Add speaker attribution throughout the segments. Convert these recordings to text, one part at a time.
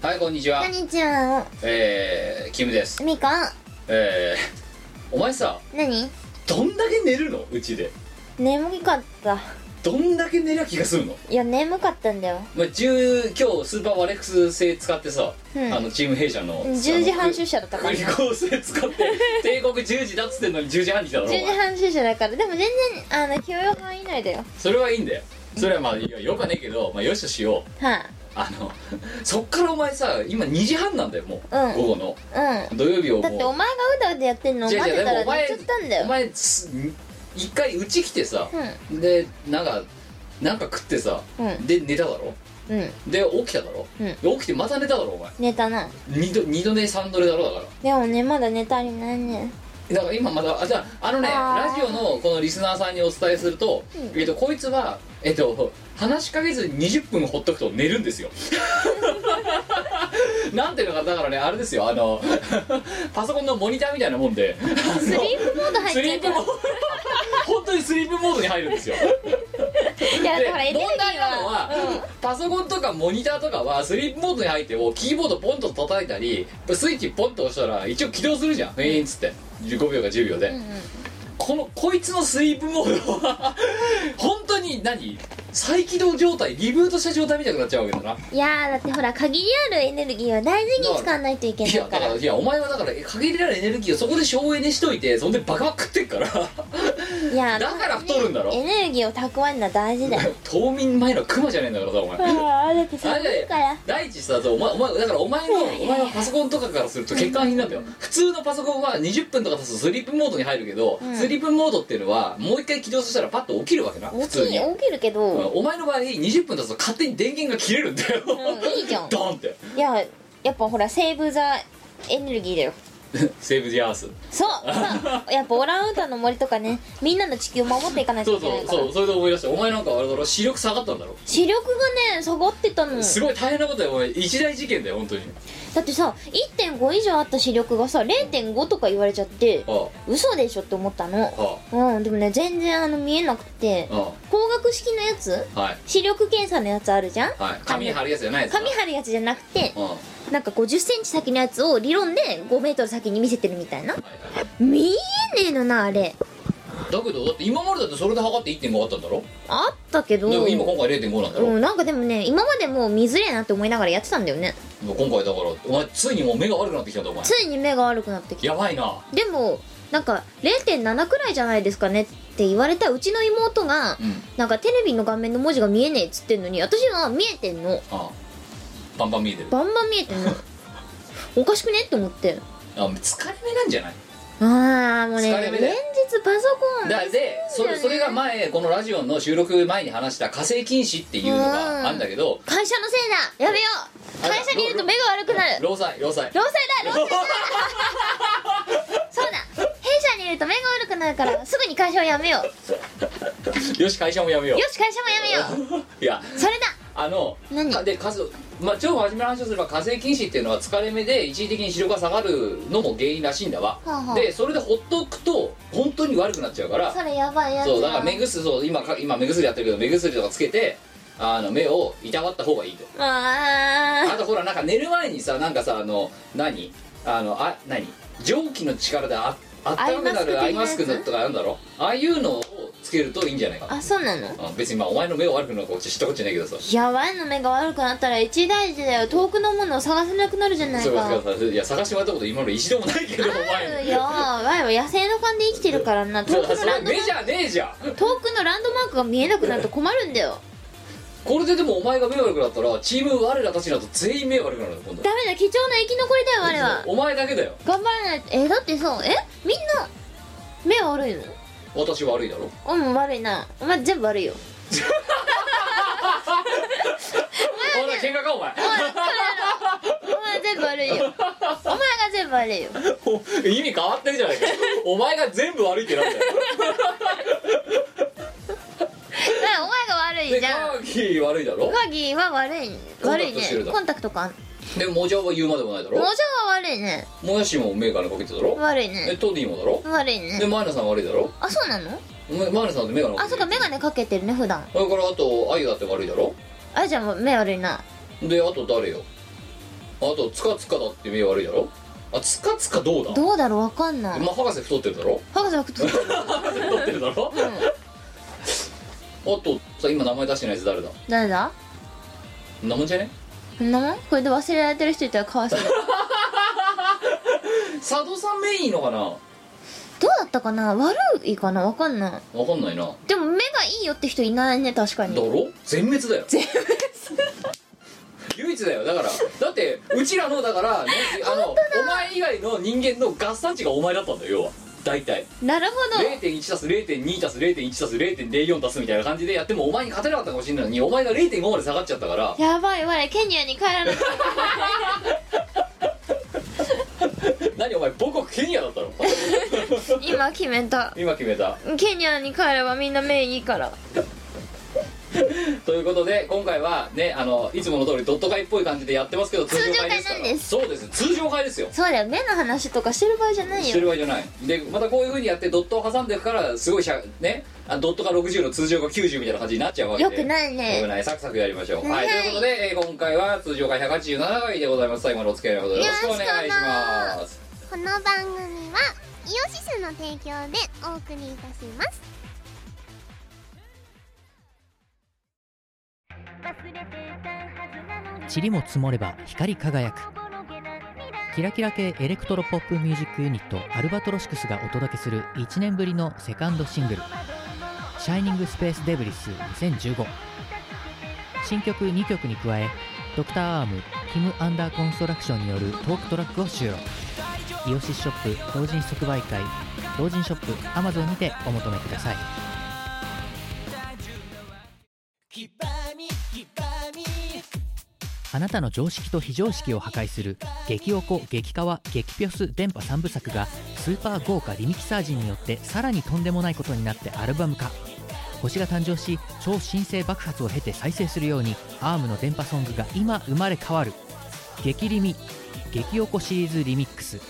Speaker 1: はいこんにちは
Speaker 2: こんにちは
Speaker 1: えー、キムです
Speaker 2: みかん
Speaker 1: えー、お前さ
Speaker 2: 何
Speaker 1: どんだけ寝るのうちで
Speaker 2: 眠かった
Speaker 1: どんだけ寝りゃ気がするの
Speaker 2: いや眠かったんだよ
Speaker 1: まあ、10今日スーパーワレックス製使ってさ、
Speaker 2: うん
Speaker 1: あのチーム弊社の
Speaker 2: 10時半出社だったから
Speaker 1: 振り構成使 って帝国10時だっつってんのに10時半に来たろお
Speaker 2: 10時
Speaker 1: 前
Speaker 2: 半出社だからでも全然あの許容範囲内だよ
Speaker 1: それはいいんだよそれはまあいやよくはねえけど、まあ、よしとしよう
Speaker 2: は
Speaker 1: あのそっからお前さ今2時半なんだよもう、
Speaker 2: うん
Speaker 1: 午後の
Speaker 2: いうん
Speaker 1: 土曜日を
Speaker 2: だってお
Speaker 1: もう
Speaker 2: 前がうだうだやってんの
Speaker 1: 違う違
Speaker 2: 待
Speaker 1: う
Speaker 2: ってた
Speaker 1: でもお
Speaker 2: ら
Speaker 1: 前
Speaker 2: 寝ちゃったんだ
Speaker 1: お
Speaker 2: よ
Speaker 1: 前す一回うち来てさ、でなんかなんか食ってさ、
Speaker 2: うん
Speaker 1: で寝ただろ
Speaker 2: うんうん
Speaker 1: で起きただろ、
Speaker 2: うん
Speaker 1: で起きてまた寝ただろお前
Speaker 2: 寝たな
Speaker 1: 二度二度寝三度寝だろだから
Speaker 2: でもねまだ寝たりないね
Speaker 1: だから今まだあじゃああのね
Speaker 2: あー
Speaker 1: ラジオのこのリスナーさんにお伝えすると、
Speaker 2: うん
Speaker 1: えっとこいつはえっと話しかけずに20分ほっとくと寝るん ですよなんていうのかだからねあれですよあのパソコンのモニターみたいなもんで
Speaker 2: スリープモード入っ
Speaker 1: ス
Speaker 2: ち
Speaker 1: リ
Speaker 2: ゃう
Speaker 1: ー
Speaker 2: か
Speaker 1: プモード本当にスリープモードに入るんですよ
Speaker 2: らいやだからエ
Speaker 1: で
Speaker 2: ネルギ
Speaker 1: 問題
Speaker 2: ー
Speaker 1: なのは、
Speaker 2: は
Speaker 1: パソコンとかモニターとかはスリープモードに入ってもキーボードポンと叩いたりスイッチポンと押したら一応起動するじゃんウィーンっつって15秒か10秒で、
Speaker 2: うんうんうん
Speaker 1: このこいつのスリープモードは 本当に何再起動状態リブートした状態みたいになっちゃうわけだない
Speaker 2: やーだってほら限りあるエネルギーは大事に使わないといけないい
Speaker 1: やだ
Speaker 2: か
Speaker 1: かららいやお前はだから限られるエネルギーをそこで省エネしといてそんでバカバカ食ってっから
Speaker 2: いや
Speaker 1: だから太るんだろ
Speaker 2: エネルギーを蓄えるのは大事だよ
Speaker 1: 冬眠前のクマじゃねえんだからさお前
Speaker 2: ああだって
Speaker 1: あ
Speaker 2: 寒
Speaker 1: れ
Speaker 2: い
Speaker 1: だ
Speaker 2: か
Speaker 1: よ
Speaker 2: ら
Speaker 1: 第一さそうお前お前だからお前のお前はパソコンとかからすると欠陥品なんだよ普通のパソコンは20分とか経つとスリープモードに入るけど、
Speaker 2: ん
Speaker 1: スリープモードっていうのはもう一回起動したらパッと起きるわけな普
Speaker 2: 起
Speaker 1: 通
Speaker 2: き
Speaker 1: に
Speaker 2: 起きるけ
Speaker 1: うん
Speaker 2: ど、
Speaker 1: お前の場合20分経つと勝手に電源が切れるんだよ、
Speaker 2: うんいいじゃん
Speaker 1: ドンって
Speaker 2: いややっぱほらセーブ・ザ・エネルギーだよ
Speaker 1: セーブ・ジ・アース
Speaker 2: そう そうやっぱオランウータンの森とかねみんなの地球を守っていかないと
Speaker 1: そ
Speaker 2: いう
Speaker 1: そ
Speaker 2: けないうか
Speaker 1: そ
Speaker 2: ら
Speaker 1: うそれで思い出したお前なんかあれだろ視力下がったんだろ、
Speaker 2: 視力がね下がってたの
Speaker 1: すごい大変なことだよお前一大事件だよ本当に
Speaker 2: だってさ1.5以上あった視力がさ0.5とか言われちゃって
Speaker 1: あ
Speaker 2: 嘘でしょって思ったの
Speaker 1: あ
Speaker 2: うんでもね全然あの見えなくて
Speaker 1: あ
Speaker 2: 光学式のやつ
Speaker 1: あはい
Speaker 2: 視力検査のやつあるじゃん
Speaker 1: はい紙貼るやつじゃないですか
Speaker 2: 紙貼るやつじゃなくて
Speaker 1: うんはい
Speaker 2: なんか5 0センチ先のやつを理論で5メートル先に見せてるみたいな
Speaker 1: はい
Speaker 2: 見えねえのなあれ
Speaker 1: だけどだって今までだってそれで測って1.5あったんだろ
Speaker 2: あったけど
Speaker 1: でも今今回0.5なんだろ、
Speaker 2: うん、なんかでもね今までもう見づれえなって思いながらやってたんだよね
Speaker 1: 今回だからお前ついにもう目が悪くなってきたんだお前
Speaker 2: ついに目が悪くなってきて
Speaker 1: やばいな
Speaker 2: でもなんか0.7くらいじゃないですかねって言われたうちの妹が、
Speaker 1: うん
Speaker 2: なんかテレビの画面の文字が見えねえっつってんのに私は見えてんの
Speaker 1: ああバンバン見えてる
Speaker 2: バンバン見えて んのおかしくねって思って
Speaker 1: あ疲れ目なんじゃない
Speaker 2: ああもうね
Speaker 1: 疲れ目
Speaker 2: 連
Speaker 1: だ
Speaker 2: 日
Speaker 1: よ
Speaker 2: パソコン
Speaker 1: だでそれそれが前このラジオの収録前に話した火星禁止っていうの
Speaker 2: うん
Speaker 1: があるんだけど
Speaker 2: 会社のせいだやめよう
Speaker 1: あら
Speaker 2: 会社にいると目が悪くなる
Speaker 1: 労災労 災
Speaker 2: 労災だ労災 だそうだ弊社にいると目が悪くなるからすぐに会社を辞めようよ
Speaker 1: よし会社もやめよう
Speaker 2: し会社も辞めよ
Speaker 1: いや
Speaker 2: うそれだ
Speaker 1: あの
Speaker 2: 何
Speaker 1: かで数まあ超真面目な話をすれば火星禁止っていうのは疲れ目で一時的に視力が下がるのも原因らしいんだわ、
Speaker 2: はあはあ
Speaker 1: でそれでほっとくと本当に悪くなっちゃうから
Speaker 2: それやばいやつ
Speaker 1: そうだから目薬そう今か今目薬やってるけど目薬とかつけてあの目をいたわった方がいい とあ
Speaker 2: あ
Speaker 1: とほらなんか寝る前にさなんかさあの何あのあ何蒸気の力でああったかくなるア
Speaker 2: ア
Speaker 1: イ
Speaker 2: イ
Speaker 1: マ
Speaker 2: マ
Speaker 1: ス
Speaker 2: ス
Speaker 1: ク
Speaker 2: ク的なやつ
Speaker 1: とかあるんだろああいうのをつけるといいんじゃないか
Speaker 2: ー
Speaker 1: な
Speaker 2: あそうなの
Speaker 1: うん別にまあお前の目を悪くなるかこっち知ったこっちゃないけどさ
Speaker 2: やばいの目が悪くなったら一大事だよ遠くのものを探せなくなるじゃない
Speaker 1: そう
Speaker 2: か
Speaker 1: かそうかそうかいや探してもらったこと今まで一度もないけどお
Speaker 2: あ
Speaker 1: 前
Speaker 2: るよワイは野生の勘で生きてるからな
Speaker 1: そ
Speaker 2: 遠
Speaker 1: う
Speaker 2: くの
Speaker 1: そ
Speaker 2: ラ
Speaker 1: れ
Speaker 2: ンドマ
Speaker 1: 目
Speaker 2: ー
Speaker 1: じゃねえじゃん
Speaker 2: ク遠くのランドマークが見えなくなると困るんだよ
Speaker 1: これででもお前が目悪くなったらチーム我らたちだと全員目悪くなるの今度
Speaker 2: ダメだ貴重な生き残りだよ我は
Speaker 1: お前だけだよ
Speaker 2: 頑張らないとえだってさえみんな目悪いの
Speaker 1: 私悪いだろ
Speaker 2: うん悪いなお前全部悪いよ
Speaker 1: お前喧嘩かお前
Speaker 2: お前これやろお前全部悪いよお前が全部悪いよ
Speaker 1: お意味変わってるじゃない かお前が全部悪いってなんだよ
Speaker 2: なお前が悪い
Speaker 1: で
Speaker 2: じゃん
Speaker 1: カーキー悪いだろ
Speaker 2: カギは悪い
Speaker 1: コンタクト
Speaker 2: 悪い
Speaker 1: してる
Speaker 2: ね
Speaker 1: だ
Speaker 2: コンタクトか
Speaker 1: でモジャオは言うまでもないだ
Speaker 2: モジ
Speaker 1: ろ
Speaker 2: ョは悪いね
Speaker 1: もやしも目からかけてたろ
Speaker 2: 悪い
Speaker 1: え
Speaker 2: ね
Speaker 1: トディもだろ
Speaker 2: 悪い
Speaker 1: で
Speaker 2: ね
Speaker 1: マイナさん悪いだろ
Speaker 2: あそうなの
Speaker 1: めマイナさんって目から
Speaker 2: あ
Speaker 1: かけ
Speaker 2: そってか
Speaker 1: る
Speaker 2: 眼鏡かけてるね普段
Speaker 1: それからあとあゆだって悪いだろ
Speaker 2: あじゃあもう目悪いな
Speaker 1: であと誰よあとつかつかだって目悪いだろあつかつかどうだ
Speaker 2: どうだろうわかんない
Speaker 1: まあ博士太ってるだろ
Speaker 2: 博士は太ってる
Speaker 1: 博士太ってるだろあとさ今名前出してないやつ誰だ
Speaker 2: 誰だ
Speaker 1: 名前じゃね
Speaker 2: こんなもんこれで忘れられてる人いたらか わいそうだどう
Speaker 1: 佐渡さんメインのかな
Speaker 2: だったかな悪いかなわかんない
Speaker 1: わかんないなだ
Speaker 2: でも目がいいよって人いないね確かに
Speaker 1: ろ全滅だよ全滅唯一だよだからだってうちらのだから、ね、あのお前以外の人間の合算値がお前だったんだよ要は大体
Speaker 2: なるほど
Speaker 1: 0.1足す0.2足す0.1足す0.04足すみたいな感じでやってもお前に勝てなかったかもしれないのにお前が0.5まで下がっちゃったから
Speaker 2: やばい我ケニアに帰らない
Speaker 1: 何お前母国ケニアだったの
Speaker 2: 今決めた
Speaker 1: 今決めた
Speaker 2: ケニアに帰ればみんな目いいから
Speaker 1: ということで今回はねあのいつもの通りドット会っぽい感じでやってますけど
Speaker 2: 通常会
Speaker 1: ですから
Speaker 2: なんです
Speaker 1: そうです通常会ですよ
Speaker 2: そうだよ目の話とかしてる場合じゃない
Speaker 1: してる
Speaker 2: よ
Speaker 1: 場合じゃないでまたこういうふうにやってドットを挟んでいくからすごいしゃねあドットが60の通常が90みたいな感じになっちゃうわけ
Speaker 2: よ
Speaker 1: で
Speaker 2: くない
Speaker 1: よく
Speaker 2: ね
Speaker 1: ないサクサクやりましょうはい、
Speaker 2: はい
Speaker 1: ということで、えー今回は通常回187回でございます最後までお付き合いのほどよろしくお願いします
Speaker 3: この番組はイオシスの提供でお送りいたします
Speaker 4: 塵も積もれば光り輝くキラキラ系エレクトロポップミュージックユニットアルバトロシクスがお届けする1年ぶりのセカンドシングル「シャイニング・スペース・デブリス2015」新曲2曲に加えドクターアームキム・アンダー・コンストラクションによるトークトラックを収録イオシスショップ同人即売会同人ショップ Amazon にてお求めくださいあなたの常識と非常識を破壊する激おこ激カワ激ピョス電波3部作がスーパー豪華リミキサージによってさらにとんでもないことになってアルバム化星が誕生し超新星爆発を経て再生するようにアームの電波ソングが今生まれ変わる激リミ激おこシリーズリミックス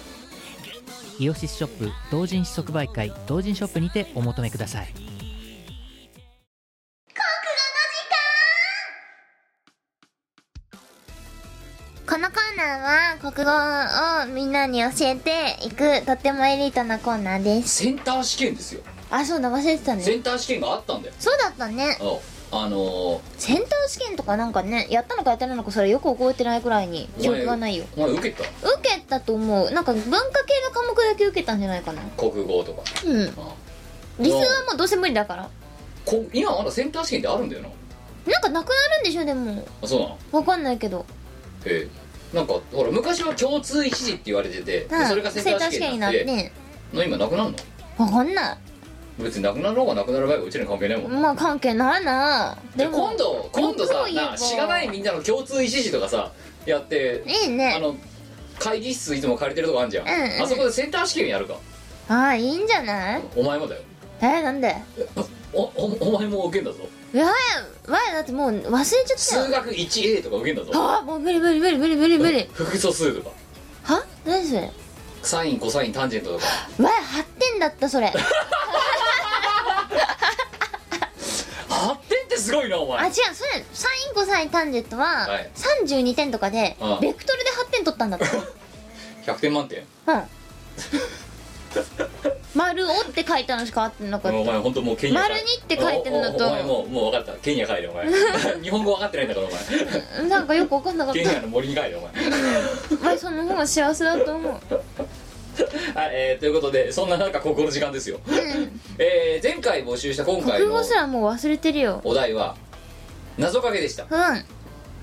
Speaker 4: イオシスショップ同人誌即売会同人ショップにてお求めください
Speaker 2: このコーナーは国語をみんなに教えていくとってもエリートなコーナーです
Speaker 1: センター試験ですよ
Speaker 2: あそうだ忘れてたね
Speaker 1: センター試験があったんだよ
Speaker 2: そうだったね
Speaker 1: ああのー
Speaker 2: センター試験とかなんかねやったのかやってないのかそれよく覚えてないくらいに
Speaker 1: お前
Speaker 2: 記憶がないよ
Speaker 1: お前受けた
Speaker 2: 受けたと思うなんか文化系の科目だけ受けたんじゃないかな
Speaker 1: 国語とか
Speaker 2: うん
Speaker 1: あ
Speaker 2: 理数はもうどうせ無理だから
Speaker 1: こ今まだセンター試験ってあるんだよな
Speaker 2: なんかなくなるんでしょでも
Speaker 1: あそうなの
Speaker 2: わかんないけど
Speaker 1: へえなんかほら昔は共通一時って言われてて、で
Speaker 2: うん
Speaker 1: それがセンター試験になって
Speaker 2: センター試験になって
Speaker 1: な今なくなるの
Speaker 2: わかんない
Speaker 1: 別になくなろうがなくなる場合はうちに関係ないもん、
Speaker 2: まあ関係ないな
Speaker 1: で
Speaker 2: でも
Speaker 1: 今度今度さ
Speaker 2: 僕を言えば
Speaker 1: なしがないみんなの共通一時とかさやって、
Speaker 2: い
Speaker 1: あ
Speaker 2: いね
Speaker 1: の会議室いつも借りてるとこあるじゃん、
Speaker 2: うんうん
Speaker 1: あそこでセンター試験やるか
Speaker 2: ああいいんじゃない
Speaker 1: お前もだよ
Speaker 2: えー、なんで
Speaker 1: おおお前も受けんだぞ
Speaker 2: いやわいだってもう忘れちゃった
Speaker 1: 数
Speaker 2: よ
Speaker 1: 学 1A とか受けんだぞ
Speaker 2: ああもう無理無理無理無理無理無理
Speaker 1: 複素数とか
Speaker 2: は何それ
Speaker 1: サインコサインタンジェントとか
Speaker 2: わい8点だっ たそれ
Speaker 1: 発展ってすごいなお
Speaker 2: あ
Speaker 1: 前
Speaker 2: 違うそれサインコサインタンジェットは
Speaker 1: はい
Speaker 2: 32点とかで
Speaker 1: うん
Speaker 2: ベクトルで8点取っ たんだって
Speaker 1: 100点満点
Speaker 2: うん丸をって書いたのしか合ってなかっ
Speaker 1: お前本当もうケニア
Speaker 2: 丸二って書いてるのと
Speaker 1: おおお前もうもう分かったケニア帰れお 前日本語分かってないんだからお前
Speaker 2: たなんかよく分かんなかっ
Speaker 1: ケニアの森に帰れお前
Speaker 2: たわいその方が幸せだと思う
Speaker 1: はい、えーということでそんな中ここの時間ですよ、えー前回募集した今回
Speaker 2: 国
Speaker 1: の
Speaker 2: 語すらもう忘れてるよ
Speaker 1: お題は謎かけでした
Speaker 2: うん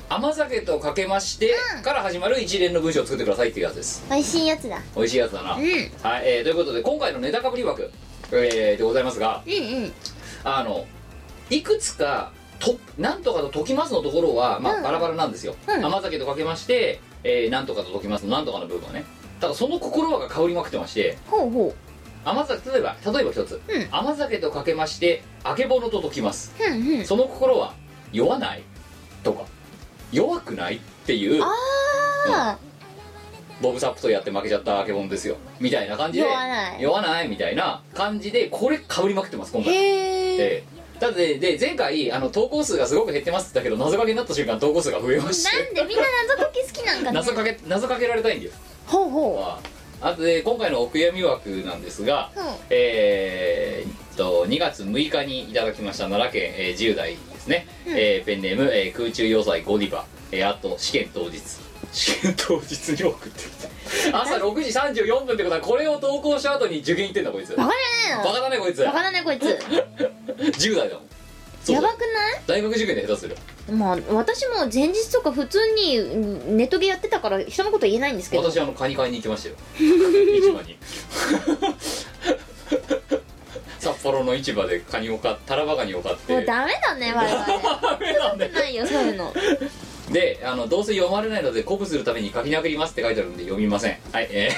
Speaker 1: 甘酒とかけまして、から始まる一連の文章を作ってくださいっていうやつです
Speaker 2: 美味しいやつだ
Speaker 1: 美味しいやつだな、
Speaker 2: うん
Speaker 1: はい、えーということで今回のネタかぶり枠、えーでございますが
Speaker 2: うんうん
Speaker 1: あのいくつかとなんとかと解きますのところは、まあ
Speaker 2: うん
Speaker 1: バラバラなんですよ、
Speaker 2: うん
Speaker 1: 甘酒とかけまして、えーなんとかと解きますのなんとかの部分はねただその心が香りまくってまして
Speaker 2: ほうほ
Speaker 1: 甘酒例えば例えば一つ、
Speaker 2: うん
Speaker 1: 甘酒とかけましてあけぼのと解きます
Speaker 2: うふんふん
Speaker 1: その心は酔わないとか弱くないっていう
Speaker 2: あ
Speaker 1: ボブサップとやって負けちゃったあけぼのですよみたいな感じで
Speaker 2: 酔わない
Speaker 1: 酔わないみたいな感じでこれかぶりまくってます今
Speaker 2: ー
Speaker 1: 回
Speaker 2: へえ
Speaker 1: ええだってで前回あの投稿数がすごく減ってますって言ったけど謎かけになった瞬間投稿数が増えまし
Speaker 2: なん
Speaker 1: て
Speaker 2: でみんな謎かけ好きなんかね
Speaker 1: 謎かけ謎かけられたいんだよ
Speaker 2: ほうほ
Speaker 1: まああとで今回のお悔やみ枠なんですが、
Speaker 2: うん
Speaker 1: えーえっと2月6日にいただきました奈良県、えー10代ですね、
Speaker 2: うん
Speaker 1: えーペンネーム、えー空中要塞ゴディバ、えーあと試験当日試験当日に送ってき た朝6時34分ってことはこれを投稿した後に受験行ってんだこいつ
Speaker 2: うバ
Speaker 1: バ
Speaker 2: カじ
Speaker 1: カだ
Speaker 2: ゃねえ
Speaker 1: ねこいつ
Speaker 2: のバカだねこいつ
Speaker 1: 10代だもんそう
Speaker 2: やば
Speaker 1: だ
Speaker 2: くな
Speaker 1: 大学受験で下手する
Speaker 2: いまあ私も前日とか普通にうんネットゲーやってたから人のこと言えないんですけど
Speaker 1: 私あのカニ買いに行きま したよ市場に札幌の市場でカニを買っタラバカニを買って
Speaker 2: もうダメだね我々
Speaker 1: ダメなんだよ
Speaker 2: ないよそういうの
Speaker 1: であのどうせ読まれないので鼓舞するために書き殴りますって書いてあるんで読みませんはいえー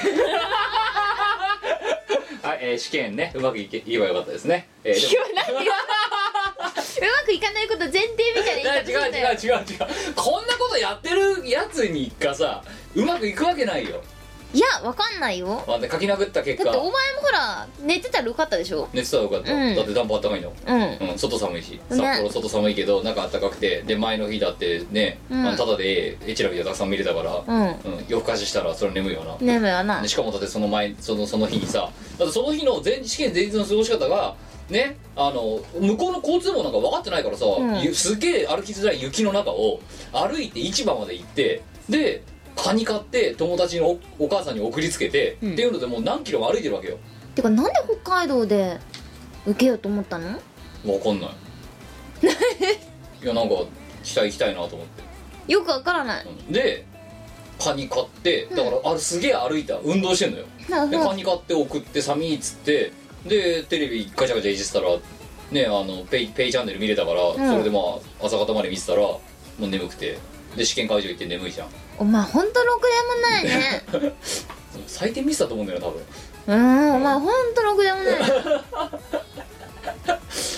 Speaker 1: はい、えー試験ねうまくいけ言えばよかったですね、えーでも
Speaker 2: 言わない ようまくいかないこと前提みたいな言い方す
Speaker 1: 違う違
Speaker 2: る
Speaker 1: うん
Speaker 2: だよ
Speaker 1: 違う違うこんなことやってるやつにがさうまくいくわけないよ、
Speaker 2: いやわかんないよ
Speaker 1: まあ、で書き殴った結
Speaker 2: だって
Speaker 1: 果
Speaker 2: お前もほら寝てたらよかったでしょ
Speaker 1: 寝てたらよかった、
Speaker 2: うん
Speaker 1: だって暖房あったかいの
Speaker 2: うん
Speaker 1: うん、外寒いし
Speaker 2: ね
Speaker 1: 札幌外寒いけど中暖かくてで前の日だってね、
Speaker 2: うん
Speaker 1: あのただでえチラビがたくさん見れたから、
Speaker 2: うん
Speaker 1: うん夜更かししたらそれ眠いよな、
Speaker 2: 眠いわな
Speaker 1: でしかもだってその前そのその日にさだってその日の前試験前日の過ごし方がねあの向こうの交通網なんか分かってないからさ、
Speaker 2: ん
Speaker 1: ゆすげえ歩きづらい雪の中を歩いて市場まで行ってでカニ買って友達のおお母さんに送りつけて、
Speaker 2: うん
Speaker 1: っていうのでもう何キロも歩いてるわけよ
Speaker 2: てかなんで北海道で受けようと思ったの
Speaker 1: わかん ないいやなんか北行きたいなと思って
Speaker 2: よくわからない
Speaker 1: でカニ買ってだから、あれすげえ歩いた運動してんのよ
Speaker 2: なん
Speaker 1: で
Speaker 2: か
Speaker 1: カニ買って送って寒いっつってでテレビガチャガチャいじってたらねあのペイペイチャンネル見れたから、
Speaker 2: ん
Speaker 1: それでまあ朝方まで見てたらもう眠くてで試験会場行って眠いじゃん
Speaker 2: お前ほんとろくでもない ね
Speaker 1: 採点ミスだと思うんだよな多分
Speaker 2: うーんお前ほんとろくでもない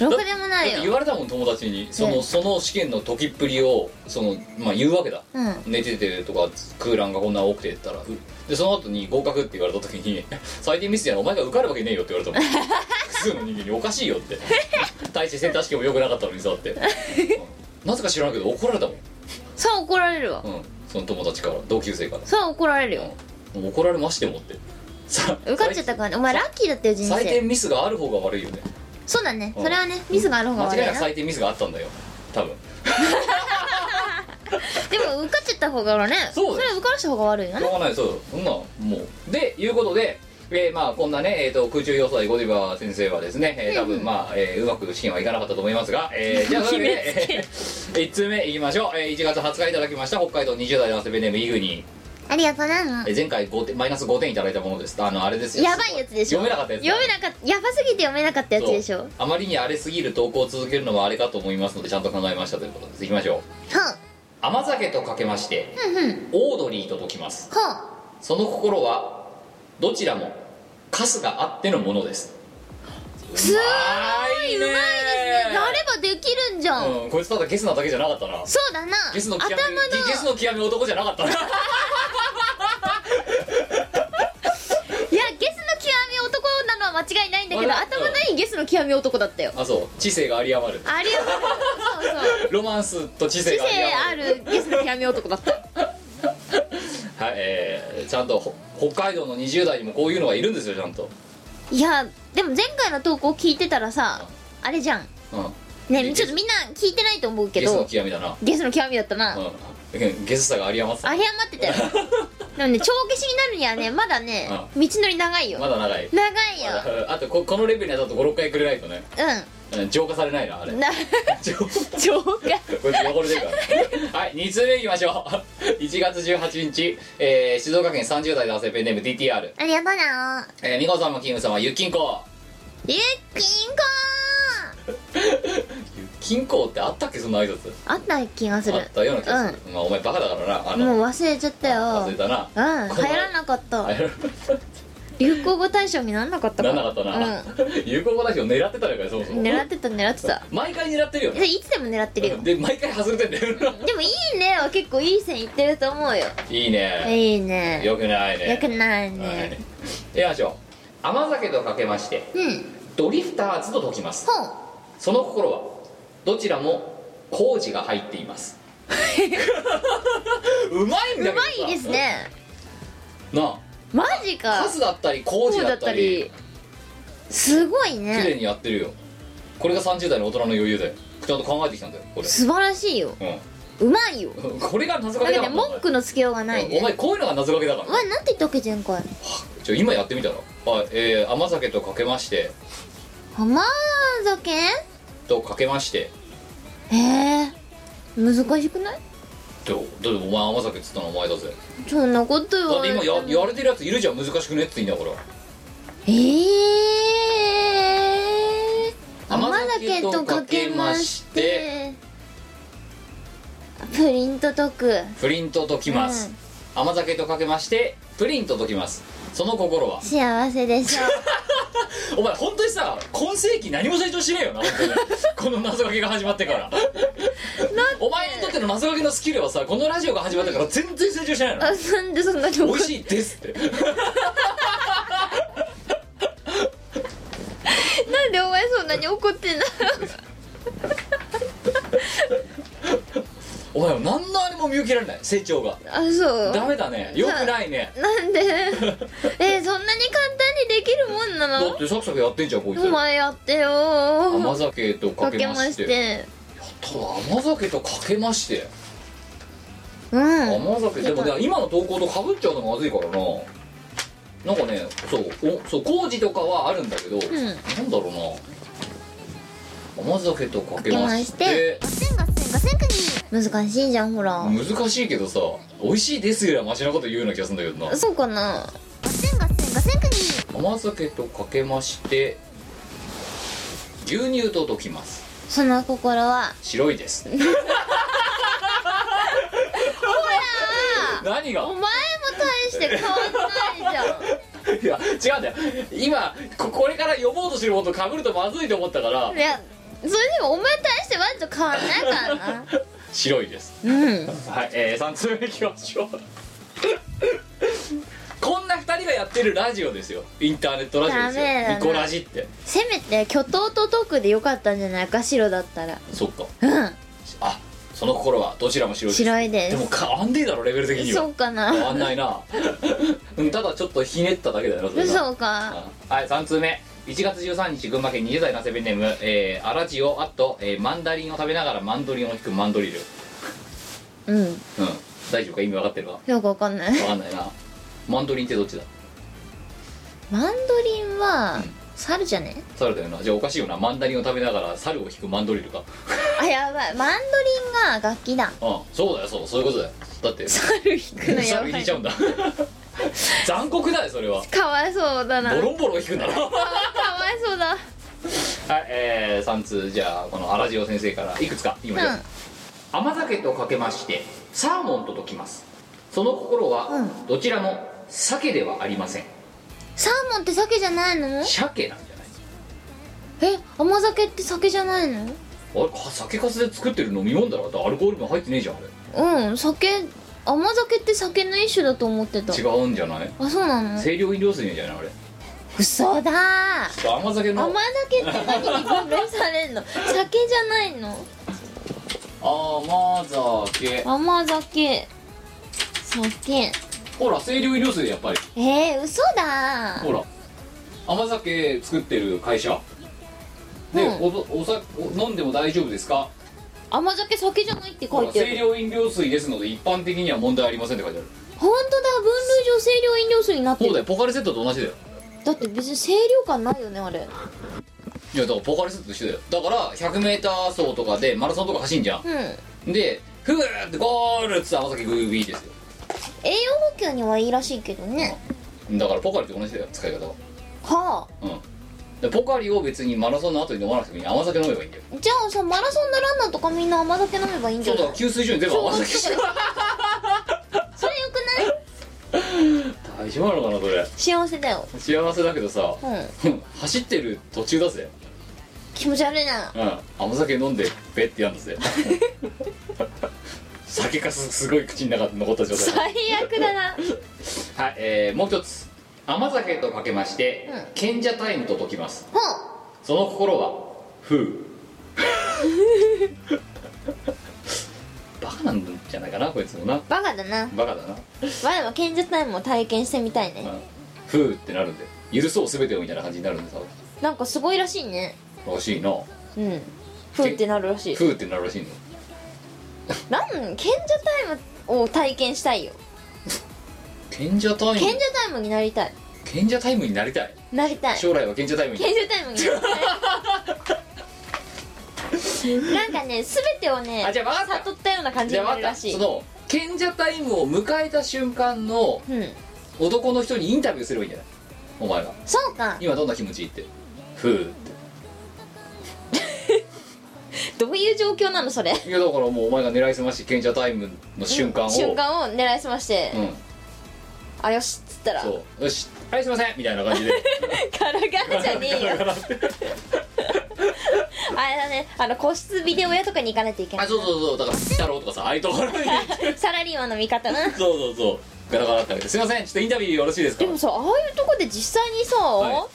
Speaker 2: ろくでも
Speaker 1: だっ
Speaker 2: ない
Speaker 1: て言
Speaker 2: よ
Speaker 1: われたもん友達にその,、
Speaker 2: ね
Speaker 1: その試験の解きっぷりをその、まあ、言うわけだ
Speaker 2: うん
Speaker 1: 寝ててとか空欄がこんな多くてって言ったらでその後に合格って言われた時に 「採点ミスやなお前が受かるわけねえよ」って言われたもん 複数の人間に「おかしいよ」って大してセンター試験もよくなかったのにさって、うんなぜか知らんけど怒られたもん、
Speaker 2: さあ怒られるわ
Speaker 1: うん、その友達から同級生から
Speaker 2: さあ怒られるよ
Speaker 1: 「もう怒られましても」ってさ
Speaker 2: 受かっちゃったからねお前ラッキーだったよ人
Speaker 1: 採
Speaker 2: 生
Speaker 1: 点ミスがある方が悪いよね
Speaker 2: そうだね
Speaker 1: うん
Speaker 2: それはねミスがある方が
Speaker 1: 間
Speaker 2: 悪い
Speaker 1: 違い
Speaker 2: な
Speaker 1: なく採点ミスがあったんだよ多分
Speaker 2: でも受かっちゃった方がね
Speaker 1: そうだよ
Speaker 2: れは受からした方が悪いよ
Speaker 1: しょ
Speaker 2: ね
Speaker 1: うがないそうそんなもうでいうことでえーまあこんなね、えー、と空中要塞ゴディバ先生はですね、えー多分まあ、えーうまく試験はいかなかったと思いますが、えー じゃあそれで、え1 通目いきましょう、えー1月20日いただきました北海道20代のセベネームイグニー
Speaker 3: ありがとうなの
Speaker 1: えー前回5点マイナス5点いただいたものですあのあれですよ
Speaker 2: やばいやつでしょ
Speaker 1: 読めなかったやつ
Speaker 2: 読めなかったやばすぎて読めなかったやつでし
Speaker 1: そ
Speaker 2: ょ
Speaker 1: うあまりに荒れすぎる投稿を続けるのもあれかと思いますのでちゃんと考えましたということですいきましょう
Speaker 3: ほう
Speaker 1: 甘酒とかけまして、オードリーと解きます
Speaker 3: ほう
Speaker 1: その心はどちらもカスがあってのものです
Speaker 2: す
Speaker 1: う
Speaker 2: ご
Speaker 1: ま
Speaker 2: いうまいですねやればできるんじゃん、
Speaker 1: うんこいつただゲスなだけじゃなかったな
Speaker 2: そうだな
Speaker 1: ゲスの
Speaker 2: 頭
Speaker 1: 極
Speaker 2: の
Speaker 1: みゲスの極み男じゃなかったな
Speaker 2: いやゲスの極み男なのは間違いないんだけど
Speaker 1: まだ
Speaker 2: 頭のいいゲスの極み男 だったよ
Speaker 1: あそう知性が有り余る
Speaker 2: ありがとうそうそう
Speaker 1: ロマンスと知性
Speaker 2: 知
Speaker 1: が有り
Speaker 2: 性あ
Speaker 1: 余る
Speaker 2: るゲスの極み男だった
Speaker 1: はいえーちゃんとほ北海道の20代にもこういうのがいるんですよちゃんと
Speaker 2: いやでも前回の投稿聞いてたらさあれじゃん
Speaker 1: うん
Speaker 2: ねちょっとみんな聞いてないと思うけ
Speaker 1: ゲスの
Speaker 2: ど
Speaker 1: 極みだな
Speaker 2: ゲスの極みだったな、
Speaker 1: うんゲスさが有り余って
Speaker 2: あ
Speaker 1: た
Speaker 2: れ余って たよでもね帳消しになるにはねまだね、道のり長いよ、
Speaker 1: まだ長い
Speaker 2: 長いよ
Speaker 1: あとここのレベルにはだと56回くれないとね、うん、浄化されないなあれ
Speaker 2: うんな
Speaker 1: 浄化
Speaker 2: 帳が
Speaker 1: こいつ汚れてるからはい2通目いきましょう 1月18日、えー静岡県30代男性ペンネーム DTR
Speaker 3: ありがとうなの
Speaker 1: えー美子さんもキングさんはゆっきんこ
Speaker 2: ゆっきんこ
Speaker 1: ゆっきんこってあったっけそんな挨拶
Speaker 2: ーあった気がす
Speaker 1: あ
Speaker 2: る
Speaker 1: ったような気がする、まあお前バカだからなあの
Speaker 2: もう忘れちゃったよ
Speaker 1: 忘
Speaker 2: う
Speaker 1: れ
Speaker 2: ん流
Speaker 1: たな
Speaker 2: 行らなかった
Speaker 1: あやる
Speaker 2: 流行語大賞になんなかった
Speaker 1: な
Speaker 2: か
Speaker 1: んなかったな、 有効語だけを狙ってたのからそもそ
Speaker 2: うん
Speaker 1: も
Speaker 2: 狙ってた狙ってた
Speaker 1: 毎回狙ってるよね
Speaker 2: いつでも狙ってるよ
Speaker 1: で毎回外れてんだよな
Speaker 2: でもいいねは結構いい線いってると思うよ
Speaker 1: いいね
Speaker 2: いいね
Speaker 1: よくないね
Speaker 2: よくな
Speaker 1: は
Speaker 2: い
Speaker 1: い
Speaker 2: ね、
Speaker 1: いきましょう甘酒とかけまして
Speaker 3: うん
Speaker 1: ドリフターズと解きます
Speaker 3: ほう
Speaker 1: その心はどちらも工事が入っています うまいんだけどさ
Speaker 2: うまいですね
Speaker 1: な
Speaker 2: マジ
Speaker 1: あ
Speaker 2: か
Speaker 1: 数だったり工事だったり
Speaker 2: すごい
Speaker 1: 綺麗
Speaker 2: ね
Speaker 1: にやってるよこれが30代の大人の余裕だよちゃんと考えてきたんだよこれ
Speaker 2: 素晴らしいよ
Speaker 1: う
Speaker 2: うまいよ
Speaker 1: ん これが謎か
Speaker 2: だ
Speaker 1: け
Speaker 2: けど
Speaker 1: だ
Speaker 2: ね
Speaker 1: から
Speaker 2: 文句のつけようがない
Speaker 1: お前
Speaker 2: ね
Speaker 1: こういうのが謎かけだから
Speaker 2: うわなんて言ったっけ前回
Speaker 1: ちょ今やってみたらはいえー甘酒とかけまして
Speaker 2: 甘酒
Speaker 1: とかけまして
Speaker 2: へえ難しくない
Speaker 1: とだってお前甘酒っつったのお前だぜ
Speaker 2: そんなこと言
Speaker 1: だっ
Speaker 2: わ
Speaker 1: て
Speaker 2: れ
Speaker 1: 今
Speaker 2: て
Speaker 1: や
Speaker 2: も
Speaker 1: やれてるやついるじゃん難しくねって言うんだから
Speaker 2: ええ
Speaker 1: 甘酒とかけまして
Speaker 2: プリント解く
Speaker 1: プリントときます、
Speaker 2: うん
Speaker 1: 甘酒とかけましてプリントときますその心は
Speaker 2: 幸せでし ょう
Speaker 1: お前本当にさ今世紀何も成長しねえよな本当にこの謎かけが始まってからお前にとっての謎かけのスキルはさこのラジオが始まってから全然成長しないの
Speaker 2: あなんでそんなに
Speaker 1: 美
Speaker 2: 怒
Speaker 1: 味
Speaker 2: る
Speaker 1: しいですって
Speaker 2: なんでお前そんなに怒ってんの
Speaker 1: お前は何のあれも見受けられない成長が
Speaker 2: あそう
Speaker 1: ダメだねよくないね
Speaker 2: なんで えそんなに簡単にできるもんな
Speaker 1: だ
Speaker 2: の
Speaker 1: ってサクサクやってんじゃんこいつ
Speaker 2: お前やってよ
Speaker 1: 甘酒とか
Speaker 2: か
Speaker 1: け
Speaker 2: け
Speaker 1: ま
Speaker 2: ま
Speaker 1: し
Speaker 2: してて
Speaker 1: ただ甘酒とかけまして
Speaker 2: うん
Speaker 1: 甘酒でもね今の投稿とかぶっちゃうのまずいからななんかねそうおそう工事とかはあるんだけど、
Speaker 2: ん
Speaker 1: なんだろうな甘酒とかけまして
Speaker 3: ガセンガセンガセンクニー
Speaker 2: 難しいじゃんほら
Speaker 1: 難しいけどさ美味しいですよりはマシなこと言うような気がするんだけどな
Speaker 2: そうかな
Speaker 3: ガセンガセンガセンクニー
Speaker 1: 甘酒とかけまして牛乳と溶きます
Speaker 2: その心は
Speaker 1: 白いです何が
Speaker 2: お前も大して変わんないじゃん
Speaker 1: いや違うんだよ今ここれから読もうとしてることかぶるとまずいと思ったから
Speaker 2: いやそれでもお前大してワンと変わんないから な
Speaker 1: 白いです
Speaker 2: うん
Speaker 1: はい、えー、3通目いきましょうこんな2人がやってるラジオですよインターネットラジオです
Speaker 2: ダメだ
Speaker 1: よ
Speaker 2: な
Speaker 1: ニコラジって
Speaker 2: せめて巨頭とトークでよかったんじゃないか白だったら
Speaker 1: そっか
Speaker 2: うん
Speaker 1: あその心はどちらも白いです
Speaker 2: 白いで
Speaker 1: でも変わんねえだろレベル的に
Speaker 2: す
Speaker 1: は
Speaker 2: そうか
Speaker 1: 変わ
Speaker 2: なん
Speaker 1: ないなうんただちょっとひねっただけだよなそれな
Speaker 2: そうか
Speaker 1: はい3通目1月13日群馬県20代のセブンネーム、えー、アラジオあと、えーマンダリンを食べながらマンドリンを引くマンドリル
Speaker 2: うん
Speaker 1: うん大丈夫か意味分かってるか
Speaker 2: よくわかんない
Speaker 1: 分かんないなマンドリンってどっちだ
Speaker 2: マンドリンは
Speaker 1: うん
Speaker 2: 猿じゃね
Speaker 1: 猿だよなじゃあおかしいよなマンダリンを食べながら猿を引くマンドリルか
Speaker 2: あやばいマンドリンが楽器だ
Speaker 1: うんそうだよそうそういうことだよだって
Speaker 2: 猿弾くのやば
Speaker 1: 猿引い
Speaker 2: い
Speaker 1: ちゃうんだ 残酷だよそれは
Speaker 2: かわいそうだな
Speaker 1: ボロンボロン引くんだろは
Speaker 2: かわいそうだ
Speaker 1: いえー、3通じゃあこの荒塩先生からいくつか言いましょう、甘酒とかけましてサーモンと溶きますその心
Speaker 2: う
Speaker 1: は
Speaker 2: ん
Speaker 1: どちらも鮭ではありません
Speaker 2: サーモンって酒じゃないのえ
Speaker 1: 鮭なんじゃない
Speaker 2: 甘酒って酒じゃないの
Speaker 1: あれか酒粕で作ってる飲み物だろだってアルコール分入ってねえじゃんあ
Speaker 2: うん酒甘酒って酒の一種だと思ってた
Speaker 1: れ違うんじゃない
Speaker 2: あそうなの
Speaker 1: 清涼飲料水なんじゃないあれ
Speaker 2: 嘘だー
Speaker 1: 甘酒の
Speaker 2: 甘酒って何に分類されんの酒じゃないの
Speaker 1: 甘酒
Speaker 2: 甘酒酒
Speaker 1: ほら清涼飲料水やっぱり
Speaker 2: えー、嘘だー
Speaker 1: ほら甘酒作ってる会社で、
Speaker 2: うん
Speaker 1: おおさお飲んでも大丈夫ですか
Speaker 2: 甘酒酒じゃないって
Speaker 1: ほ
Speaker 2: 書い
Speaker 1: ら
Speaker 2: て
Speaker 1: 清
Speaker 2: あ
Speaker 1: 涼
Speaker 2: る
Speaker 1: 飲料水ですので一般的には問題ありませんって書いてある
Speaker 2: 本当だ分類上清涼飲料水になって
Speaker 1: そう
Speaker 2: る
Speaker 1: だよポカリセットと同じだよ
Speaker 2: だって別に清涼感ないよねあれ
Speaker 1: いやだからポカリセットと一緒だよだから 100m 走とかでマラソンとか走んじゃん
Speaker 2: うん
Speaker 1: でフーってゴールっつって甘酒グービーですよ
Speaker 2: 栄養補給にはいいらしいけどね
Speaker 1: だからポカリと同じだよ使い方は
Speaker 2: は
Speaker 1: うんでポカリを別にマラソンの後に飲まなくてもいい甘酒飲めばいいんだよ
Speaker 2: あじゃあさマラソンのランナーとかみんな甘酒飲めばいいんじ
Speaker 1: そ
Speaker 2: ゃ
Speaker 1: うだ
Speaker 2: な
Speaker 1: から給
Speaker 2: い
Speaker 1: 水所に全部甘酒し
Speaker 2: それよくない
Speaker 1: 大丈夫なのかなそれ
Speaker 2: 幸せだよ
Speaker 1: 幸せだけどさ、
Speaker 2: うん
Speaker 1: 走ってる途中だぜ、
Speaker 2: 気持ち悪いな
Speaker 1: うん、甘酒飲んでベッてやんだぜ 酒かすすごい口の中に残った状態
Speaker 2: 最悪だな
Speaker 1: はい、えーもう一つ甘酒とかけまして、
Speaker 2: うん
Speaker 1: 賢者タイムと解きます
Speaker 2: ほ
Speaker 1: その心は風 バカなんじゃないかなこいつもな
Speaker 2: バカだな
Speaker 1: バカだな
Speaker 2: まあでも剣術タイムも体験してみたいね
Speaker 1: うんふうってなるんで許そう全てをみたいな感じになるんでさ
Speaker 2: なんかすごいらしいね
Speaker 1: らしいな
Speaker 2: うんふーってなるらしい
Speaker 1: ふうってなるらしいの
Speaker 2: なん賢者タイムを体験したいよ
Speaker 1: 賢者タイム
Speaker 2: 賢者タイムになりたい
Speaker 1: 賢者タイムになりたい
Speaker 2: なりたい
Speaker 1: 将来は賢者タイムに
Speaker 2: 研修タイムにやってなんかね全てをね
Speaker 1: あじゃあわかった
Speaker 2: 悟ったような感じ
Speaker 1: じゃ
Speaker 2: に
Speaker 1: あ待
Speaker 2: なる
Speaker 1: っ
Speaker 2: ら
Speaker 1: た
Speaker 2: しい
Speaker 1: その賢者タイムを迎えた瞬間の
Speaker 2: うん
Speaker 1: 男の人にインタビューすればいいんじゃないお前が
Speaker 2: そうか
Speaker 1: 今どんな気持ちいいってふうっ
Speaker 2: どういう状況なのそれ
Speaker 1: ていやだからもうお前が狙いすまし賢者タイムの瞬間を、
Speaker 2: 瞬間を狙いすまして、
Speaker 1: うん
Speaker 2: あよしっつったら
Speaker 1: そうよしはいすいませんみたいな感じで
Speaker 2: からがるじゃねえよ
Speaker 1: ガラガラって
Speaker 2: あれだねあの個室ビデオ屋とかに行かないといけな
Speaker 1: あ
Speaker 2: い
Speaker 1: そうそうそうだから太郎とかさああいうとこ ろに
Speaker 2: サラリーマンの味方な
Speaker 1: そうそうそうガラガラってあげてすいませんちょっとインタビューよろしいですか
Speaker 2: でもさああいうとこで実際にさ、
Speaker 1: は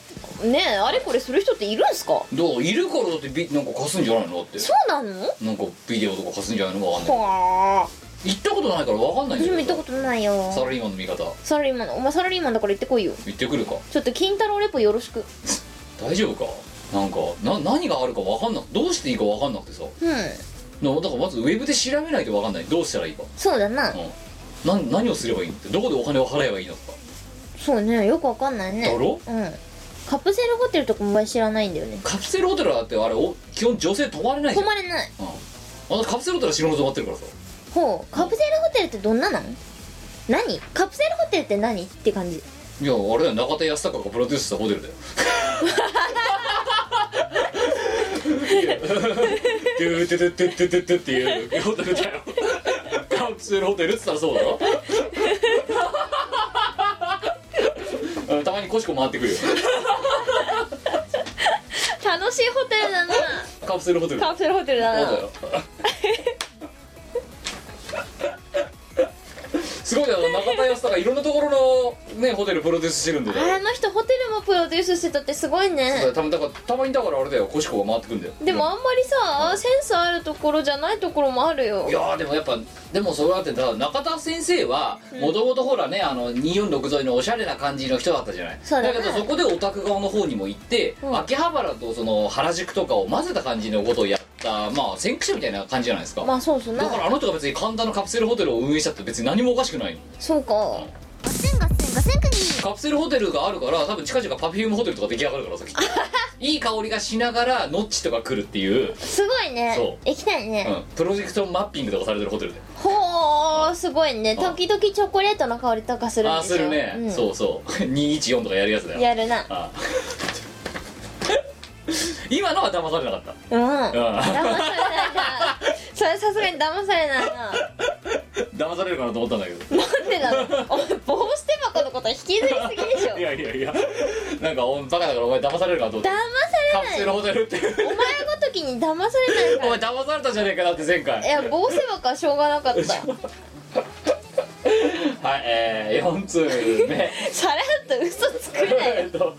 Speaker 2: ねえあれこれする人っているんすか
Speaker 1: どういる頃だってビなんか貸すんじゃないのって
Speaker 2: そうなの
Speaker 1: なんかビデオとか貸すんじゃないのわかんない
Speaker 2: はあ
Speaker 1: 行ったことないからわかんないん
Speaker 2: 私
Speaker 1: だ
Speaker 2: も
Speaker 1: け
Speaker 2: 行った
Speaker 1: ど
Speaker 2: ことないよ
Speaker 1: サラリーマンの味方
Speaker 2: サラリーマンお前サラリーマンだから行ってこいよ
Speaker 1: 行ってくるか
Speaker 2: ちょっと金太郎レポよろしく
Speaker 1: 大丈夫かなんかな何があるかわかんなどうしていいかわかんなくてさ
Speaker 2: うん
Speaker 1: なだからまずウェブで調べないとわかんないどうしたらいいか
Speaker 2: そうだな
Speaker 1: うんなん何をすればいいのってどこでお金を払えばいいのとか
Speaker 2: そうねよくわかんないね
Speaker 1: だろ
Speaker 2: うんカプセルホテルとかもお前知らないんだよね
Speaker 1: カプセルホテルだってあれお基本女性泊まれないじ
Speaker 2: 泊
Speaker 1: ゃん、うん、
Speaker 2: まれない
Speaker 1: 私カプセルホテルは死ぬほど泊まってるからさ
Speaker 2: ほうカプセルホテルってどんなの何カプセルホテルって何って感じ
Speaker 1: いやあれだよ中田康隆がプロデュースしたホテルだよいやドゥードゥドゥドゥドゥドゥドゥっていうホテルだよカプセルホテルっつったらそうだろうんたまにコシコ回ってくるよ
Speaker 2: 楽しいホテルだな
Speaker 1: カプセルホテル
Speaker 2: カプセルホテルだ
Speaker 1: そう
Speaker 2: な
Speaker 1: だよ すごいだろ中田康隆いろんなところのねホテルプロデュースしてるんでだよ
Speaker 2: あの人ホテルもプロデュースしてたってすごいね
Speaker 1: たまだからたまにだからあれだよコシコが回ってくんだよ
Speaker 2: でもあんまりさセンスあるところじゃないところもあるよ
Speaker 1: いやーでもやっぱでもそれだってだ中田先生はもともとほらねあの246沿いのおしゃれな感じの人だったじゃない
Speaker 2: そうだね
Speaker 1: けどそこでオタク側の方にも行って、
Speaker 2: うん
Speaker 1: 秋葉原とその原宿とかを混ぜた感じのことをやったまあ先駆者みたいな感じじゃないですか、
Speaker 2: まあそうっすな
Speaker 1: だからあの人が別に神田のカプセルホテルを運営したって別に何もおかしくないの
Speaker 2: そうか
Speaker 3: ガセンガセンガセンクニー
Speaker 1: カプセルホテルがあるから多分近々パフュームホテルとか出来上がるからさ きっといい香りがしながらノッチとか来るっていう、
Speaker 2: すごいね
Speaker 1: そ
Speaker 2: 行きたいうね、
Speaker 1: ん、プロジェクトマッピングとかされてるホテルで
Speaker 2: ほーすごいね時々チョコレートの香りとかするん
Speaker 1: ああ
Speaker 2: ですしょ
Speaker 1: るね、
Speaker 2: ん
Speaker 1: そうそう214とかやるやつだよ
Speaker 2: やるな
Speaker 1: ああ 今のは騙されなかっ
Speaker 2: うん騙され
Speaker 1: た、
Speaker 2: ないなそれさすがに騙されないな
Speaker 1: うん、騙されるかなと思ったんだけど
Speaker 2: なんでだろうお前帽子手箱のこと引きずりすぎでしょ
Speaker 1: いやいやいやなんかおバカだからお前騙されるかなと思った
Speaker 2: 騙さ
Speaker 1: カ
Speaker 2: れ
Speaker 1: プ
Speaker 2: ない
Speaker 1: セルホテルって
Speaker 2: お前ごときに騙され
Speaker 1: お
Speaker 2: ない
Speaker 1: 前
Speaker 2: か
Speaker 1: 騙されたじゃねえかなって前回
Speaker 2: らいや帽子手箱はしょうがなかったさらっ
Speaker 1: はいえー、4通目
Speaker 2: と嘘つくな
Speaker 1: え
Speaker 2: よ
Speaker 1: っと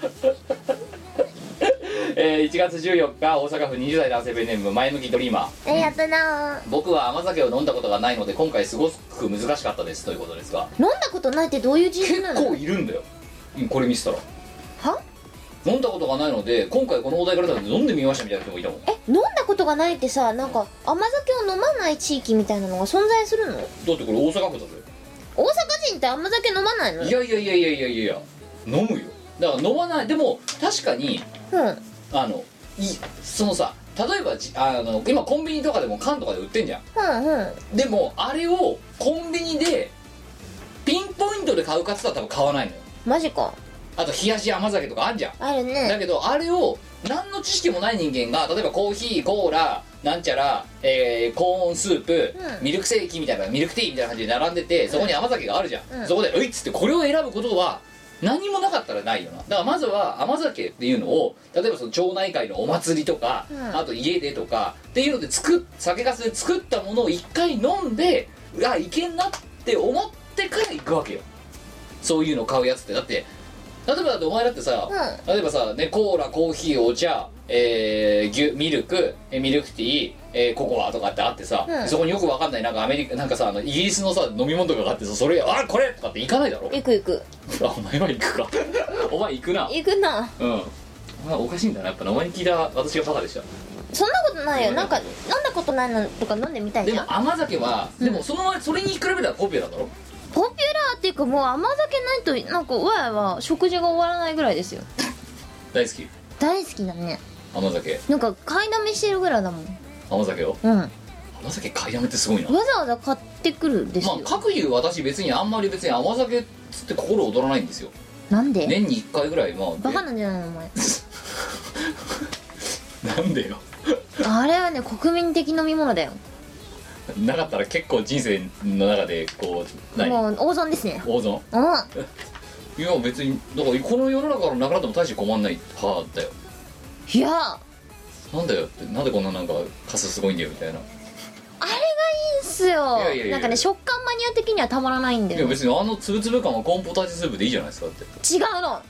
Speaker 1: えー1月14日大阪府20代男性ペンネーム前向きドリーマー
Speaker 3: えやったな
Speaker 1: 僕は甘酒を飲んだことがないので今回すごく難しかったですということですが
Speaker 2: 飲んだことないってどういう人生
Speaker 1: 結
Speaker 2: なの
Speaker 1: 構いるんだようんこれ見せたら
Speaker 2: は
Speaker 1: 飲んだことがないので今回このお題からだと飲んでみましたみたいな人もいたもんだ
Speaker 2: え飲んだことがないってさなんか甘酒を飲まない地域みたいなのが存在する
Speaker 1: っ
Speaker 2: の
Speaker 1: てこれ大阪府だぜ
Speaker 2: 大阪人って甘酒飲まないの
Speaker 1: いやいやいやいやいやいや飲むよだから飲まないでも確かに
Speaker 2: うん
Speaker 1: あのいそのさ例えばじあの今コンビニとかでも缶とかで売ってんじゃん
Speaker 2: うんうん
Speaker 1: でもあれをコンビニでピンポイントで買うかっつったら多分買わないのよ
Speaker 2: マジか
Speaker 1: あと冷やし甘酒とかあんじゃん
Speaker 2: ある
Speaker 1: だ
Speaker 2: ね
Speaker 1: けどあれを何の知識もない人間が例えばコーヒーコーラなんちゃら、えーコーンスープ、
Speaker 2: うん
Speaker 1: ミルクセーキみたいなミルクティーみたいな感じで並んでてそこに甘酒があるじゃん、
Speaker 2: うん
Speaker 1: そこで「うい」っつってこれを選ぶことは何もなかったらないよなだからまずは甘酒っていうのを例えばその町内会のお祭りとか、
Speaker 2: うん
Speaker 1: あと家でとかっていうので作っ酒粕で作ったものを一回飲んであいけんなって思ってから行くわけよそういうの買うやつってだって例えばだってお前だってさ、
Speaker 2: う
Speaker 1: 例えばさねコーラコーヒーお茶えー牛ミルクえミルクティー、えーココアとかってあってさ、
Speaker 2: うん
Speaker 1: そこによくわかんないなんかアメリカなんかさあのイギリスのさ飲み物とかがあってさそれあこれとかって行かないだろ
Speaker 2: 行く行く
Speaker 1: あ お前は行くか お前行くな
Speaker 2: 行くな
Speaker 1: うんお前おかしいんだなやっぱなお前に聞いた私がバカでした
Speaker 2: そんなことないよなんか飲んだことないのとか飲んでみたい
Speaker 1: で
Speaker 2: じゃん
Speaker 1: も甘酒は、でもその前それに比べたらポピュラーだろ
Speaker 2: ポピュラーっていうかもう甘酒ないとなんかわやは食事が終わらないぐらいですよ
Speaker 1: 大好き
Speaker 2: 大好きだね
Speaker 1: 甘酒
Speaker 2: なんか買いだめしてるぐらいだもんう
Speaker 1: 甘酒を
Speaker 2: んわ
Speaker 1: 甘酒買いやめってすごいな
Speaker 2: ざわざ買ってくるんです
Speaker 1: ま
Speaker 2: よ
Speaker 1: あ、各言う私別にあんまり別に甘酒っつって心躍らないんですよ
Speaker 2: なんで、
Speaker 1: 年に1回ぐらいまあ
Speaker 2: バカなんじゃないのお前
Speaker 1: なんでよ
Speaker 2: あれはね国民的飲み物だよ
Speaker 1: なかったら結構人生の中でこう何
Speaker 2: もう大損ですね
Speaker 1: 大損
Speaker 2: うん
Speaker 1: いや別にだからこの世の中からなくなっても大して困んない派だよ
Speaker 2: いやあ
Speaker 1: なんだよってなんでこんななんかカスすごいんだよみたいな
Speaker 2: れがいいんすよ
Speaker 1: いやいやいや
Speaker 2: なんかね食感マニア的にはたまらないんだ
Speaker 1: いや
Speaker 2: よ違
Speaker 1: 別にあのつぶつぶ感はコーンポタージュスープでいいじゃないですかだって
Speaker 2: うの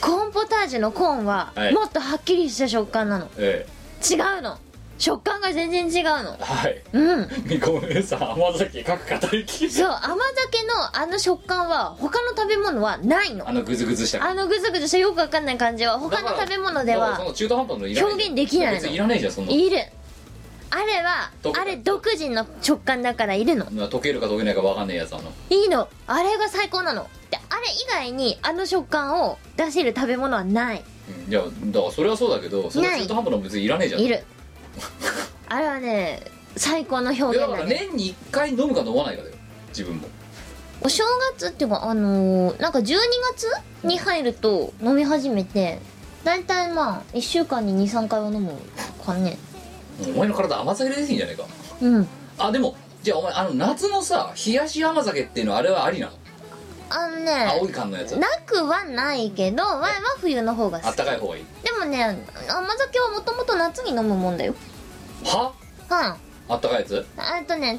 Speaker 2: コーンポタージュのコーンは
Speaker 1: はい
Speaker 2: もっとはっきりした食感なの
Speaker 1: え
Speaker 2: 違うの食感が全然違うの
Speaker 1: えはい
Speaker 2: うん
Speaker 1: ごめんさん甘酒かく語りき
Speaker 2: そう甘酒のあの食感は他の食べ物はないの
Speaker 1: あのグズグズした
Speaker 2: あのグズグズしたよくわかんない感じは他の食べ物で
Speaker 1: だからそ
Speaker 2: は
Speaker 1: の中途半端のいらない
Speaker 2: 表現できないの
Speaker 1: 別にいらないじゃんそんなの
Speaker 2: いるあれは
Speaker 1: どこ
Speaker 2: あれ独自の食感だからいるの
Speaker 1: な溶けるか溶けないかわかんないやつあの
Speaker 2: いいのあれが最高なのであれ以外にあの食感を出せる食べ物はない
Speaker 1: うんいやだからそれはそうだけどそれは
Speaker 2: ない
Speaker 1: 中途半端なの別にいらねえじゃん
Speaker 2: いるあれはね最高の表
Speaker 1: いや
Speaker 2: 現
Speaker 1: だから
Speaker 2: だね
Speaker 1: 年に1回飲むか飲まないかだよ自分も
Speaker 2: お正月っていうかあのーなんか12月に入ると飲み始めて大体まあ1週間に23回は飲むかね
Speaker 1: お前の体甘酒でできんじゃねえか
Speaker 2: うん
Speaker 1: あでもじゃあお前あの夏のさ冷やし甘酒っていうのあれはありなの
Speaker 2: あの
Speaker 1: 青
Speaker 2: ね
Speaker 1: い缶のやつ
Speaker 2: なくはないけどワインは冬の方が
Speaker 1: あ
Speaker 2: 好
Speaker 1: っ
Speaker 2: き
Speaker 1: たかい方がいい
Speaker 2: でもね甘酒はもともと夏に飲むもんだよ
Speaker 1: は
Speaker 2: は
Speaker 1: あったかいやつ
Speaker 2: ああとね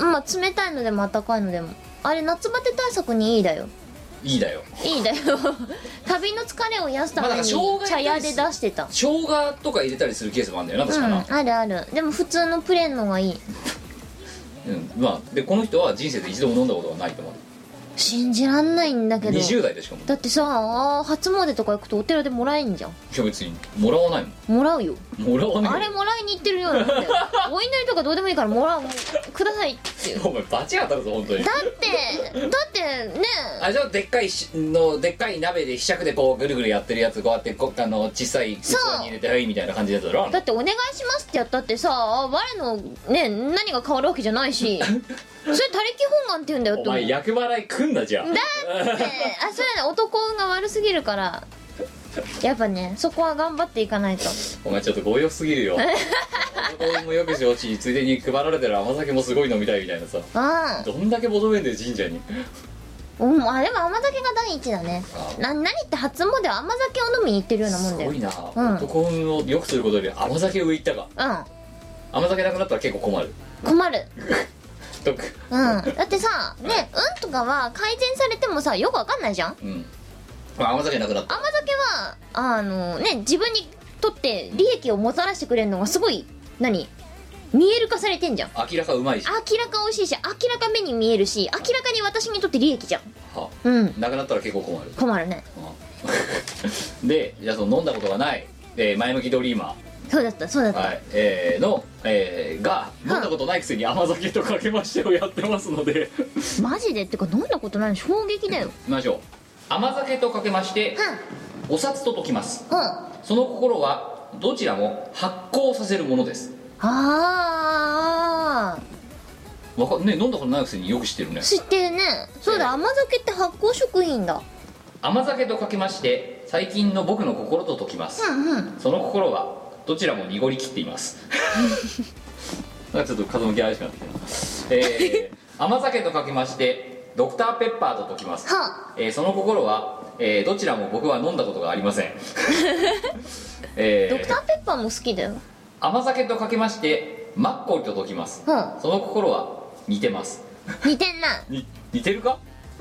Speaker 2: まあ冷たいのでもあったかいのでもあれ夏バテ対策にいいだよ
Speaker 1: いいだよ
Speaker 2: いいだよ 旅の疲れを癒すた
Speaker 1: まあ
Speaker 2: め
Speaker 1: だ
Speaker 2: に
Speaker 1: から生姜
Speaker 2: 茶屋で出してた
Speaker 1: 生姜とか入れたりするケースもあるんだよな確かな
Speaker 2: うんあるあるでも普通のプレーンのがいい
Speaker 1: うん、まあでこの人は人生で一度も飲んだことがないと思う
Speaker 2: 信じらんないんだけど
Speaker 1: 20代でしかもい
Speaker 2: だってさあー初詣とか行くとお寺でもらえんじゃん
Speaker 1: や別にもらわない
Speaker 2: もらうよ
Speaker 1: もんもらわない
Speaker 2: あれもらいに行ってるようなもんだよお祈りとかどうでもいいからもらうくださいっ ていうだ
Speaker 1: お前バチ当たるぞ本当に
Speaker 2: ってだってね
Speaker 1: あじゃあでっかいしのでっかい鍋でひしゃくでこうぐるぐるやってるやつこうやってこあの小さい器に入れてはいみたいな感じのやつだろあの
Speaker 2: だってお願いしますってやったってさ我のね何が変わるわけじゃな いしそれ他力本願って言うんだよっ
Speaker 1: お
Speaker 2: て思う
Speaker 1: 前厄払いくんなじゃあ
Speaker 2: だってあそれはね男運が悪すぎるからやっぱねそこは頑張っていかないと
Speaker 1: お前ちょっと強欲すぎるよ男もよくし落ちついでに配られてる甘酒もすごい飲みたいみたいなさ
Speaker 2: あ
Speaker 1: どんだけ求めんだよ神社に
Speaker 2: あ、うん、あでも甘酒が第一だね
Speaker 1: あ
Speaker 2: な何って初詣は甘酒を飲みに行ってるようなも
Speaker 1: す
Speaker 2: んだよ
Speaker 1: ごいな、
Speaker 2: うん
Speaker 1: 男運を良くすることより甘酒上行ったか甘酒なくなったら結構困る
Speaker 2: うん困る
Speaker 1: とく
Speaker 2: うんだってさね運とかは改善されてもさよくわかんないじゃん
Speaker 1: うんまあ甘酒なくなった
Speaker 2: 甘酒はあのね自分にとって利益をもたらしてくれるのがすごい何見える化されてんじゃん
Speaker 1: 明らかうまいし
Speaker 2: 明らか美味しいし明らか目に見えるし明らかに私にとって利益じゃん
Speaker 1: は
Speaker 2: うん
Speaker 1: なくなったら結構困る
Speaker 2: 困るね
Speaker 1: うんでじゃあその飲んだことがない、えー前向きドリーマ
Speaker 2: そうだったそうだっ
Speaker 1: ー、
Speaker 2: た、
Speaker 1: はいえーの、えーが
Speaker 2: うん
Speaker 1: 飲んだことないくせに甘酒とかけましてをやってますので
Speaker 2: マジでってか飲んだことないの衝撃だよ
Speaker 1: 見ましょう甘酒とかけましてお札と解きます
Speaker 2: うんあ
Speaker 1: その心はどちらも発酵させるものです
Speaker 2: あ
Speaker 1: わかね飲んだことないくせによく知ってるね
Speaker 2: ー知ってるねそうだ甘酒って発酵食品だ
Speaker 1: 甘酒とかけまして最近の僕の心と解きます
Speaker 2: うんうん
Speaker 1: その心はどちらも濁りきっています なんかちょっと風向き怪しくなってきた、えー、甘酒とかけましてドクターペッパーと解きます、
Speaker 2: は
Speaker 1: えーその心は、えーどちらも僕は飲んだことがありません、 え
Speaker 2: ドクタ
Speaker 1: ー、
Speaker 2: ーペッパーも好きだよ
Speaker 1: 甘酒とかけましてマッコリと解きます
Speaker 2: は
Speaker 1: その心は似てます
Speaker 2: 似てんな
Speaker 1: に似てるか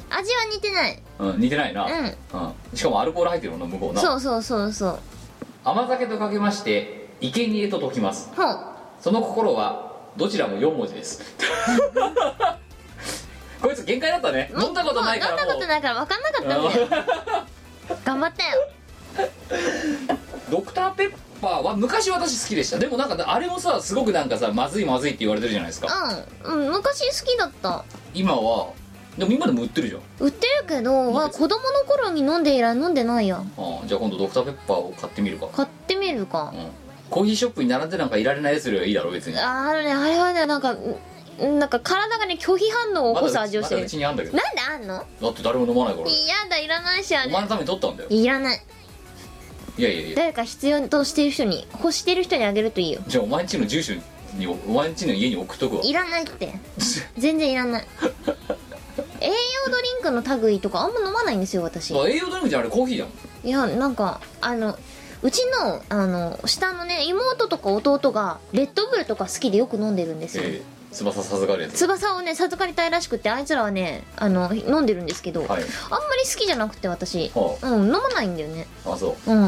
Speaker 2: 味は似てない
Speaker 1: うん似てないな、
Speaker 2: うん
Speaker 1: うんしかもアルコール入ってるもんな向こうな
Speaker 2: そうそうそうそう
Speaker 1: 甘酒とかけまして生贄と解きます
Speaker 2: ほう
Speaker 1: その心はどちらも4文字です こいつ限界だったね飲んだことないから
Speaker 2: 飲んだ
Speaker 1: も
Speaker 2: こ
Speaker 1: う
Speaker 2: とないから分かんなかったんだよ頑張ったよ
Speaker 1: ドクターペッパーは昔私好きでしたでもなんかあれもさすごくなんかさまずいまずいって言われてるじゃないですか
Speaker 2: うん、うん、昔好きだった
Speaker 1: 今はでも今でも売ってるじゃん
Speaker 2: 売ってるけどは子供の頃に飲んで以来飲んでないや
Speaker 1: ああじゃあ今度ドクターペッパーを買ってみるか、
Speaker 2: 買ってみるか
Speaker 1: うん、コーヒーショップに並んでなんかいられないやつよりはいいだろ別に
Speaker 2: あーあのねあれはねなんかうんなんか体がね拒否反応を起こす味をして
Speaker 1: ま
Speaker 2: る、
Speaker 1: だうちにあんだけど
Speaker 2: なんであんの
Speaker 1: だって誰も飲まないから
Speaker 2: 嫌だいらないしあ
Speaker 1: お
Speaker 2: れ
Speaker 1: 前のために取ったんだよ
Speaker 2: いらない
Speaker 1: いやいやいや
Speaker 2: 誰か必要としてる人に欲してる人にあげるといいよ
Speaker 1: じゃあお前んちの住所にお前んちの家に送っとくわ
Speaker 2: いらないって全然いらない 栄養ドリンクの類とかあんま飲まないんですよ私
Speaker 1: まあ栄養ドリンクじゃんあれコーヒーだもん
Speaker 2: いやなんかあのうちのあの下のね妹とか弟がレッドブルとか好きでよく飲んでるんですよ、
Speaker 1: えー、翼授かるやつ
Speaker 2: 翼をね授かりたいらしくてあいつらはねあの飲んでるんですけど、
Speaker 1: はい
Speaker 2: あんまり好きじゃなくて私、
Speaker 1: は
Speaker 2: うん飲まないんだよね
Speaker 1: あそう
Speaker 2: うん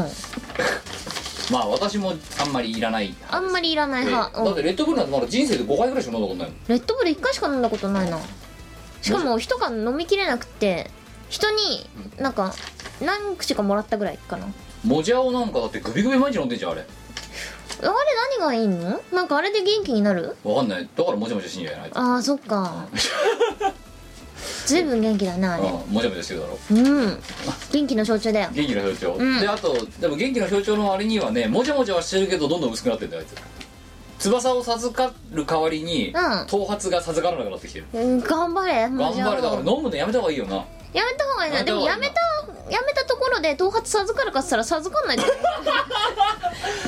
Speaker 1: まあ私もあんまりいらない
Speaker 2: あんまりいらない
Speaker 1: 派、え
Speaker 2: 派、
Speaker 1: えだ
Speaker 2: う
Speaker 1: っ
Speaker 2: ん
Speaker 1: てレッドブルなんてまだ人生で5回ぐらいしか飲んだことないもん
Speaker 2: レッドブル1回しか飲んだことないなしかも一缶飲みきれなくて人になんか何口かもらったぐらいかな
Speaker 1: もじゃおなんかだってグビグビ毎日飲んでんじゃんあれ
Speaker 2: あれ何がいいのなんかあれで元気になる
Speaker 1: わかんないだからもじゃもじゃしんじゃない
Speaker 2: あーそっ か随分元気だなあれ
Speaker 1: うんもじゃもじゃしてるだろ
Speaker 2: うん元気の象徴だよ
Speaker 1: 元気の表情、
Speaker 2: うん
Speaker 1: であとでも元気の表情の割にはねもじゃもじゃはしてるけどどんどん薄くなってんだよあいつ翼を授かる代わりに、
Speaker 2: ん
Speaker 1: 頭髪が授からなくなってきてる
Speaker 2: うん頑張れも
Speaker 1: 頑
Speaker 2: うじゃあ
Speaker 1: 張るだから飲むのやめた方がいいよな
Speaker 2: やめた方がいいなでも
Speaker 1: や
Speaker 2: や
Speaker 1: め
Speaker 2: め
Speaker 1: た
Speaker 2: たやめたところで頭髪授かるかっつったら授かんないと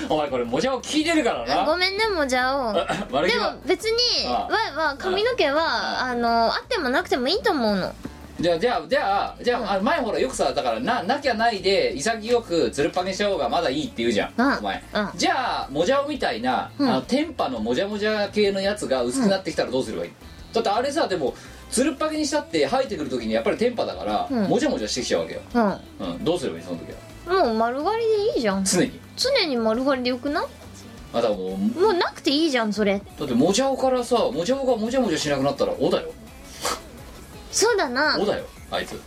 Speaker 2: 思
Speaker 1: お前これもじゃを聞いてるから
Speaker 2: うご
Speaker 1: な
Speaker 2: めんねもうじゃあ
Speaker 1: 悪
Speaker 2: で
Speaker 1: 気
Speaker 2: も
Speaker 1: は
Speaker 2: 別に
Speaker 1: あ
Speaker 2: わは髪の毛
Speaker 1: あ
Speaker 2: はあのあってもなくてもいいと思うの
Speaker 1: じゃあじゃあじゃあじゃああ前ほらよくさだからななきゃないで潔くつるっぱげしちゃおうがまだいいって言うじゃん
Speaker 2: うん
Speaker 1: お前
Speaker 2: うん
Speaker 1: じゃあもじゃおみたいな、
Speaker 2: うん
Speaker 1: あの天パのもじゃもじゃ系のやつが薄くなってきたらどうすればいい、だってあれさでもつるっぱげにしたって生えてくるときにやっぱり天パだから、
Speaker 2: うん
Speaker 1: もじゃもじゃしてきちゃうわけよ、
Speaker 2: うん
Speaker 1: うん、どうすればいいその時は
Speaker 2: もう丸刈りでいいじゃん
Speaker 1: 常に
Speaker 2: 常に丸刈りでよくない
Speaker 1: あだからもう
Speaker 2: もうなくていいじゃんそれ
Speaker 1: だってもじゃおからさもじゃおがもじゃもじゃしなくなったらおだよ
Speaker 2: そうだな
Speaker 1: おだよあいつ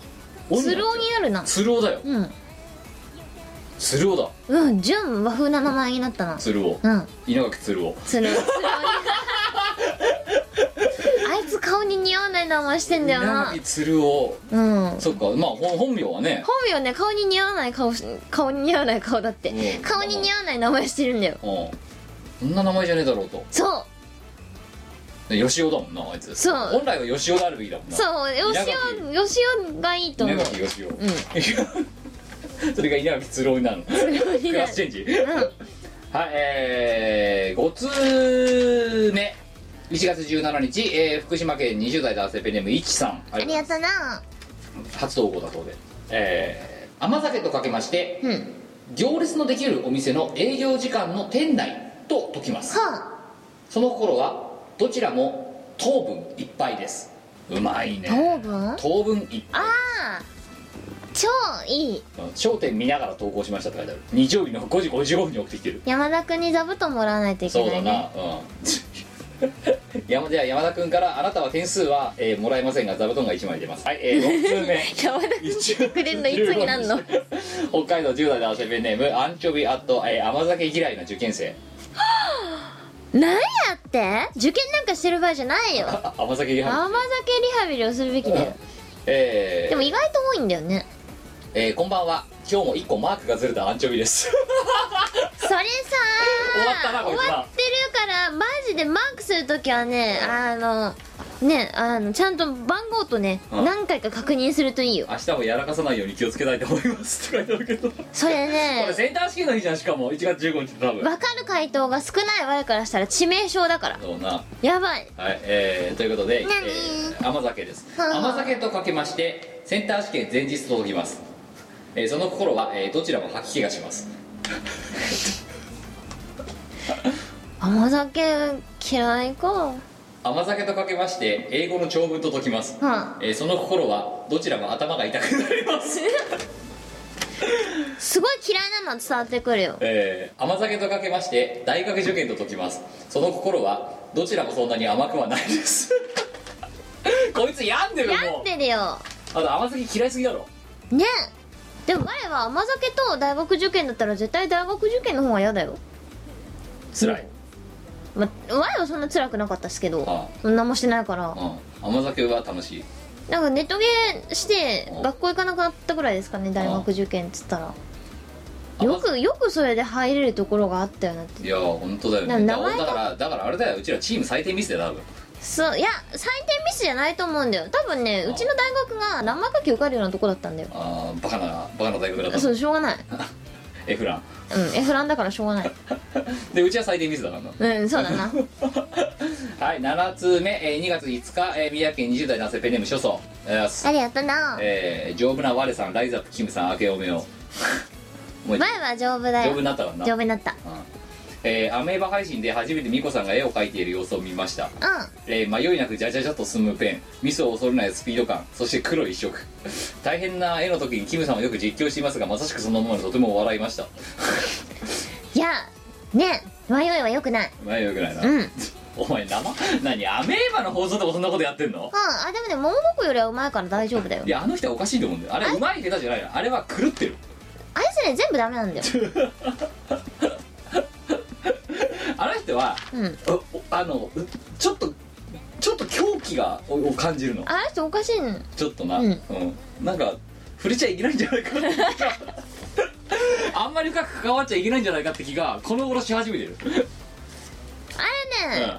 Speaker 1: お
Speaker 2: スローになるな
Speaker 1: つるおだよ
Speaker 2: うん
Speaker 1: つるおだ
Speaker 2: うん純和風な名前になったな
Speaker 1: つるお
Speaker 2: うん
Speaker 1: 稲垣つるお
Speaker 2: つるあいつ顔に似合わない名前してんだよ
Speaker 1: 稲
Speaker 2: な
Speaker 1: 垣つるお
Speaker 2: うん
Speaker 1: そっかまあほん本名はね
Speaker 2: 本名ね顔に似合わない顔し顔に似合わない顔だって、
Speaker 1: うん
Speaker 2: 顔に似合わない名前してるんだよ
Speaker 1: うんそんな名前じゃねえだろうと
Speaker 2: そう
Speaker 1: で吉尾だもんなあいつ
Speaker 2: そう
Speaker 1: 本来は吉尾であるべきだもんな
Speaker 2: そうよしおよしおがいいと思
Speaker 1: 稲
Speaker 2: う
Speaker 1: 垣吉尾
Speaker 2: うん
Speaker 1: それが稲垣つるおになるの
Speaker 2: に
Speaker 1: ク
Speaker 2: な
Speaker 1: ラ
Speaker 2: る
Speaker 1: スチェンジ
Speaker 2: うん
Speaker 1: はい、えー、5通目。1月17日、えー福島県20代男性ペンネームいちさん。あ
Speaker 2: ありがとうな
Speaker 1: 初投稿だそうで。えー、甘酒とかけまして、
Speaker 2: うん
Speaker 1: 行列のできるお店の営業時間の店内と解きます。
Speaker 2: は
Speaker 1: その心は、どちらも糖分いっぱいです。うまいね。
Speaker 2: あ糖分
Speaker 1: 糖分いっぱい。
Speaker 2: あ超いい
Speaker 1: 焦点見ながら投稿しましたって書いてある。日曜日の5時55分に送ってきてる。
Speaker 2: 山田君に座布団もらわないといけ
Speaker 1: そう
Speaker 2: な
Speaker 1: だ
Speaker 2: い
Speaker 1: な
Speaker 2: ね
Speaker 1: うん 山じゃあ山田君からあなたは点数は、えーもらえませんが座布団が1枚出ますはい、えー、6通目
Speaker 2: 山田君来 てくれんのいつになんの
Speaker 1: 北海道10代男性ペンネームアンチョビアット、えー甘酒嫌いな受験生
Speaker 2: なんやって受験なんかしてる場合じゃないよ
Speaker 1: あ甘酒嫌い
Speaker 2: 甘酒リハビリをするべきだよ
Speaker 1: えー
Speaker 2: でも意外と多いんだよね
Speaker 1: えーこんばんは今日も1個マークがずれたアンチョビです
Speaker 2: それさ
Speaker 1: 終わったなこいつな
Speaker 2: 終わってるからマジでマークするときはねあのねあのちゃんと番号とね
Speaker 1: うん
Speaker 2: 何回か確認するといいよ
Speaker 1: 明日もやらかさないように気をつけた いと思いますって書いてあるけどこ
Speaker 2: それね
Speaker 1: れセンター試験の日じゃんしかも1月15日って多分
Speaker 2: 分かる回答が少ない我からしたら致命傷だから
Speaker 1: そうな
Speaker 2: やばい
Speaker 1: はい、えーということで、え
Speaker 3: 何
Speaker 1: ー甘酒です
Speaker 2: はあ
Speaker 1: 甘酒とかけましてセンター試験前日届きます、えーその心は、えーどちらも吐き気がします
Speaker 2: 甘酒嫌いかは
Speaker 1: 甘酒とかけまして英語の長文と解きます、
Speaker 2: あ
Speaker 1: えーその心はどちらも頭が痛くなります
Speaker 2: すごい嫌いなのは伝わってくるよ
Speaker 1: えー甘酒とかけまして大学受験と解きますその心はどちらもそんなに甘くはないです こいつ病んでるも
Speaker 2: 病ん
Speaker 1: う
Speaker 2: でるよ
Speaker 1: あと甘酒嫌いすぎだろ
Speaker 2: ねでも我は甘酒と大学受験だったら絶対大学受験の方が嫌だよ
Speaker 1: 辛い、
Speaker 2: ま、我はそんな辛くなかったっすけ
Speaker 1: あ
Speaker 2: どそんなもしてないから
Speaker 1: うん、甘酒は楽しい
Speaker 2: なんかネットゲーして
Speaker 1: あ
Speaker 2: 学校行かなくなったぐらいですかね大学受験っつったら
Speaker 1: あ
Speaker 2: よくよくそれで入れるところがあったよなって
Speaker 1: いやー本当だよ
Speaker 2: な
Speaker 1: ねだ
Speaker 2: 名前が
Speaker 1: だからだからあれだようちらチーム最低ミスだよ多分
Speaker 2: そういや採点ミスじゃないと思うんだよ多分ね
Speaker 1: あ
Speaker 2: うちの大学が何枚かき受かるようなとこだったんだよ
Speaker 1: あーバカなバカな大学だった
Speaker 2: そうしょうがない
Speaker 1: エフラン
Speaker 2: うんエフランだからしょうがない
Speaker 1: でうちは最低ミスだからな
Speaker 2: うんそう だな
Speaker 1: はい7つ目、えー2月5日、えー宮城県20代男性ペンネーム諸祖えー
Speaker 2: ありがとうな
Speaker 1: えー丈夫な我さんライズアップキムさん明けおめ をお前
Speaker 2: 前は丈夫だ
Speaker 1: 丈
Speaker 2: よ
Speaker 1: 夫になったからな
Speaker 2: 丈夫になったうん
Speaker 1: うんえーアメーバ配信で初めてミコさんが絵を描いている様子を見ました、えー迷いなくじゃじゃじゃと進むペンミスを恐れないスピード感そして黒一色 大変な絵の時にキムさんはよく実況していますがまさしくそのままでとても笑いました
Speaker 2: いやね迷いはよくない
Speaker 1: 迷いよくないな、
Speaker 2: うんうん
Speaker 1: お前生 何アメーバの放送でもそんなことやってんの
Speaker 2: あでもね桃子よりはうまいから大丈夫だよ
Speaker 1: いやあの人はおかしいと思うんだよあれうまい下手じゃないのあれは狂ってる
Speaker 2: あいつね全部ダメなんだよ
Speaker 1: あの人は
Speaker 2: うん
Speaker 1: おおあのうちょっとちょっと狂気がをを感じるの
Speaker 2: あの人おかしいの
Speaker 1: ちょっとな、う
Speaker 2: うんん
Speaker 1: なんか触れちゃいけないんじゃないかなあんまり深く関わっちゃいけないんじゃないかって気がこの頃し始めてる、
Speaker 2: あれね、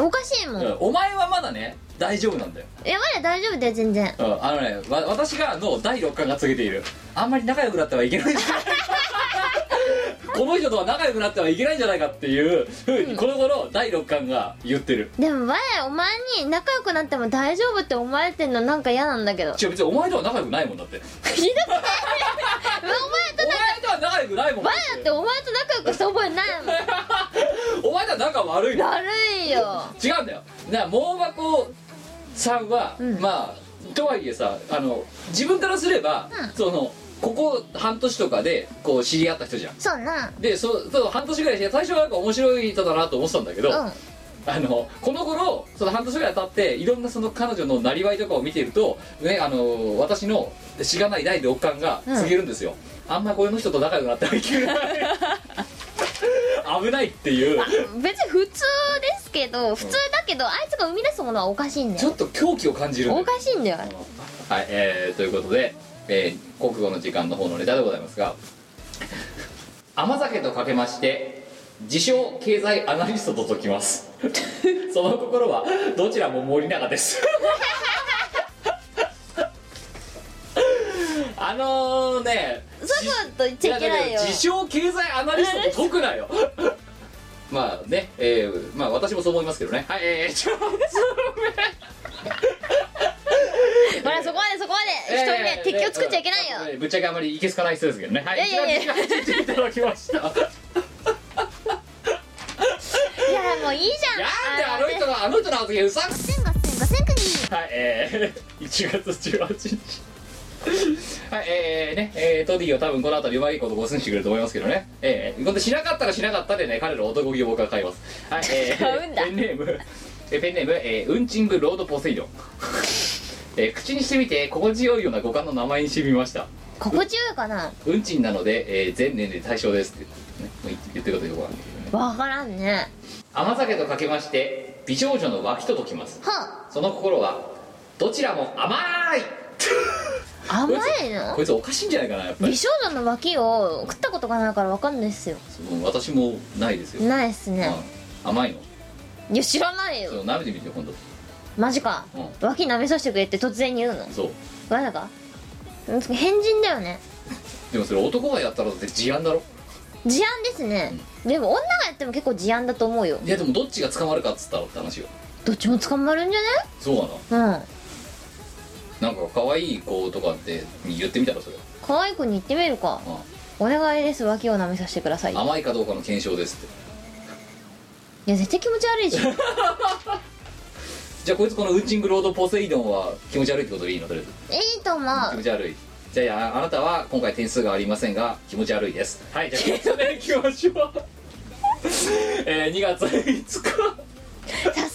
Speaker 2: おかしいも、
Speaker 1: うんんうんお前はまだね大丈夫なんだよ、
Speaker 2: いやまだ大丈夫だよ全然
Speaker 1: うん、あのねわ私がの第六感が告げているあんまり仲良くなってはいけないんじゃないかこの人とは仲良くなってはいけないんじゃないかっていうふうにこの頃第六感が言ってる
Speaker 2: でも我お前に仲良くなっても大丈夫って思われてんのなんか嫌なんだけど
Speaker 1: 違う別にお前とは仲良くないもんだって
Speaker 2: ひどくないお前
Speaker 1: お前とは仲良くないもんだ
Speaker 2: 我だってお前と仲良くした覚えないもん
Speaker 1: お前とは仲悪いの
Speaker 2: 悪いよ
Speaker 1: 違うんだよだから盲箱さんは、
Speaker 2: うん
Speaker 1: まあとはいえさあの自分からすれば、
Speaker 2: うん
Speaker 1: そのここ半年とかでこう知り合った人じゃん
Speaker 2: そうな
Speaker 1: でそそう半年ぐらいして最初はなんか面白い人だなと思ってたんだけど、
Speaker 2: うん
Speaker 1: あのこの頃その半年ぐらい経っていろんなその彼女のなりわいとかを見ていると、ね、あの私のしがない第六感が
Speaker 2: うん
Speaker 1: 告げるんですよ、あんまこの人と仲良くなってはい けない危ないっていう
Speaker 2: 別に普通ですけど普通だけどあいつが生み出すものはおかしいんだ
Speaker 1: ちょ
Speaker 2: よ
Speaker 1: っと狂気を感じるんだ
Speaker 2: お
Speaker 1: よ
Speaker 2: かしいんだよあれ
Speaker 1: はい、えーということで、えー国語の時間の方のネタでございますが甘酒とかけまして自称経済アナリストと解きます その心はどちらも森永です あのね
Speaker 2: そういうこと言っちゃいけないよ
Speaker 1: 自称経済アナリストと解くなよ まあねえーまあ私もそう思いますけどねはいえー、ち ょっと待って
Speaker 2: ほらそこまでそこまで人にね敵を作っちゃいけないよ
Speaker 1: えーぶっちゃけあまりいけすかない人ですけどねはい
Speaker 2: いやいやいや
Speaker 1: 一覧に入っていただきました なんで
Speaker 2: いやもういいじゃ
Speaker 1: あ
Speaker 2: ん
Speaker 1: の人があの人の発言うさん
Speaker 3: 千五千五千国
Speaker 1: はいえー、1月18日はいえー、ねえー、トディを多分この辺りうまいことご寸してくれると思いますけどねえー、これしなかったらしなかったでね彼の男気を僕は買いますはいえー、
Speaker 2: 買うんだ
Speaker 1: ペンネームえーペンネーム、えー、ウンチングロードポセイドン、 えー、口にしてみて心地よいような五感の名前にしてみました
Speaker 2: 心地よいかな
Speaker 1: 運賃なので、えー全年齢対象ですって、ね、もう言って言ってることよくわかんないけどね
Speaker 2: わからんね
Speaker 1: 甘酒とかけまして美少女の脇と解きます
Speaker 2: は
Speaker 1: その心はどちらも甘い
Speaker 2: あ甘いの
Speaker 1: こいつおかしいんじゃないかなやっぱ
Speaker 2: 美
Speaker 1: り
Speaker 2: 少女の脇を食ったことがないからわかんないっすよ
Speaker 1: うん私もないですよ、
Speaker 2: ないっすね
Speaker 1: うん甘いの
Speaker 2: いや知らない
Speaker 1: そ
Speaker 2: よ
Speaker 1: う舐めてみてよ今度
Speaker 2: マジか
Speaker 1: う
Speaker 2: 脇舐めさせてくれって突然言うの
Speaker 1: そう
Speaker 2: わざか変人だよね
Speaker 1: でもそれ男がやったらだって事案だろ
Speaker 2: 事案ですねでも女がやっても結構事案だと思うよ
Speaker 1: いやでもどっちが捕まるかっつったらって話よ
Speaker 2: どっちも捕まるんじゃ
Speaker 1: そうか
Speaker 2: ね
Speaker 1: ななんか可愛い子とかって言ってみたらそれ、
Speaker 2: うん可愛い子に言ってみるか
Speaker 1: う
Speaker 2: お願いです脇を舐めさせてください
Speaker 1: ん、甘いかどうかの検証ですって
Speaker 2: いや絶対気持ち悪いじゃ ん
Speaker 1: じゃあこいつこのウンチングロードポセイドンは気持ち悪いってことでいいのとりあえず
Speaker 2: いいと思
Speaker 1: 気持
Speaker 2: う
Speaker 1: ち悪いじゃあいやあなたは今回点数がありませんが気持ち悪いですはいじゃあ3つ目いきましょう えー、2月5
Speaker 2: さすがに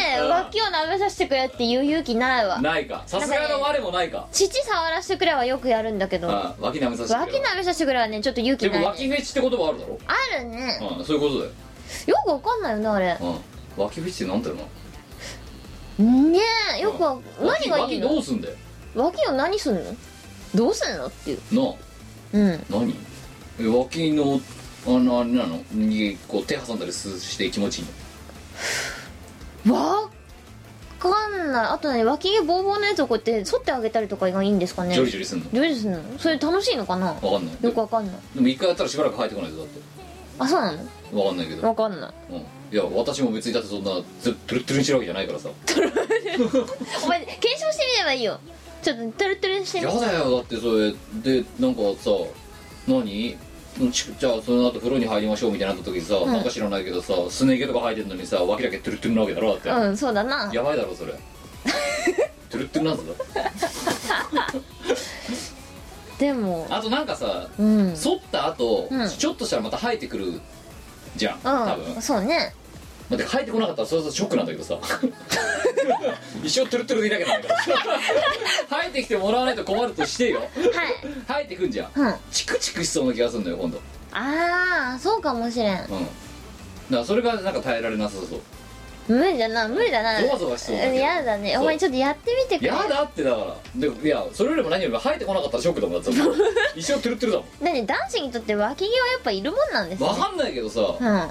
Speaker 2: ね脇を舐めさせてくれっていう勇気ないわ
Speaker 1: 日ないかさすがの我もないか
Speaker 2: 乳触らせてくれはよくやるんだけど
Speaker 1: ああ脇舐めさせて
Speaker 2: 脇
Speaker 1: くれよ
Speaker 2: 舐めさせてくれはねちょっと勇気
Speaker 1: で
Speaker 2: ない、
Speaker 1: も
Speaker 2: ね、
Speaker 1: 脇フェチって言葉あるだろ
Speaker 2: あるね
Speaker 1: うんそういうことだよ
Speaker 2: よくわかんないよねあれ
Speaker 1: うん脇フェチってなんだろうな
Speaker 2: ねえよくわ
Speaker 1: うん
Speaker 2: 何がい
Speaker 1: 脇
Speaker 2: い
Speaker 1: ど
Speaker 2: の
Speaker 1: うすんだよ
Speaker 2: 脇を何すんのどうすんのっていう
Speaker 1: なあ
Speaker 2: うん
Speaker 1: 何え脇のあのあれなのにこう手挟んだりすして気持ちいいの
Speaker 2: わかんないあとね脇毛ボーボーのやつをこうやって剃ってあげたりとかがいいんですかね
Speaker 1: ジョリジョリすんの
Speaker 2: ジョリジョリするのそれ楽しいのかな
Speaker 1: わかんない
Speaker 2: よくわかんない
Speaker 1: でも一回やったらしばらく生えてこないぞだって
Speaker 2: あそうなの
Speaker 1: わかんないけど
Speaker 2: わかんない
Speaker 1: うん、いや私も別にだってそんなずトゥルットゥルにしてるわけじゃないからさ
Speaker 2: お前検証してみればいいよちょっとトゥルトゥルしてみ
Speaker 1: やだよだってそれでなんかさ何ちじゃあその後風呂に入りましょうみたいになった時さ、
Speaker 2: ん
Speaker 1: なんか知らないけどさすね毛とか生えてんのにさ脇だけトゥルットゥルなわけだろだって、
Speaker 2: うんそうだな
Speaker 1: やばいだろそれ トゥルットゥルなんぞ
Speaker 2: でも
Speaker 1: あとなんかさ
Speaker 2: うん
Speaker 1: 剃った後、
Speaker 2: うん
Speaker 1: ちょっとしたらまた生えてくるじゃん、多分
Speaker 2: うんそうね
Speaker 1: だって生えてこなかったらそれはショックなんだけど さ一生トゥルトゥルでいなきゃなんだから生えてきてもらわないと困るとしてよ
Speaker 2: はい
Speaker 1: 生えてくんじゃん
Speaker 2: うん
Speaker 1: チクチクしそうな気がするんだよ今度
Speaker 2: ああそうかもしれん
Speaker 1: うんだからそれがなんか耐えられなさそう
Speaker 2: 無理だな無理だな
Speaker 1: ゾワゾワしそうだけど
Speaker 2: んやだね
Speaker 1: そう
Speaker 2: お前ちょっとやってみてくれ
Speaker 1: やだってだからでいやそれよりも何よりも生えてこなかったらショックだもんだってさ一生トゥルトゥルだも
Speaker 2: 何男子にとって脇毛はやっぱいるもんなんです
Speaker 1: んわかんないけどさ、
Speaker 2: うん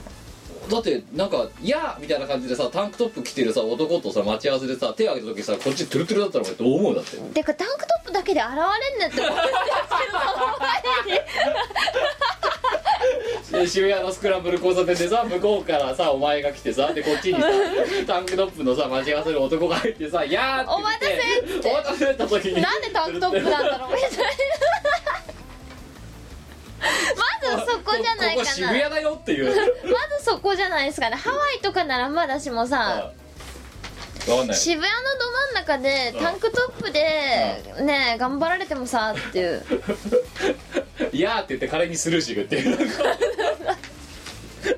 Speaker 1: だってなんか「いやー」みたいな感じでさタンクトップ着てるさ男とさ待ち合わせでさ手を挙げた時さこっちトゥルトゥルだったらお前どう思うだって
Speaker 2: てかタンクトップだけで現れんねって思うんですけどお 前に
Speaker 1: で渋谷のスクランブル交差点でさ向こうからさお前が来てさでこっち にさタンクトップのさ待ち合わせる男が入ってさ「いやー」って言ってお待たせって時に
Speaker 2: なんでタンクトップなんだろう みたいなまずそこじゃない
Speaker 1: ここ
Speaker 2: か
Speaker 1: 渋
Speaker 2: な
Speaker 1: 谷だよっていう
Speaker 2: まずそこじゃないですかねハワイとかならまだしもさ
Speaker 1: 分かんない
Speaker 2: 渋谷のど真ん中でタンクトップでね頑張られてもさっていう
Speaker 1: 「いやー」って言って彼にスルーしていくっていうなんか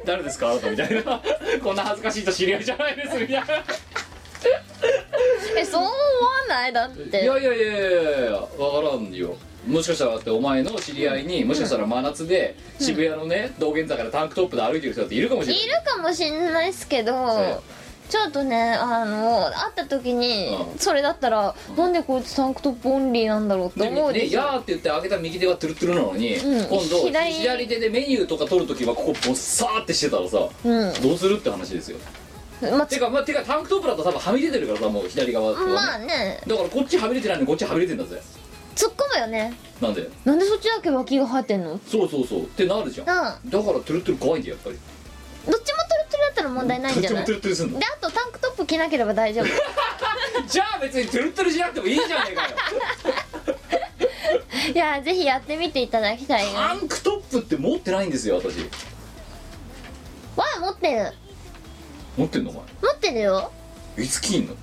Speaker 1: 誰ですかあなたみたいなこんな恥ずかしいと知り合いじゃないですみたいな
Speaker 2: えそう思わないだっ
Speaker 1: い
Speaker 2: て
Speaker 1: やいやいやいやいや分からんよもしかしたらだってお前の知り合いに、もしかしたら真夏で渋谷のね道玄坂でタンクトップで歩いてる人だっているかもしれない
Speaker 2: いるかもしんないっす
Speaker 1: そ
Speaker 2: け
Speaker 1: う
Speaker 2: どちょっとねあの会った時に
Speaker 1: うん
Speaker 2: それだったら、なんでこいつタンクトップオンリーなんだろうって
Speaker 1: で
Speaker 2: 思う
Speaker 1: ね、
Speaker 2: で
Speaker 1: い
Speaker 2: しょ、
Speaker 1: やーって言って開けた右手がトゥルトゥルなのに、
Speaker 2: うん
Speaker 1: 今度左
Speaker 2: 左
Speaker 1: 手でメニューとか取るときはここボッサーってしてたらさ、
Speaker 2: うん
Speaker 1: どうするって話ですよ
Speaker 2: まあ
Speaker 1: てか,、まあ、てかタンクトップだと多分はみ出てるからさもう左側とかね、
Speaker 2: まあね
Speaker 1: だからこっちはみ出てないのにこっちはみ出てんだぜ
Speaker 2: 突っ込むよね
Speaker 1: なんで
Speaker 2: なんでそっちだけ脇が生えてんのうん
Speaker 1: そうそうそうってなるじゃん、
Speaker 2: ど
Speaker 1: だか
Speaker 2: っ
Speaker 1: らトゥルトゥル怖いんだよやっぱり
Speaker 2: ちもトゥルトゥルだったら問題ないんじゃない
Speaker 1: トゥ
Speaker 2: で
Speaker 1: ルトゥルトゥルトゥルすんの
Speaker 2: あとタンクトップ着なければ 大丈夫
Speaker 1: じゃあ別にトゥルトゥルしなくてもいいじゃねえか よ
Speaker 2: いやぜひやってみていただきたい
Speaker 1: タ
Speaker 2: な
Speaker 1: ンクトップって持ってないんですよ私
Speaker 2: わあ持ってる
Speaker 1: 持ってんのお
Speaker 2: 持ってるよ
Speaker 1: 前いつ着んの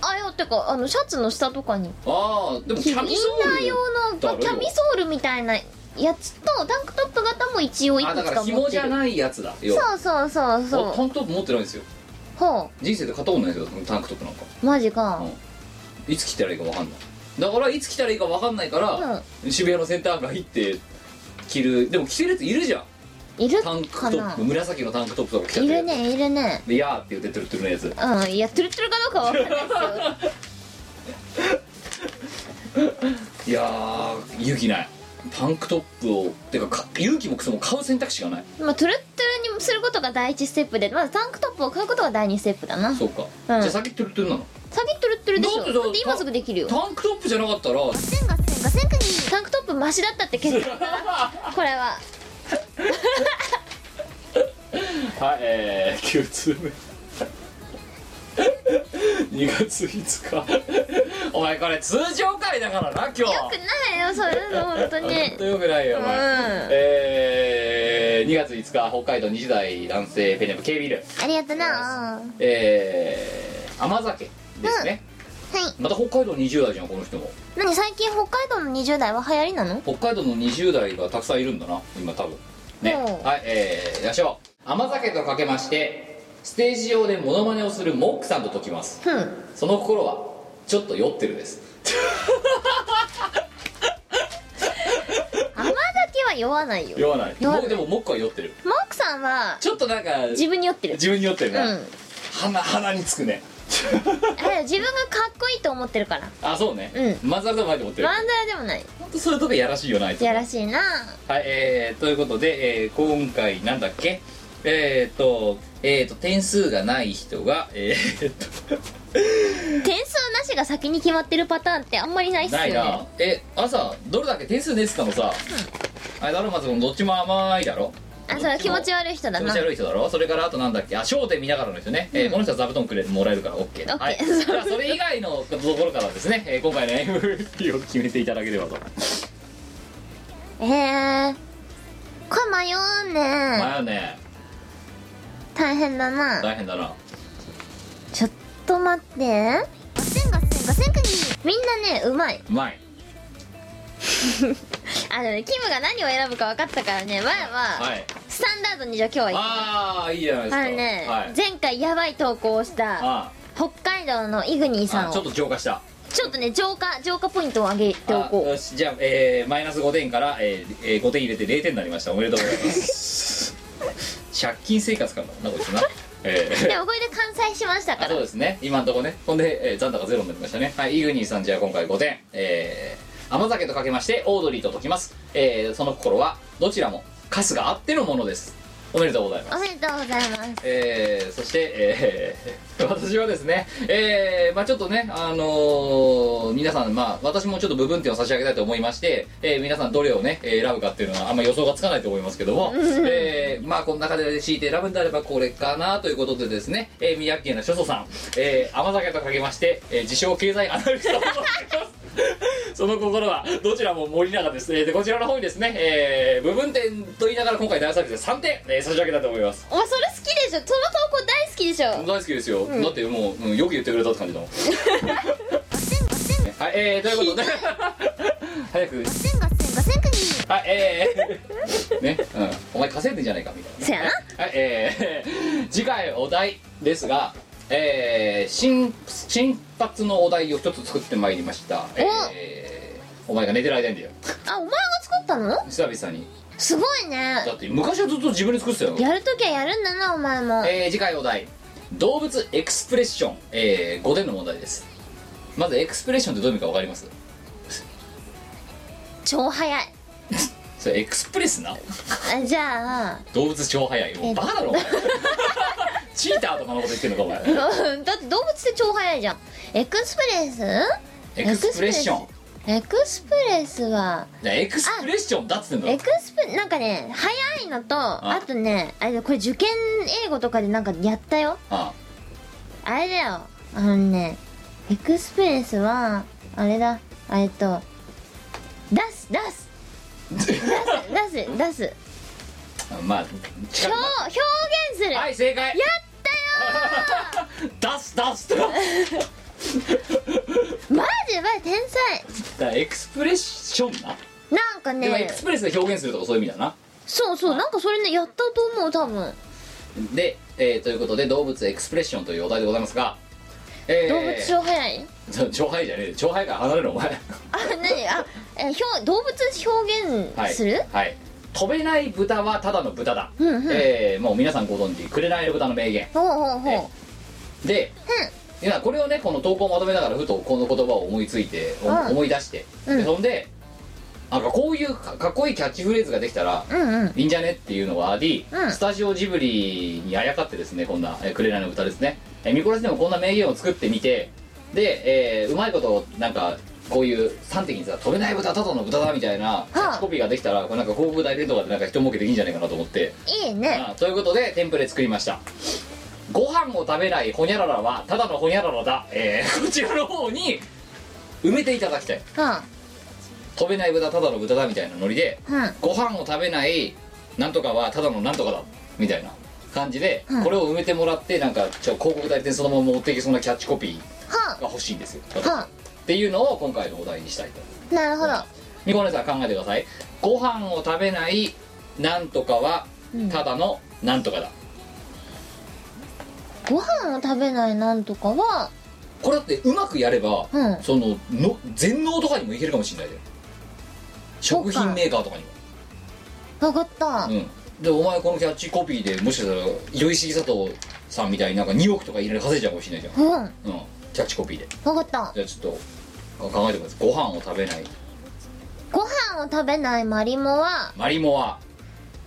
Speaker 2: あいやてかあのシャツの下とかに
Speaker 1: ああでも
Speaker 2: イ
Speaker 1: キ
Speaker 2: ンナ
Speaker 1: ャミソール
Speaker 2: ー用の
Speaker 1: だろ
Speaker 2: キャミソールみたいなやつとタンクトップ型も一応いく
Speaker 1: あだ
Speaker 2: つ
Speaker 1: から
Speaker 2: か持
Speaker 1: 紐
Speaker 2: って
Speaker 1: じゃ
Speaker 2: る
Speaker 1: ないやつだよ
Speaker 2: そうそうそう
Speaker 1: あタ
Speaker 2: そ
Speaker 1: ンクトップ持ってないんですよ
Speaker 2: うほ
Speaker 1: 人生で買ったことないですよタンクトップなんか
Speaker 2: うマジか
Speaker 1: いつ着たらいいか分かんないだからいつ着たらいいか分かんないから、渋谷のセンター街行って着るでも着てるやついるじゃん
Speaker 2: いる
Speaker 1: タンクト
Speaker 2: か
Speaker 1: ッ
Speaker 2: な
Speaker 1: プ紫のタンクトップとか着ちゃっ
Speaker 2: い
Speaker 1: て
Speaker 2: るねいるね
Speaker 1: で「やー」って言ってトゥルトゥルのやつ
Speaker 2: うんいやトゥルトゥルかどうかわかんないですよ
Speaker 1: いやー勇気ないタンクトップをてかか勇気もクソも買う選択肢がない
Speaker 2: まあトゥルトゥルにすることが第一ステップでまずタンクトップを買うことが第二ステップだな先
Speaker 1: そうか、じゃあ先トゥルトゥルなの
Speaker 2: トゥルトゥルでし
Speaker 1: だ
Speaker 2: ょ
Speaker 1: ってだ
Speaker 2: だって今すぐできるよ
Speaker 1: タンクトップじゃなかったら
Speaker 3: 千五千五千国
Speaker 2: タンクトップマシだったって結果だなこれは
Speaker 1: はいえー、9通 目2月5日お前これ通常回だからな今日
Speaker 2: よくないよそういうの本当
Speaker 1: 本当
Speaker 2: に
Speaker 1: よくないよお前、
Speaker 2: うん
Speaker 1: えー、2月5日北海道20代男性ペンネーム K ビル
Speaker 3: ありがとな
Speaker 1: えー甘酒ですね、
Speaker 2: はい
Speaker 1: また北海道20代じゃんこの人も
Speaker 2: 何最近北海道の20代は流行りなの
Speaker 1: 北海道の20代がたくさんいるんだな今多分ね
Speaker 2: うん
Speaker 1: はいえー、いらっしゃい甘酒とかけましてステージ上でモノマネをするモックさんと解きます
Speaker 2: ふん
Speaker 1: その心はちょっと酔ってるです
Speaker 2: 甘酒は酔わないよ
Speaker 1: 酔わない
Speaker 2: 酔わない
Speaker 1: もうでもモックは酔ってる
Speaker 2: モークさんは
Speaker 1: ちょっとなんか
Speaker 2: 自分に酔ってる
Speaker 1: 自分に酔ってる
Speaker 2: うん
Speaker 1: な、鼻鼻につくね
Speaker 2: あ自分がかっこいいと思ってるから
Speaker 1: あそうね
Speaker 2: う
Speaker 1: マザーズマイで持ってる
Speaker 2: 漫才でもない
Speaker 1: 本当そういうとこやらしいよなあいつ
Speaker 2: やらしいな
Speaker 1: はいえー、ということで、えー今回なんだっけえっ、ー、とえっ、ー、と点数がない人がえー、っと
Speaker 2: 点数なしが先に決まってるパターンってあんまりないっすよ
Speaker 1: ないな
Speaker 2: ね
Speaker 1: え朝どれだっけ点数ですかのさ、あれだろまずこのどっちも甘いだろ
Speaker 2: あそれは気持ち
Speaker 1: 悪い
Speaker 2: 悪い人だ
Speaker 1: 気持
Speaker 2: な
Speaker 1: ち悪い人だろそれからあとなんだっけあ焦点見ながらの人ね、えーこの人は座布団くれもらえるから OK,
Speaker 2: オッケー
Speaker 1: はい、じゃあそれ以外のところからですね、 えー今回の MVP を決めていただければと
Speaker 2: えーこれ迷うね
Speaker 1: 迷うね
Speaker 2: 大変だな
Speaker 1: 大変だな
Speaker 2: ちょっと待って
Speaker 3: ガセンガセンガセンクニ
Speaker 2: みんなねうまいう
Speaker 1: まい
Speaker 2: あのねキムが何を選ぶか分かったからね前
Speaker 1: は
Speaker 2: はいスタンダードにじゃあ今日は
Speaker 1: ああいいじゃないです
Speaker 2: い
Speaker 1: か
Speaker 2: あのね、
Speaker 1: はい、
Speaker 2: 前回やばい投稿をした
Speaker 1: あ
Speaker 2: 北海道のイグニー
Speaker 1: ー
Speaker 2: さん
Speaker 1: あ
Speaker 2: を
Speaker 1: ちょっと浄化した
Speaker 2: ちょっとね浄化浄化ポイントを上げてお
Speaker 1: あ
Speaker 2: こ
Speaker 1: よしじゃあ、えーマイナス5点から、えーえー5点入れて0点になりましたおめでとうございます借金生活かななこいつなえ
Speaker 2: う
Speaker 1: ー
Speaker 2: でもこれで完済しましたか
Speaker 1: あ
Speaker 2: ら
Speaker 1: そうですね今のとこねほんで、えー残高ゼロになりましたねはいイグニーさんじゃあ今回5点えー甘酒とかけましてオードリーと解きます、えーその心はどちらもカスがあってのものですおめでとうございます
Speaker 2: おめでとうございます
Speaker 1: えーそして、えー 私はですね、えーまあちょっとね、あのー皆さん、まあ私もちょっと部分点を差し上げたいと思いまして、えー皆さんどれをね、えー選ぶかっていうのはあんま予想がつかないと思いますけども、えーまあこの中で強いて選ぶんであればこれかなということでですね、えー宮城県の諸祖さん、えー甘酒とかけまして、えー自称経済アナリストをしております。 その心はどちらも森永です、えーでこちらの方にですね、えー部分点と言いながら今回大サービスで3点、えー差し上げたいと思います
Speaker 2: お前それ好きでしょその投稿大好きでしょ
Speaker 1: 大好きですよ、だってもう、うんよく言ってくれたって感じだもんはいえー、ということで 早く
Speaker 3: ガセンガセンガセンクニ
Speaker 1: はいえ ー、ね、うん、お前稼いでんじゃないかみたいな
Speaker 2: せやな
Speaker 1: はいえー、 次回お題ですがえー、新新発のお題を一つ作ってまいりましたえー、お前が寝てる間にだよ
Speaker 2: あお前が作ったの
Speaker 1: 久々に
Speaker 2: すごいね
Speaker 1: だって昔はずっと自分で作ってたよ
Speaker 2: やるときはやるんだなお前も
Speaker 1: えー次回お題動物エクスプレッション、えー5点の問題ですまずエクスプレッションってどういう意味か分かります
Speaker 2: 超早い
Speaker 1: それエクスプレスな
Speaker 2: あじゃあ
Speaker 1: 動物超速いもうバカだろお 前チーターとかのこと言ってんのかお前
Speaker 2: うんだって動物って超早いじゃんエクスプレス
Speaker 1: エクスプレッション
Speaker 2: エクスプレスは
Speaker 1: じゃあエクスプレッションだっつってんだ
Speaker 2: エ
Speaker 1: ろ
Speaker 2: クスプなんかね早いのとあとねあれこれ受験英語とかでなんかやったよ
Speaker 1: あ
Speaker 2: あれだよあのねエクスプレスはあれだえっと出す出す 出す出す
Speaker 1: あまあ
Speaker 2: 表
Speaker 1: 近く
Speaker 2: 表現する、
Speaker 1: はい正解やったよ出す出す
Speaker 2: マジマジ天才
Speaker 1: だからエクスプレッションな、
Speaker 2: なんか
Speaker 1: でもエ
Speaker 2: ね
Speaker 1: クスプレスで表現するとかそういう意味だな
Speaker 2: そうそうなんかそれねやったと思う多分
Speaker 1: で、えーということで動物エクスプレッションというお題でございますが、えー
Speaker 2: 動物超早い
Speaker 1: 超ハイじゃねえ超ハイから離れろお 前
Speaker 2: あ何あえ表動物表現する、
Speaker 1: はい、はい、飛べない豚はただの豚だ、
Speaker 2: うんうん
Speaker 1: えーもう皆さんご存知紅の豚の名言
Speaker 2: ほうほうほう
Speaker 1: で、いやこれをねこの投稿をまとめながらふとこの言葉を思いついて、お
Speaker 2: うん
Speaker 1: 思い出して、で
Speaker 2: うん
Speaker 1: そんでなんかこういうかかっこいいキャッチフレーズができたら
Speaker 2: うんうん
Speaker 1: いいんじゃねっていうのがあり、
Speaker 2: うん
Speaker 1: スタジオジブリにあやかってですねこんな「えー紅の歌」ですねえーミコラスでもこんな名言を作ってみてで、えーうまいことなんかこういう端的にさ「飛べない豚ただの豚だ」みたいなキャッチコピーができたらこれなんか広告代理店とかでなんか人儲けできんじゃないかなと思って
Speaker 2: いいね
Speaker 1: あということでテンプレ作りましたご飯を食べないホニャララはただのホニャララだ、えーこちらの方に埋めていただきたい
Speaker 2: うん
Speaker 1: 飛べない豚ただの豚だみたいなノリで
Speaker 2: うん
Speaker 1: ご飯を食べないなんとかはただのなんとかだみたいな感じで、
Speaker 2: うん
Speaker 1: これを埋めてもらってなんかちょ広告代理店そのまま持っていけそうなキャッチコピー
Speaker 2: は
Speaker 1: が欲しいんですよ
Speaker 2: あは
Speaker 1: っていうのを今回のお題にしたいと
Speaker 2: あなるほど
Speaker 1: ニコネさん考えてくださいご飯を食べないなんとかは
Speaker 2: うん
Speaker 1: ただのなんとかだ、
Speaker 2: ご飯を食べないなんとかは
Speaker 1: これだってうまくやれば、
Speaker 2: うん
Speaker 1: そのの全能とかにもいけるかもしれないで食品メーカーとかにも
Speaker 2: 分かった、
Speaker 1: うんでお前このキャッチコピーでもしかしたら酔いしぎ佐藤さんみたいになんか2億とか入れる稼いちゃうかもしれないじゃ
Speaker 2: うん、わ
Speaker 1: ん、うん、キャッチコピーで
Speaker 2: かった
Speaker 1: じゃあちょっと考えてくださいご飯を食べない
Speaker 2: ご飯を食べないマリモは
Speaker 1: マリモは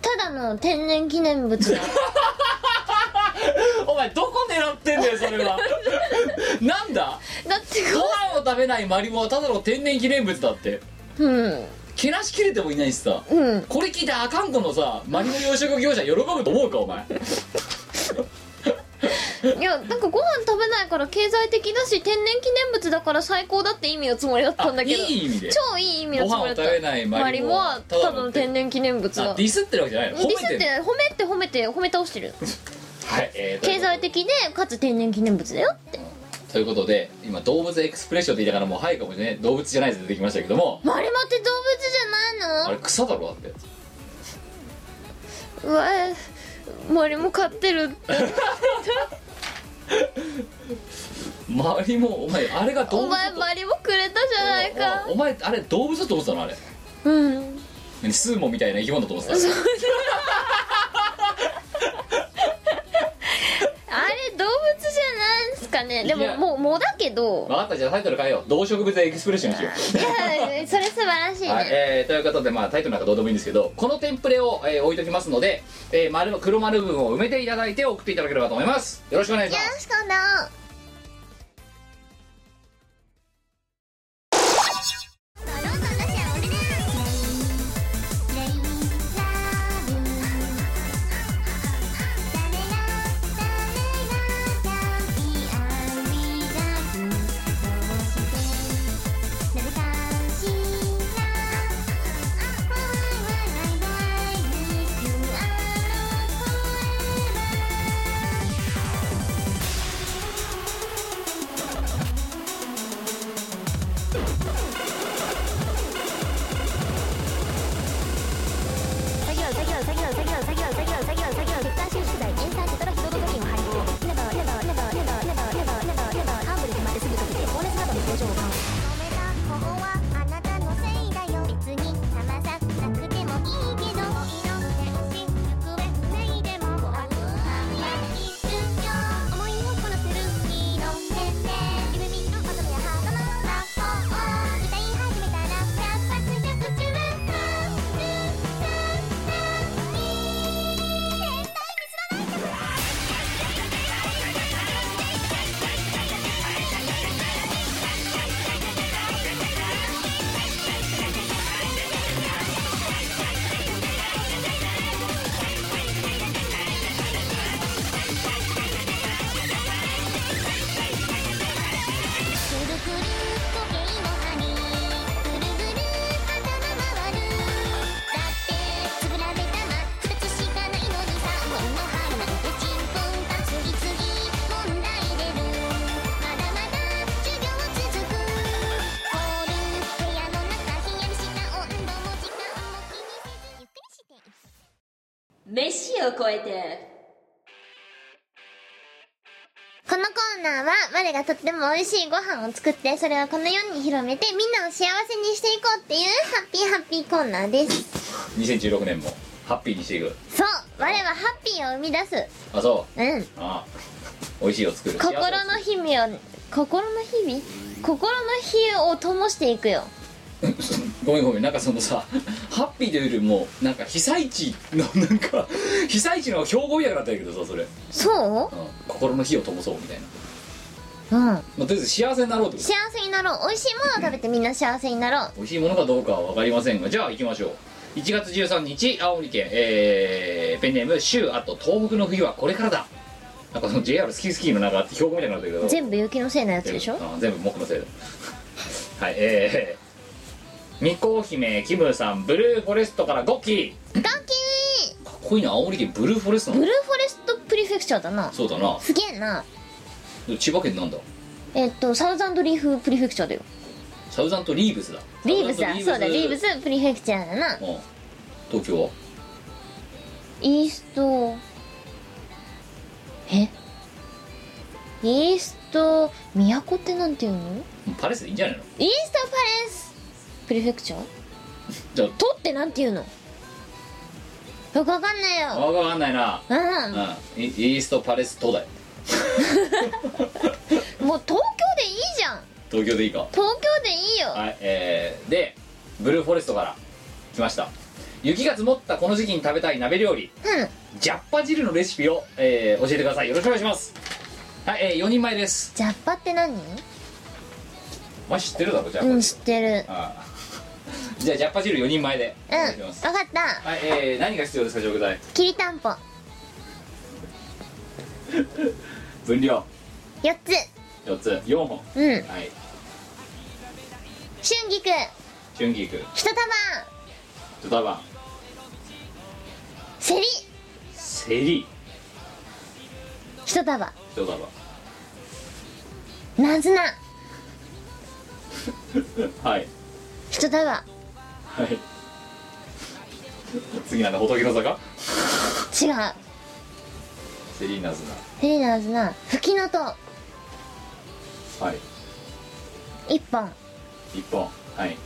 Speaker 2: ただの天然記念 物だ
Speaker 1: お前どこ狙ってんだよそれは なんだ
Speaker 2: だって
Speaker 1: ご飯を食べないマリモはただの天然記念物だって
Speaker 2: ごうん
Speaker 1: けなしきれてもいないしさ
Speaker 2: うん
Speaker 1: これ聞いてあかんこのさマリモ養殖業者喜ぶと思うかお前
Speaker 2: いやなんかご飯食べないから経済的だし天然記念物だから最高だって意味のつもりだったんだ
Speaker 1: あい
Speaker 2: けど
Speaker 1: い意味で
Speaker 2: 超いい意味のつもりだった
Speaker 1: ご飯を食べないマリモは
Speaker 2: マリモはただの天然記念物
Speaker 1: あ
Speaker 2: だ
Speaker 1: ディスってるわけじゃないの
Speaker 2: ディスっ
Speaker 1: る
Speaker 2: て褒めて褒めて褒め倒してる
Speaker 1: はい、えーという
Speaker 2: 経済的でかつ天然記念物だよって
Speaker 1: ということで今動物エクスプレッションって言いながらもう早いかもしれない動物じゃないやつ出てきましたけども
Speaker 2: マリモって動物じゃない
Speaker 1: あ
Speaker 2: の
Speaker 1: れ草だろだって
Speaker 2: うわマリモ飼ってる
Speaker 1: 周りもお前あれが動
Speaker 2: お
Speaker 1: 物だ
Speaker 2: 前
Speaker 1: と
Speaker 2: マリモくれたじゃないか
Speaker 1: お前あれ動物だと思ってたのあれ
Speaker 2: うん
Speaker 1: 何スーモンみたいな生き物だと思ってたの
Speaker 2: あれ動物じゃないんすかねで
Speaker 1: いや
Speaker 2: ももうもうだけど
Speaker 1: 分かったじゃあタイトル変えよう動植物エクスプレッションにしよ
Speaker 2: いやそれ素晴らしいね、
Speaker 1: はいえーということで、まあ、タイトルなんかどうでもいいんですけどこのテンプレを、えー置いときますので、えー丸の黒丸分を埋めていただいて送っていただければと思いますよろしくお願いし
Speaker 3: よ
Speaker 1: ます
Speaker 3: しこだ作業作業作業作業作業作業作業作業ディター収集剤エンサーテトラヒドロドキンを配合ネバーネバーネバーネバーネバーネバーネバーネバーハーブで決まってすぐ溶けて高熱などの症状を緩和ここはあなたのせいだよ別に騙さなくてもいいけど色の天使行方不明でも怖くない一瞬思いをこなせる色の天使夢見ることやハートのラッポを歌い始めたら百発百中ぐるぐる時計の針ぐるぐる頭回るだってつぶられたまっ二つしかないのに三本の針なんてちんぽんか次々問題出るまだまだ授業続くホール部屋の中ひんやりした温度も時間も気にせずゆっくりしていく
Speaker 5: 飯を超えて
Speaker 2: このコーナーは我がとっても美味しいご飯を作ってそれをこの世に広めてみんなを幸せにしていこうっていうハッピーハッピーコーナーです
Speaker 1: 2016年もハッピーにしていく
Speaker 2: そう我はハッピーを生み出す
Speaker 1: あそう
Speaker 2: うん
Speaker 1: ああ美味しいを作る
Speaker 2: 心の日々を心の日々心の火を灯していくよ
Speaker 1: ごめんごめんなんかそのさハッピーというよりもなんか被災地のなんか 被災地の標語みたいになったけどさそれ、うん、
Speaker 2: そ
Speaker 1: 心の火を灯そうみたいな、
Speaker 2: ううん
Speaker 1: まあ、とりあえず幸せになろうってこと
Speaker 2: 幸せになろう美味しいものを食べてみんな幸せになろう
Speaker 1: 美味しいものかどうかは分かりませんがじゃあ行きましょう1月13日青森県、えーペンネーム「週あと東北の冬はこれからだ」なんかその JR スキースキーのなんか標語みたいになったけど
Speaker 2: 全部雪のせいのやつでしょ
Speaker 1: あ全部僕のせいだはいえー、みこ姫キムさんブルーフォレストからゴッキー
Speaker 2: ガキー
Speaker 1: かっこいいな青森県ブルーフォレストな
Speaker 2: ブル
Speaker 1: の
Speaker 2: ーフォレストプリフェクチャーだな
Speaker 1: そうだな
Speaker 2: すげえな
Speaker 1: 千葉県なんだ
Speaker 2: えっとサウザンドリーフプリフェクチャーだよ
Speaker 1: サウザンとリーブスだ
Speaker 2: リーブス
Speaker 1: サ
Speaker 2: だ
Speaker 1: ウ
Speaker 2: そ
Speaker 1: ザ
Speaker 2: う
Speaker 1: ン
Speaker 2: だ
Speaker 1: と
Speaker 2: リーブスプリフェクチャーだな
Speaker 1: うん東京は
Speaker 2: イーストえイースト都ってなんていうの
Speaker 1: パレスでいいんじゃないの
Speaker 2: イーストパレスプリフェクチャー
Speaker 1: じゃ
Speaker 2: 都ってなんていうのよくわかんない
Speaker 1: あ
Speaker 2: よ
Speaker 1: 分かんないな
Speaker 2: うん
Speaker 1: うんイイーストパレス都だよ
Speaker 2: もう東京でいいじゃん
Speaker 1: 東京でいいか
Speaker 2: 東京でいいよ、
Speaker 1: はいえー、でブルーフォレストから来ました雪が積もったこの時期に食べたい鍋料理
Speaker 2: うん
Speaker 1: ジャッパ汁のレシピを、えー教えてくださいよろしくお願いしますはい、えー、4人前です
Speaker 2: ジャッパって何
Speaker 1: お前知ってるだろジャッパ汁、
Speaker 2: うん知ってる
Speaker 1: あ あじゃあジャッパ汁4人前でお
Speaker 2: うん
Speaker 1: 願いし
Speaker 2: わ
Speaker 1: ます、
Speaker 2: かった
Speaker 1: はい、えー、何が必要ですか食材
Speaker 2: きりたんぽ
Speaker 1: 分量
Speaker 2: 4つ
Speaker 1: 4つ4本は
Speaker 2: うん
Speaker 1: い
Speaker 2: 春菊
Speaker 1: 春菊
Speaker 2: 一束
Speaker 1: 豚バン
Speaker 2: セリ
Speaker 1: セリ
Speaker 2: 一束
Speaker 1: 一束
Speaker 2: ナズナ
Speaker 1: はい
Speaker 2: 一束
Speaker 1: はい次なんだ仏の坂
Speaker 2: 違う
Speaker 1: セリーナズ
Speaker 2: セリナズナフキノト
Speaker 1: ナはい
Speaker 2: 一本
Speaker 1: 一本はい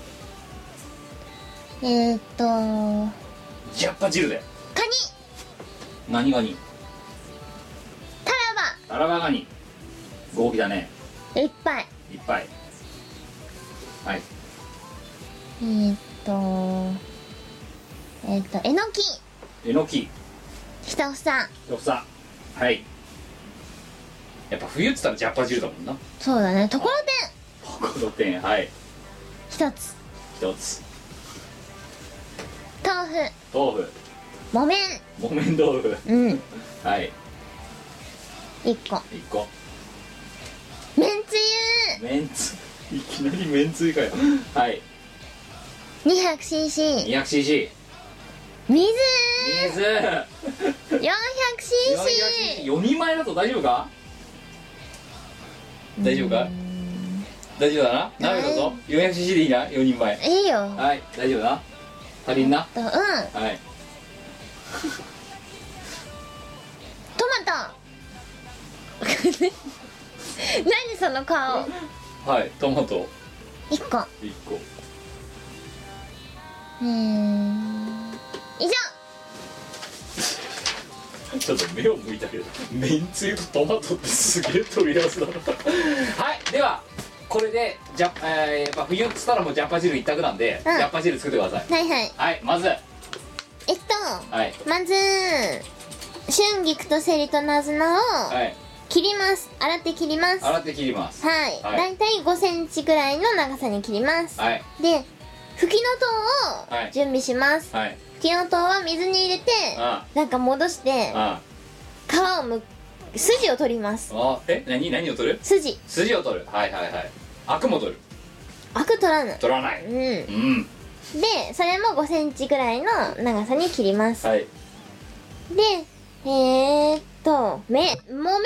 Speaker 2: えー、っと
Speaker 1: ジャッパ汁で
Speaker 2: カニ
Speaker 1: 何ガニ
Speaker 2: タラ
Speaker 1: タラバガニ合気だね
Speaker 2: バいっぱい
Speaker 1: いっぱいはい
Speaker 2: えー、っとえー、っとえのき
Speaker 1: えのき
Speaker 2: 一房
Speaker 1: よさはいやっぱ冬っつったらジャッパ汁だもんな
Speaker 2: そうだねところてん
Speaker 1: この点はい
Speaker 2: 一つ
Speaker 1: 一つ
Speaker 2: 豆腐
Speaker 1: 豆腐
Speaker 2: 木綿
Speaker 1: 木綿豆腐
Speaker 2: うん
Speaker 1: はい
Speaker 2: 一個
Speaker 1: 一個
Speaker 2: めんつ
Speaker 1: めんついきなりめんつゆかよはい
Speaker 2: ゆ 200cc
Speaker 1: 200cc
Speaker 2: 水
Speaker 1: 水
Speaker 2: 400cc
Speaker 1: 4人前だと大丈夫か大丈夫か大丈夫だな鍋だぞ 400cc でいいな4人前
Speaker 2: いいよ
Speaker 1: はい大丈夫だ足りんな
Speaker 2: とうん
Speaker 1: はい
Speaker 2: トマト 何その顔
Speaker 1: はいトマト
Speaker 2: 一個
Speaker 1: 1個
Speaker 2: うーん以上
Speaker 1: ちょっと目を向いたけどめんつゆとトマトってすげえ取り合わせだなはいではこれでじゃ、えーまあ、冬っつったらもうジャッパ汁一択なんで、
Speaker 2: うん
Speaker 1: ジャッパ汁作ってください
Speaker 2: はいはい
Speaker 1: はいまずは
Speaker 2: えっ
Speaker 1: い
Speaker 2: とまず春菊とセリとナズナを
Speaker 1: はい
Speaker 2: 切ります洗って切りますは
Speaker 1: 洗って切ります
Speaker 2: い
Speaker 1: はい
Speaker 2: 大体5センチぐらいの長さに切ります
Speaker 1: はい
Speaker 2: でフキノトウ
Speaker 1: は
Speaker 2: を
Speaker 1: い
Speaker 2: 準備します、
Speaker 1: はい
Speaker 2: フキノトウは水に入れて
Speaker 1: あ
Speaker 2: なんか戻して
Speaker 1: あ
Speaker 2: 皮をむ筋を取ります
Speaker 1: あえ何何を取る
Speaker 2: 筋
Speaker 1: 筋を取るはいはいはいアクも取る
Speaker 2: アク取らない
Speaker 1: 取らな
Speaker 2: う
Speaker 1: い
Speaker 2: んで
Speaker 1: うん
Speaker 2: それも5センチぐらいの長さに切ります、
Speaker 1: はい
Speaker 2: でえー、っとめ木綿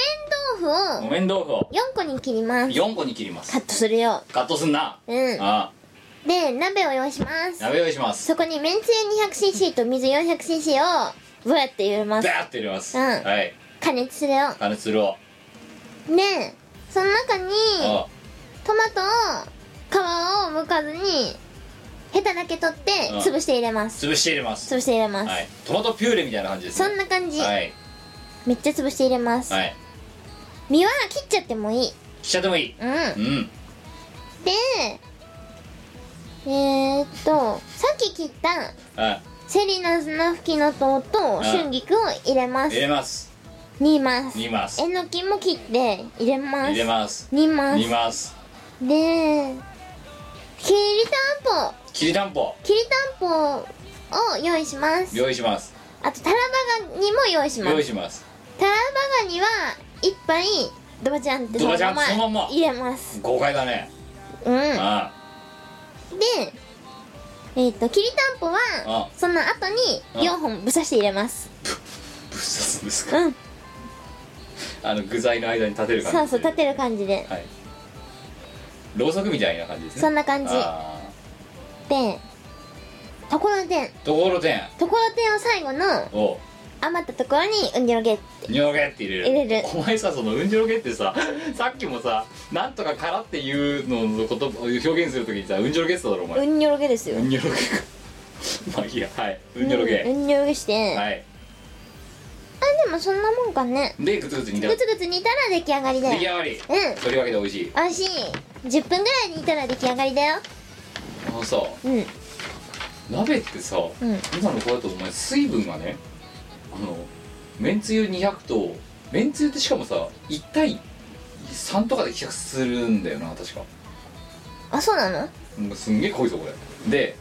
Speaker 2: 豆腐
Speaker 1: 木
Speaker 2: を
Speaker 1: 綿豆腐を
Speaker 2: 4個に切ります
Speaker 1: 4個に切りま
Speaker 2: カ
Speaker 1: す
Speaker 2: ットするよ
Speaker 1: カットすんな
Speaker 2: うん
Speaker 1: あ
Speaker 2: で鍋を用意します
Speaker 1: 鍋用意します
Speaker 2: そこにめんつゆ 200cc と水 400cc をブワって入れます
Speaker 1: ダーって入れます、
Speaker 2: うん
Speaker 1: はい
Speaker 2: 加熱するよ
Speaker 1: 加熱するを
Speaker 2: でその中に
Speaker 1: あ
Speaker 2: トマトを皮を剥かずにヘタだけ取って
Speaker 1: うん
Speaker 2: 潰して入れます
Speaker 1: 潰して入れます
Speaker 2: 潰して入れます、
Speaker 1: はいトマトピューレみたいな感じです
Speaker 2: そ
Speaker 1: ね
Speaker 2: んな感じ、
Speaker 1: はい
Speaker 2: めっちゃ潰して入れます、
Speaker 1: はい
Speaker 2: 身は切っちゃってもいい
Speaker 1: しちゃってもいい
Speaker 2: うん
Speaker 1: うん
Speaker 2: でえー、っとさっき切った
Speaker 1: はい
Speaker 2: セリナズナフキノトウと春菊を入れます
Speaker 1: 入れます
Speaker 2: 煮ます
Speaker 1: 煮ます
Speaker 2: えのきも切って入れます
Speaker 1: 入れます
Speaker 2: 煮ます
Speaker 1: 煮ます
Speaker 2: できりたんぽ
Speaker 1: きりたんぽ
Speaker 2: きりたんぽを用意します
Speaker 1: 用意します
Speaker 2: あとタラバガニも用意しま
Speaker 1: 用意
Speaker 2: す
Speaker 1: します
Speaker 2: タラバガニは一杯ドバちゃんって
Speaker 1: ドバジャン
Speaker 2: そ
Speaker 1: そ
Speaker 2: の
Speaker 1: の
Speaker 2: ま
Speaker 1: ま
Speaker 2: ま
Speaker 1: ま
Speaker 2: 入れます
Speaker 1: 豪快だね
Speaker 2: うんで
Speaker 1: あ
Speaker 2: えっ、ときりたんぽ
Speaker 1: あ
Speaker 2: はその後
Speaker 1: あ
Speaker 2: に4本ぶさして入れます
Speaker 1: ぶっ刺すんです
Speaker 2: う
Speaker 1: か
Speaker 2: ん
Speaker 1: あの具材の間に立てる感じ
Speaker 2: そうそう立てる感じで
Speaker 1: はいろうそくみたいな感じですね
Speaker 2: そんな感じ
Speaker 1: あ
Speaker 2: でところてん
Speaker 1: ーところてん
Speaker 2: ところてんを最後の
Speaker 1: を
Speaker 2: 余ったところにうんじろげ
Speaker 1: ニョロゲって入れる
Speaker 2: 入れる
Speaker 1: お前さそのうんじょろげってささっきもさなんとかからっていうののこと表現するときにさうんじょろげって言っただろお
Speaker 2: う
Speaker 1: 前
Speaker 2: んにょろげですよ
Speaker 1: うんにょろげか まあいいやはいうにょろ
Speaker 2: う
Speaker 1: げ
Speaker 2: んにょろげして、
Speaker 1: はい
Speaker 2: あでもそんなもんかね
Speaker 1: でグツグツ煮た
Speaker 2: ぐつぐつ煮たら出来上がりだ
Speaker 1: 出来上
Speaker 2: よ
Speaker 1: がり
Speaker 2: うん
Speaker 1: というわけで美味しい
Speaker 2: 美味しい10分ぐらい煮たら出来上がりだよ
Speaker 1: あのさ
Speaker 2: うんうん
Speaker 1: 鍋ってさ、今の子だとお前水分がねあのめんつゆ200とめんつゆってしかもさ1対3とかで比較するんだよな確か
Speaker 2: あそうなの
Speaker 1: もうすんげえ濃いぞこれで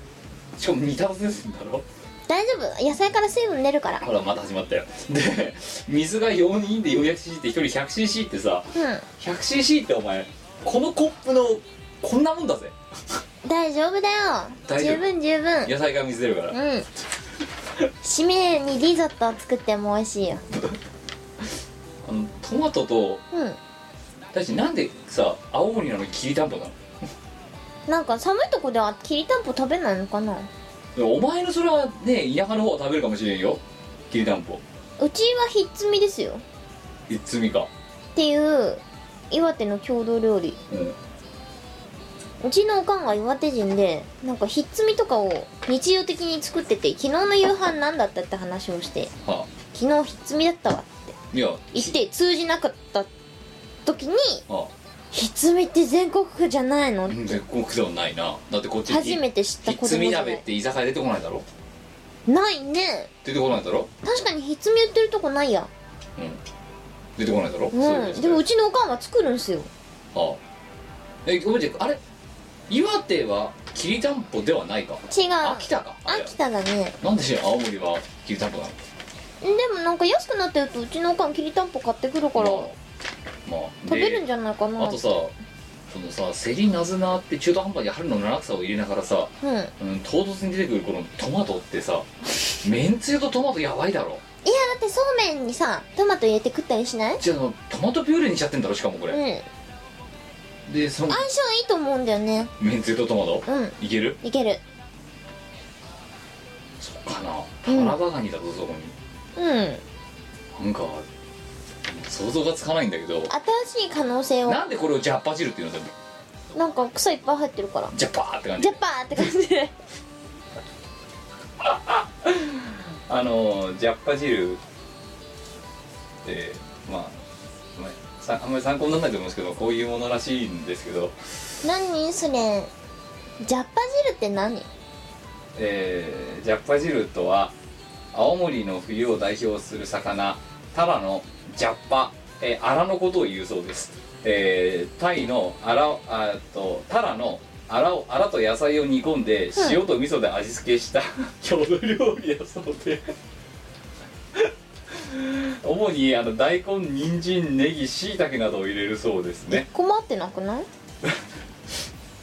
Speaker 1: しかも煮たずすんだろ
Speaker 2: 大丈夫野菜から水分出るから
Speaker 1: ほらまた始まったよで水が4人で 400cc って1人 100cc ってさ
Speaker 2: う
Speaker 1: 100cc ってお前このコップのこんなもんだぜ
Speaker 2: ん大丈夫だよ
Speaker 1: 大丈夫
Speaker 2: 十分十分
Speaker 1: 野菜から水出るから
Speaker 2: うん締めにリゾットを作っても美味しいよ
Speaker 1: あのトマトと
Speaker 2: うん
Speaker 1: だしなんでさ青森なのにきりたんぽなの
Speaker 2: なんか寒いとこではきりたんぽ食べないのかな
Speaker 1: でもお前のそれはね田舎の方は食べるかもしれんよきりたんぽ
Speaker 2: うちはひっつみですよ
Speaker 1: いつみか
Speaker 2: っていう岩手の郷土料理
Speaker 1: うん
Speaker 2: うちのおかんが岩手人でなんかひっつみとかを日常的に作ってて昨日の夕飯なんだったって話をして
Speaker 1: はあ
Speaker 2: 昨日ひっつみだったわって
Speaker 1: いや
Speaker 2: 言って通じなかった時に
Speaker 1: あ
Speaker 2: ひっつみって全国区じゃないの
Speaker 1: うん絶好ではないなだってこっち
Speaker 2: 初めて知った
Speaker 1: ひっ
Speaker 2: 子
Speaker 1: つ
Speaker 2: 供
Speaker 1: み
Speaker 2: じゃな
Speaker 1: 鍋っ
Speaker 2: い
Speaker 1: て居酒屋出てこないだろ
Speaker 2: ないね
Speaker 1: 出てこないだろ
Speaker 2: 確かにひっつみ売ってるとこないや
Speaker 1: うん出てこないだろ
Speaker 2: う
Speaker 1: そういうん時代
Speaker 2: でもうちのおかんは作るんすよ
Speaker 1: はあえごめんじゃあれ岩手はきりたんぽではないか
Speaker 2: 違う
Speaker 1: 秋田かあれ
Speaker 2: 秋田だね
Speaker 1: なんで青森はきりたんぽなの
Speaker 2: でもなんか安くなってるとうちのおかんきりたんぽ買ってくるから
Speaker 1: まあ、まあ、
Speaker 2: 食べるん
Speaker 1: じ
Speaker 2: じゃないかな
Speaker 1: あとさそのさセリナズナって中途半端に春の七草を入れながらさ、
Speaker 2: うんいや
Speaker 1: うん、唐突に出てくるこのトマトって さめんつゆとトマトやばいだろ
Speaker 2: だってそうめんにさトマト入れて食ったりしない
Speaker 1: じゃあのトマトピューレにしちゃってんだろしかもこ
Speaker 2: う
Speaker 1: れ、
Speaker 2: ん
Speaker 1: でその
Speaker 2: 相性いいと思うんだよね
Speaker 1: めんつゆとトマト
Speaker 2: うん
Speaker 1: いける
Speaker 2: いける
Speaker 1: そっかなタ
Speaker 2: うん
Speaker 1: ラバガニだぞそこに
Speaker 2: うん
Speaker 1: なんか想像がつかないんだけど
Speaker 2: 新しい可能性を
Speaker 1: なんでこれをジャッパ汁っていうの全部
Speaker 2: なんか草いっぱい入ってるから
Speaker 1: ジャッパーって感
Speaker 2: ジ
Speaker 1: じ
Speaker 2: ャパーって感 じで
Speaker 1: あのジャッパ汁ってまああんまりさあんまり参考にならないと思うんですけどこういうものらしいんですけど
Speaker 2: 何それジャッパ汁って何
Speaker 1: えージャッパ汁とは青森の冬を代表する魚タラのジャッパ、えーアラのことを言うそうです、えータイのアラをあーっとタラのアラをアラと野菜を煮込んで
Speaker 2: ん
Speaker 1: 塩と味噌で味付けした 郷土料理だそうで 主にあの大根人参ネギしいたけなどを入れるそうですね
Speaker 2: 困ってなくない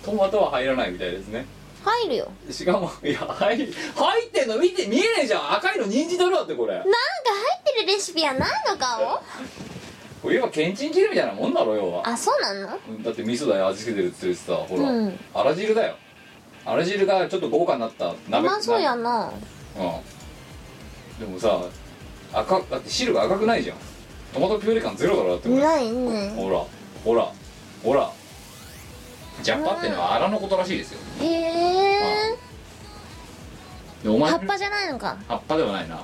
Speaker 1: トマトは入らないみたいですね
Speaker 2: 入るよ
Speaker 1: しかもいや入り入ってんの見て見えねえじゃん赤いの人参だろだってこれ
Speaker 2: なんか入ってるレシピはないのか
Speaker 1: これ今けんちん汁みたいなもんだろ要
Speaker 2: お
Speaker 1: は
Speaker 2: あそうなの
Speaker 1: だって味噌だよ味付けてるって言ってさほら、
Speaker 2: うん
Speaker 1: あら汁だよあら汁がちょっと豪華になった
Speaker 2: う
Speaker 1: 鍋
Speaker 2: まそうやな
Speaker 1: うんでもさ赤だって汁が赤くないじゃんトマトピューレ感ゼロだろだってこれ
Speaker 2: ないね
Speaker 1: ほらほらほらジャッパってのはアラのことらしいですよ
Speaker 2: へえ
Speaker 1: でお前
Speaker 2: 葉っぱじゃないのか
Speaker 1: 葉っぱではないな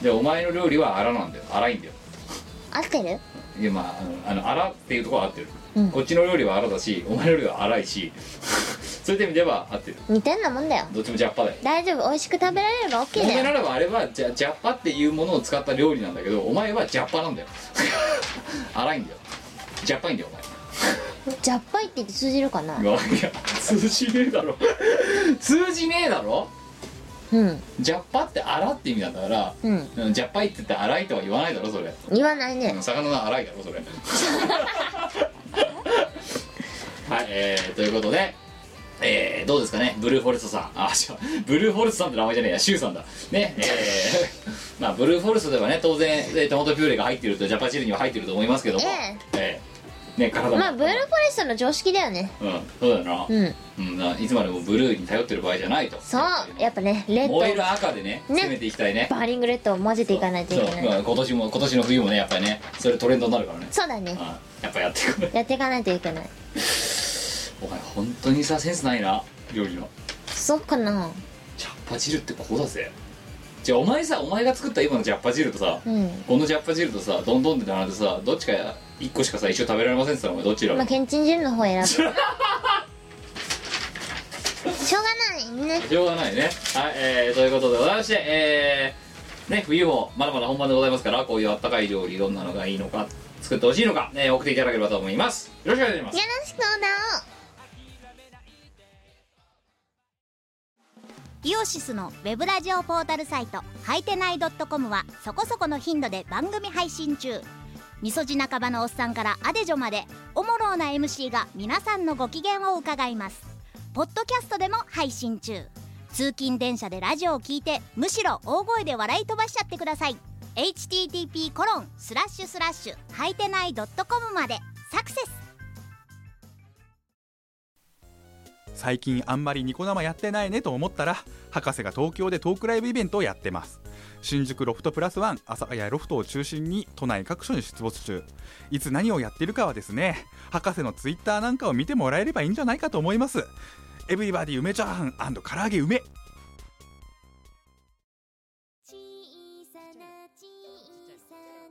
Speaker 1: でお前の料理はアラなんだよ荒いんだよ
Speaker 2: 合ってる
Speaker 1: いやまああのあの荒っていうところは合ってる、
Speaker 2: うん
Speaker 1: こっちの料理は荒だしお前の料理は荒いし そういった意味では合ってる
Speaker 2: 似てんなもんだよ
Speaker 1: どっちもジャッパだよ
Speaker 2: 大丈夫美味しく食べられれば OK
Speaker 1: お
Speaker 2: だ
Speaker 1: 前
Speaker 2: よ
Speaker 1: ならばあれはジャジャッパっていうものを使った料理なんだけどお前はジャッパなんだよ 荒いんだよジャッパいんだよ
Speaker 2: ジャッパイって言って通じるかな
Speaker 1: お前いやいや 通じねえだろ通じねえだろ
Speaker 2: うん
Speaker 1: ジャッパって荒って意味なんだから、
Speaker 2: うん
Speaker 1: うんジャッパいって言って荒いとは言わないだろそれ
Speaker 2: 言わないね
Speaker 1: うん魚の荒いだろそれ はいえー、ということでえー、どうですかねブルーフォレストさんあ違うブルーフォレストさんって名前じゃねえやシュウさんだねえー、ま あブルーフォレストではね当然えートマトピューレが入ってるとジャパチルには入ってると思いますけども
Speaker 2: え
Speaker 1: えね体も
Speaker 2: まあブルーフォレストの常識だよね
Speaker 1: うんそうだよな、
Speaker 2: うん
Speaker 1: うんないつまでもブルーに頼ってる場合じゃないと
Speaker 2: そうやっぱねレッド
Speaker 1: 燃える赤でね
Speaker 2: ね
Speaker 1: 攻めていきたいね
Speaker 2: バーリングレッドを混ぜていかないといけない
Speaker 1: そうまあ今年も今年の冬もねやっぱりねそれトレンドになるからね
Speaker 2: そうだね
Speaker 1: あやっぱやってくる
Speaker 2: やっていかないといけない
Speaker 1: お前本当にさセンスないな料理の
Speaker 2: そうかな
Speaker 1: ジャッパ汁ってこうだぜじゃあお前さお前が作った今のジャッパ汁とさ、
Speaker 2: うん
Speaker 1: このジャッパ汁とさどんどんって並んでさどっちか1個しかさ一緒食べられませんって言ったらお前どっち選ぶ
Speaker 2: まあけんちん汁の 方選ぶしょうがないね
Speaker 1: しょうがないねはい、えー、ということでございましてえー、ね冬もまだまだ本番でございますからこういうあったかい料理どんなのがいいのか作ってほしいのか、ね、送っていただければと思いますよろしくお願いします
Speaker 2: よろしくおだ
Speaker 3: イオシスのウェブラジオポータルサイトはいてない .com はそこそこの頻度で番組配信中みそじ半ばのおっさんからアデジョまでおもろうな MC が皆さんのご機嫌を伺いますポッドキャストでも配信中通勤電車でラジオを聞いてむしろ大声で笑い飛ばしちゃってください http コロンスラッシュスラッシュはいてない .com までサクセス
Speaker 6: 最近あんまりニコ生やってないねと思ったら博士が東京でトークライブイベントをやってます新宿ロフトプラスワン朝やロフトを中心に都内各所に出没中いつ何をやってるかはですね博士のツイッターなんかを見てもらえればいいんじゃないかと思いますエブリバディ梅チャーハン唐揚げ梅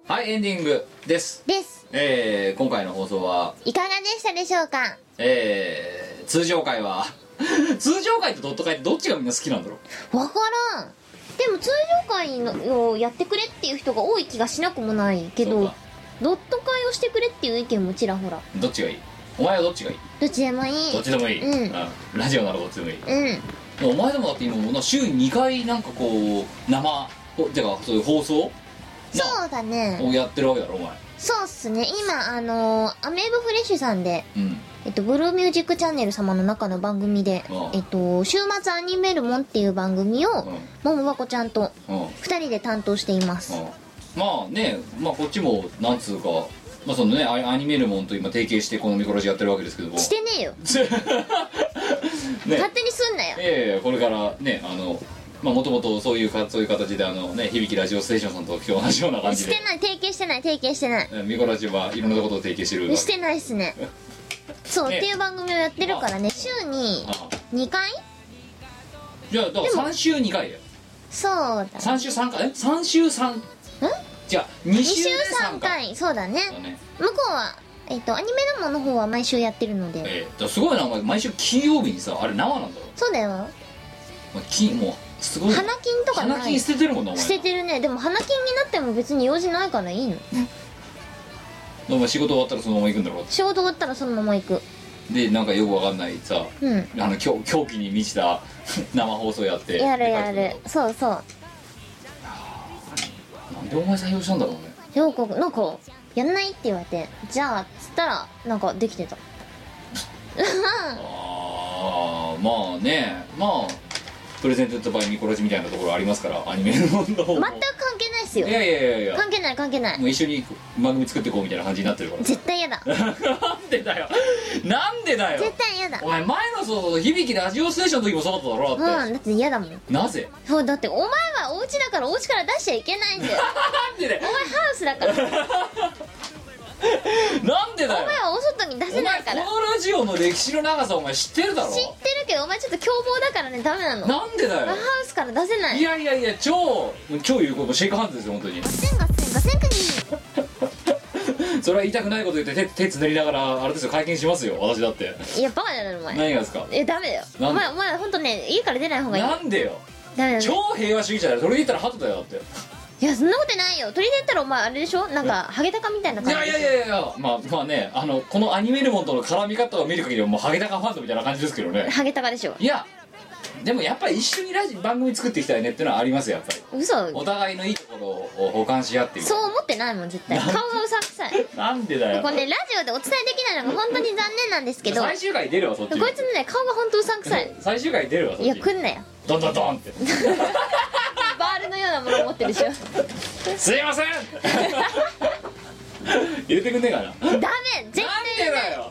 Speaker 1: はいエンディングです
Speaker 2: です
Speaker 1: えー、今回の放送はい
Speaker 2: かがでしたでしょうか
Speaker 1: えー、通常回は 通常回とドット回ってどっちがみんな好きなんだろう
Speaker 2: わからんでも通常会のをやってくれっていう人が多い気がしなくもないけ
Speaker 1: そう
Speaker 2: ど
Speaker 1: か
Speaker 2: ドット会をしてくれっていう意見もちらほら
Speaker 1: どっちがいいお前はどっちがいい
Speaker 2: どっちでもいい
Speaker 1: どっちでもいい、
Speaker 2: うん
Speaker 1: うんラジオならどっちでもいい
Speaker 2: うん
Speaker 1: でもお前でもだって今もうな週2回なんかこう生ほてかそういう放送な
Speaker 2: そうだね
Speaker 1: をやってるわけだろお前
Speaker 2: そうっすね今あのーアメーブフレッシュさんで
Speaker 1: うん
Speaker 2: えっと、ブルーミュージックチャンネル様の中の番組で
Speaker 1: ああ、
Speaker 2: えっと、週末アニメルモンっていう番組を、ももわこちゃんと
Speaker 1: うんうん
Speaker 2: 二人で担当しています。
Speaker 1: まあねまあこっちもなんつうかまあそのねアアニメルモンと今提携してこのミコラジやってるわけですけども
Speaker 2: してねえよ。
Speaker 1: ね
Speaker 2: 勝手にすんなよ。
Speaker 1: ええこれからねあのまあもともとそういうかそういう形であのね響きラジオステーションさんと今日同じような感じ
Speaker 2: し
Speaker 1: で
Speaker 2: てない、提携してない、提携してない。
Speaker 1: ミコラジはいろんなことを提携してるわけ
Speaker 2: してないっすね。そう、
Speaker 1: ね
Speaker 2: っていう番組をやってるからね、週に
Speaker 1: ああ
Speaker 2: 2回
Speaker 1: じゃあだから
Speaker 2: でも
Speaker 1: 3週2回だよ
Speaker 2: そうだ。
Speaker 1: 3週3回え3週3んじゃあ2
Speaker 2: 2
Speaker 1: 週
Speaker 2: 週
Speaker 1: で
Speaker 2: 3
Speaker 1: 3回
Speaker 2: 回。そうだ
Speaker 1: だ
Speaker 2: ね。
Speaker 1: ね
Speaker 2: 向こうは、えっと、アニメルモンの方は毎週やってるので。
Speaker 1: ええだからすごいなお前毎週金曜日にさあれ生なんだろ
Speaker 2: そうだよ。
Speaker 1: お前金もうすごい
Speaker 2: 花金とか
Speaker 1: 花
Speaker 2: ない
Speaker 1: 金。捨ててるもんなお前
Speaker 2: 捨ててるねでも花金になっても別に用事ないからいいの
Speaker 1: お前仕事終わったらそのまま行くんだろ
Speaker 2: 仕事終わったらそのまま行く
Speaker 1: でなんかよくわかんないさ
Speaker 2: うん
Speaker 1: あの狂狂気に満ちた生放送やって
Speaker 2: やるや
Speaker 1: で帰っ
Speaker 2: る
Speaker 1: てく
Speaker 2: そうそう
Speaker 1: るなんでお前採用したんだろうね
Speaker 2: よくなんかやんないって言われてじゃあっつったらなんかできてた
Speaker 1: ああまあねまあプレゼンテッドバイミコラジみたいなところありますからアニメの方
Speaker 2: 全く
Speaker 1: も
Speaker 2: 関係ないっすよ
Speaker 1: いやいやいやいや
Speaker 2: 関係ない関係ない
Speaker 1: もう一緒に番組作っていこうみたいな感じになってるから
Speaker 2: 絶対嫌だ
Speaker 1: なんでだよなんでだよ
Speaker 2: 絶対嫌だ
Speaker 1: お前前のそうそう響きラジオステーションの時もそうだっただろ
Speaker 2: う
Speaker 1: だって、
Speaker 2: んだって嫌だもん
Speaker 1: なぜ
Speaker 2: そうだってお前はお家だからお家から出しちゃいけないんだ よ
Speaker 1: なんでだよ
Speaker 2: お前ハウスだからお
Speaker 1: なんでだよ
Speaker 2: 前はお外に出
Speaker 1: お
Speaker 2: せな
Speaker 1: 前
Speaker 2: いから知
Speaker 1: このラジオの歴史の長さお前知ってるだろ
Speaker 2: ってるけどお前ちょっと凶暴だからねダメなのハ
Speaker 1: なんでだよ
Speaker 2: ウスから出せない
Speaker 1: いやいやいや超超有効のシェイクハンズですよ本当に
Speaker 3: 千五千五千国
Speaker 1: それは言いたくないこと言って手手つねりながらあれですよ会見しますよ私だって
Speaker 2: いやバカじゃないのお前
Speaker 1: 何がですか
Speaker 2: えダメだよ
Speaker 1: なんで
Speaker 2: お前お前本当ね家から出ない方がいい
Speaker 1: なんでよ
Speaker 2: ダメだよ
Speaker 1: 超平和主義者だよそれで言ったらハトだよだって
Speaker 2: いやそんなことないよ鳥で言ったらお前あれでしょなんかハゲタカみたいない感じ
Speaker 1: やいやいやいやまあまあねあのこのアニメルモンとの絡み方を見る限りはもうハゲタカファンドみたいな感じですけどね
Speaker 2: ハゲタカでしょ
Speaker 1: いやでもやっぱり一緒にラジ番組作っていきたいねってのはありますよやっぱり
Speaker 2: 嘘
Speaker 1: お互いのいいところを補完し合ってみたい
Speaker 2: そう思ってないもん絶対顔がうさんくさい
Speaker 1: なんでだよ
Speaker 2: これねラジオでお伝えできないのが本当に残念なんですけどこ
Speaker 1: 最
Speaker 2: い
Speaker 1: 終回出るわそっち
Speaker 2: つ
Speaker 1: に
Speaker 2: のね顔が本当うさんくさい
Speaker 1: 最終回出るわそっ
Speaker 2: い
Speaker 1: ち
Speaker 2: や
Speaker 1: に
Speaker 2: 来んなよ
Speaker 1: どんどんどん って
Speaker 2: バールのようなもの持ってるでしょ
Speaker 1: すいません入れてくんねえかな
Speaker 2: ダメ絶対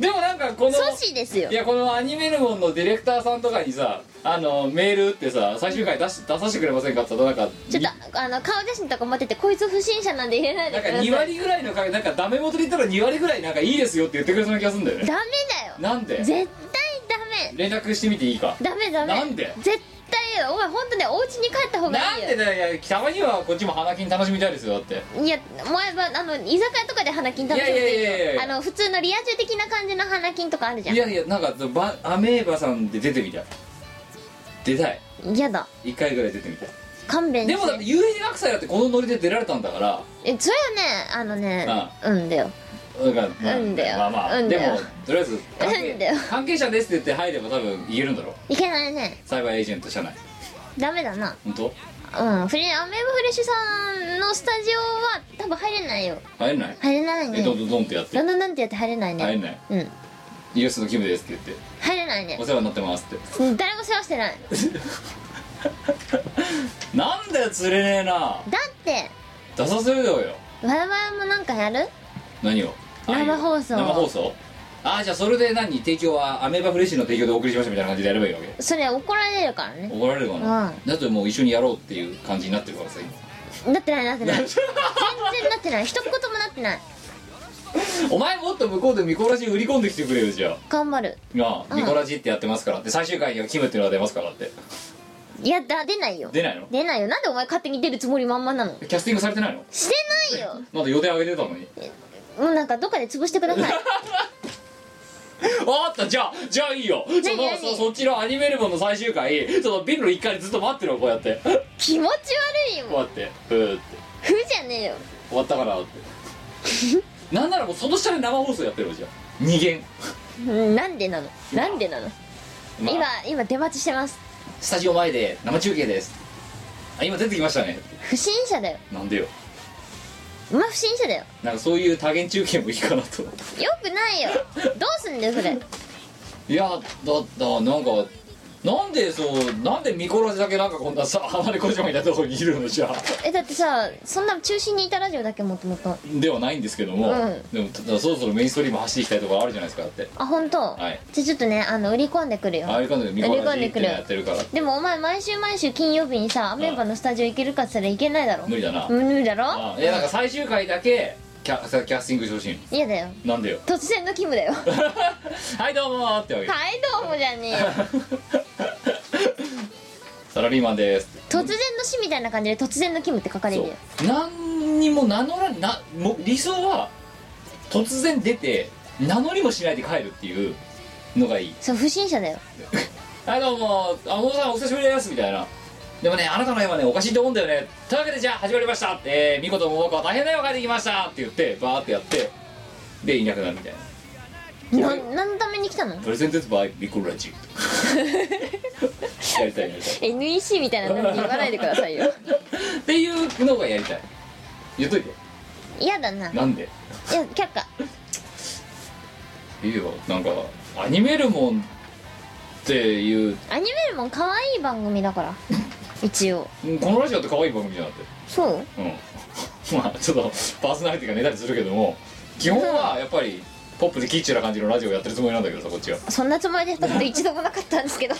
Speaker 1: でもなんかこの
Speaker 2: 阻止ですよ
Speaker 1: いやこのアニメルモンのディレクターさんとかにさあのメール打ってさ最終回出し出させてくれませんかって言ったらなんか
Speaker 2: ちょっとあの顔写真とか持っててこいつ不審者なんで入れない
Speaker 1: な
Speaker 2: で
Speaker 1: ん
Speaker 2: く
Speaker 1: か
Speaker 2: ださい
Speaker 1: 2割ぐらいの回なんかダメ元で言ったら2割ぐらいなんかいいですよって言ってくれそうな気がするんだよ ね
Speaker 2: ダメだよ
Speaker 1: なんで
Speaker 2: 絶対ダメ
Speaker 1: 連絡してみていいか
Speaker 2: ダメダメ
Speaker 1: なんで
Speaker 2: 絶対よお前本当ねお家に帰った方が
Speaker 1: なん
Speaker 2: いいよ
Speaker 1: でだよいやたまにはこっちも花金楽しみたいですよだって
Speaker 2: いやお前はあの居酒屋とかで花金楽しむって
Speaker 1: いやいやいやい
Speaker 2: い
Speaker 1: や
Speaker 2: あの普通のリア充的な感じの花金とかあるじゃ
Speaker 1: いやいやなんかばアメーバさんで出てみたい出たい
Speaker 2: ん嫌だ
Speaker 1: 1回ぐらい出てみたい
Speaker 2: 勘弁して
Speaker 1: でもだって有平学祭だってこのノリで出られたんだから
Speaker 2: えそれはねあのね
Speaker 1: あ
Speaker 2: うんだよ
Speaker 1: なんかまあ
Speaker 2: うんだよ
Speaker 1: まあまあ
Speaker 2: うん
Speaker 1: で
Speaker 2: だよ
Speaker 1: もとりあえず関係
Speaker 2: うんだよ
Speaker 1: 関係者ですって言って入れば多分言えるんだろう
Speaker 2: いけないね
Speaker 1: サイバーエージェント社内
Speaker 2: ダメだな
Speaker 1: 本当
Speaker 2: うんフレアメーブフレッシュさんのスタジオは多分入れないよ
Speaker 1: 入れない
Speaker 2: 入れない
Speaker 1: え
Speaker 2: ね
Speaker 1: どんどんどんってやって
Speaker 2: どんどんなんてやって入れないね
Speaker 1: 入れない
Speaker 2: うん
Speaker 1: イエスのキムですって言っ
Speaker 2: 入れな
Speaker 1: て
Speaker 2: いね
Speaker 1: お世話になって ますって
Speaker 2: うん誰も世話してない
Speaker 1: なんだよ釣れねえな
Speaker 2: だって
Speaker 1: 出させるよよ
Speaker 2: 我々もなんかやる
Speaker 1: 何を
Speaker 2: 生放
Speaker 1: あ
Speaker 2: 送
Speaker 1: あいう生放送ああじゃあそれで何提供はアメーバフレッシュの提供でお送りしましたみたいな感じでやればいいわけ
Speaker 2: それ怒られるからね
Speaker 1: 怒られるかな、
Speaker 2: うん
Speaker 1: だってもう一緒にやろうっていう感じになってるからさ今
Speaker 2: なってないなってない全然なってない一言もなってない
Speaker 1: お前もっと向こうでミコラジ売り込んできてくれよじゃあ
Speaker 2: 頑張る
Speaker 1: なあ
Speaker 2: うん
Speaker 1: ミコラジってやってますからって最終回にはキムっていうのが出ますからって
Speaker 2: いやだ出ないよ
Speaker 1: 出ないの
Speaker 2: 出ないよなんでお前勝手に出るつもりまんまなの
Speaker 1: キャスティングされてないの
Speaker 2: してな いよ
Speaker 1: まだ予定上げてたのに
Speaker 2: もうなんかどっかで潰してくださ い
Speaker 1: あったじゃあじゃあいいよその
Speaker 2: 何
Speaker 1: そそっちのアニメルボンの最終回そのビルの1階でずっと待ってるのこうやってこ
Speaker 2: 気持ち悪いよ
Speaker 1: うやってふーって
Speaker 2: ふじゃねえよ
Speaker 1: 終わったからって なんならもうその下で生放送やってるわじゃあ2限、
Speaker 2: うんなんでなのなんでなの
Speaker 1: まあ
Speaker 2: 今今出待ちしてます
Speaker 1: スタジオ前で生中継ですあ今出てきましたね
Speaker 2: 不審者だよ
Speaker 1: なんでよ
Speaker 2: お前不審者だよ
Speaker 1: なんかそういう多元中継もいいかなと
Speaker 2: よくないよどうすんだよそれ
Speaker 1: いやだだなんかなんでそうなんでミコラジだけなんかこんなさ離れ小島みたいなところにいるのじゃあ
Speaker 2: えだってさそんな中心にいたラジオだっけもともと
Speaker 1: ではないんですけども、
Speaker 2: うん
Speaker 1: でもただそろそろメインストリーム走っていきたいところあるじゃないですかだって
Speaker 2: あ本当。
Speaker 1: はい
Speaker 2: じゃあちょっとねあの売り込んでくるよ
Speaker 1: ああいう感じでミコラジっていうのやってるから
Speaker 2: でもお前毎週毎週金曜日にさアメンバのスタジオ行けるかって言ったら行けないだろ
Speaker 1: 無理だな、
Speaker 2: 無理だ
Speaker 1: あい
Speaker 2: ろ
Speaker 1: やなんか最終回だけキャキャスティングしてほしい
Speaker 2: 嫌だよ
Speaker 1: のなんでよ
Speaker 2: 突然のキムだよはい
Speaker 1: はいどうもーってわけ
Speaker 2: どうもじゃねえよ
Speaker 1: サラリーマンです
Speaker 2: 突然の死みたいな感じで突然のキムって書かれるよ
Speaker 1: そう何にも名乗らなもう理想は突然出て名乗りもしないで帰るっていうのがいい
Speaker 2: そう不審者だよ
Speaker 1: はいどうもあ小野さんお久しぶりですみたいなでもねあなたの絵はねおかしいと思うんだよねというわけでじゃあ始まりましたえー、みこと桃子は大変だよ帰ってきましたって言ってバーってやってでいなくなるみたいな
Speaker 2: な何のために来たの
Speaker 1: プレゼンテッドバイミコラジやりたいやりたい
Speaker 2: NEC みたいな感じで言わないでくださいよ
Speaker 1: っていうのがやりたい言っといて
Speaker 2: 嫌だないや
Speaker 1: なんで
Speaker 2: 却下
Speaker 1: いいよなんかアニメルモンっていう
Speaker 2: アニメルも可愛い番組だから 一応
Speaker 1: うんこのラジオって可愛い番組じゃなくて
Speaker 2: そう
Speaker 1: うん まあちょっとパーソナリティがねたりするけども基本はやっぱりポップでキッチュな感じのラジオをやってるつもりなんだけどさこっちは
Speaker 2: そんなつもりでやったこと一度もなかったんですけ ど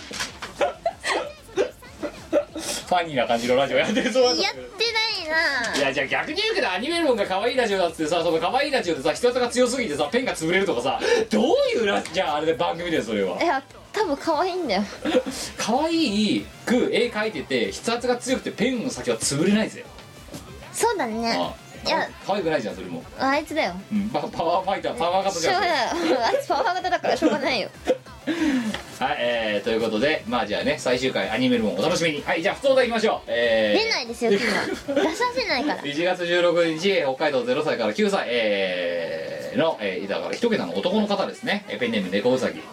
Speaker 1: ファニーな感じのラジオやってるつもりなんだ
Speaker 2: やっ
Speaker 1: けど
Speaker 2: て
Speaker 1: い
Speaker 2: ないな
Speaker 1: やじゃあ逆に言うけどアニメルモンが可愛いラジオだっつってさその可愛いラジオでさ人当たが強すぎてさペンが潰れるとかさどういうラじゃああれで番組でそれはい
Speaker 2: や多分可愛いんだよ
Speaker 1: 可愛いく絵描いてて筆圧が強くてペンの先は潰れないぜ
Speaker 2: そうだね
Speaker 1: ああ
Speaker 2: いや
Speaker 1: 可愛くないじゃんそれも、
Speaker 2: あいつだよ
Speaker 1: うん、パパワーファイターパワーカット
Speaker 2: し
Speaker 1: じ
Speaker 2: ょう
Speaker 1: ゃ
Speaker 2: が
Speaker 1: んそ
Speaker 2: な
Speaker 1: れ
Speaker 2: いあいつパワハラだからしょうがないよ
Speaker 1: はいえー、ということでまあじゃあね最終回アニメルもお楽しみにはいじゃあ普通歌いきましょうえー、
Speaker 2: 出ないですよ君は 出させないから
Speaker 1: 1月16日北海道0歳から9歳えーの、えー、だから一桁の男の方ですねえーペンネーム猫うさぎ、
Speaker 2: ほ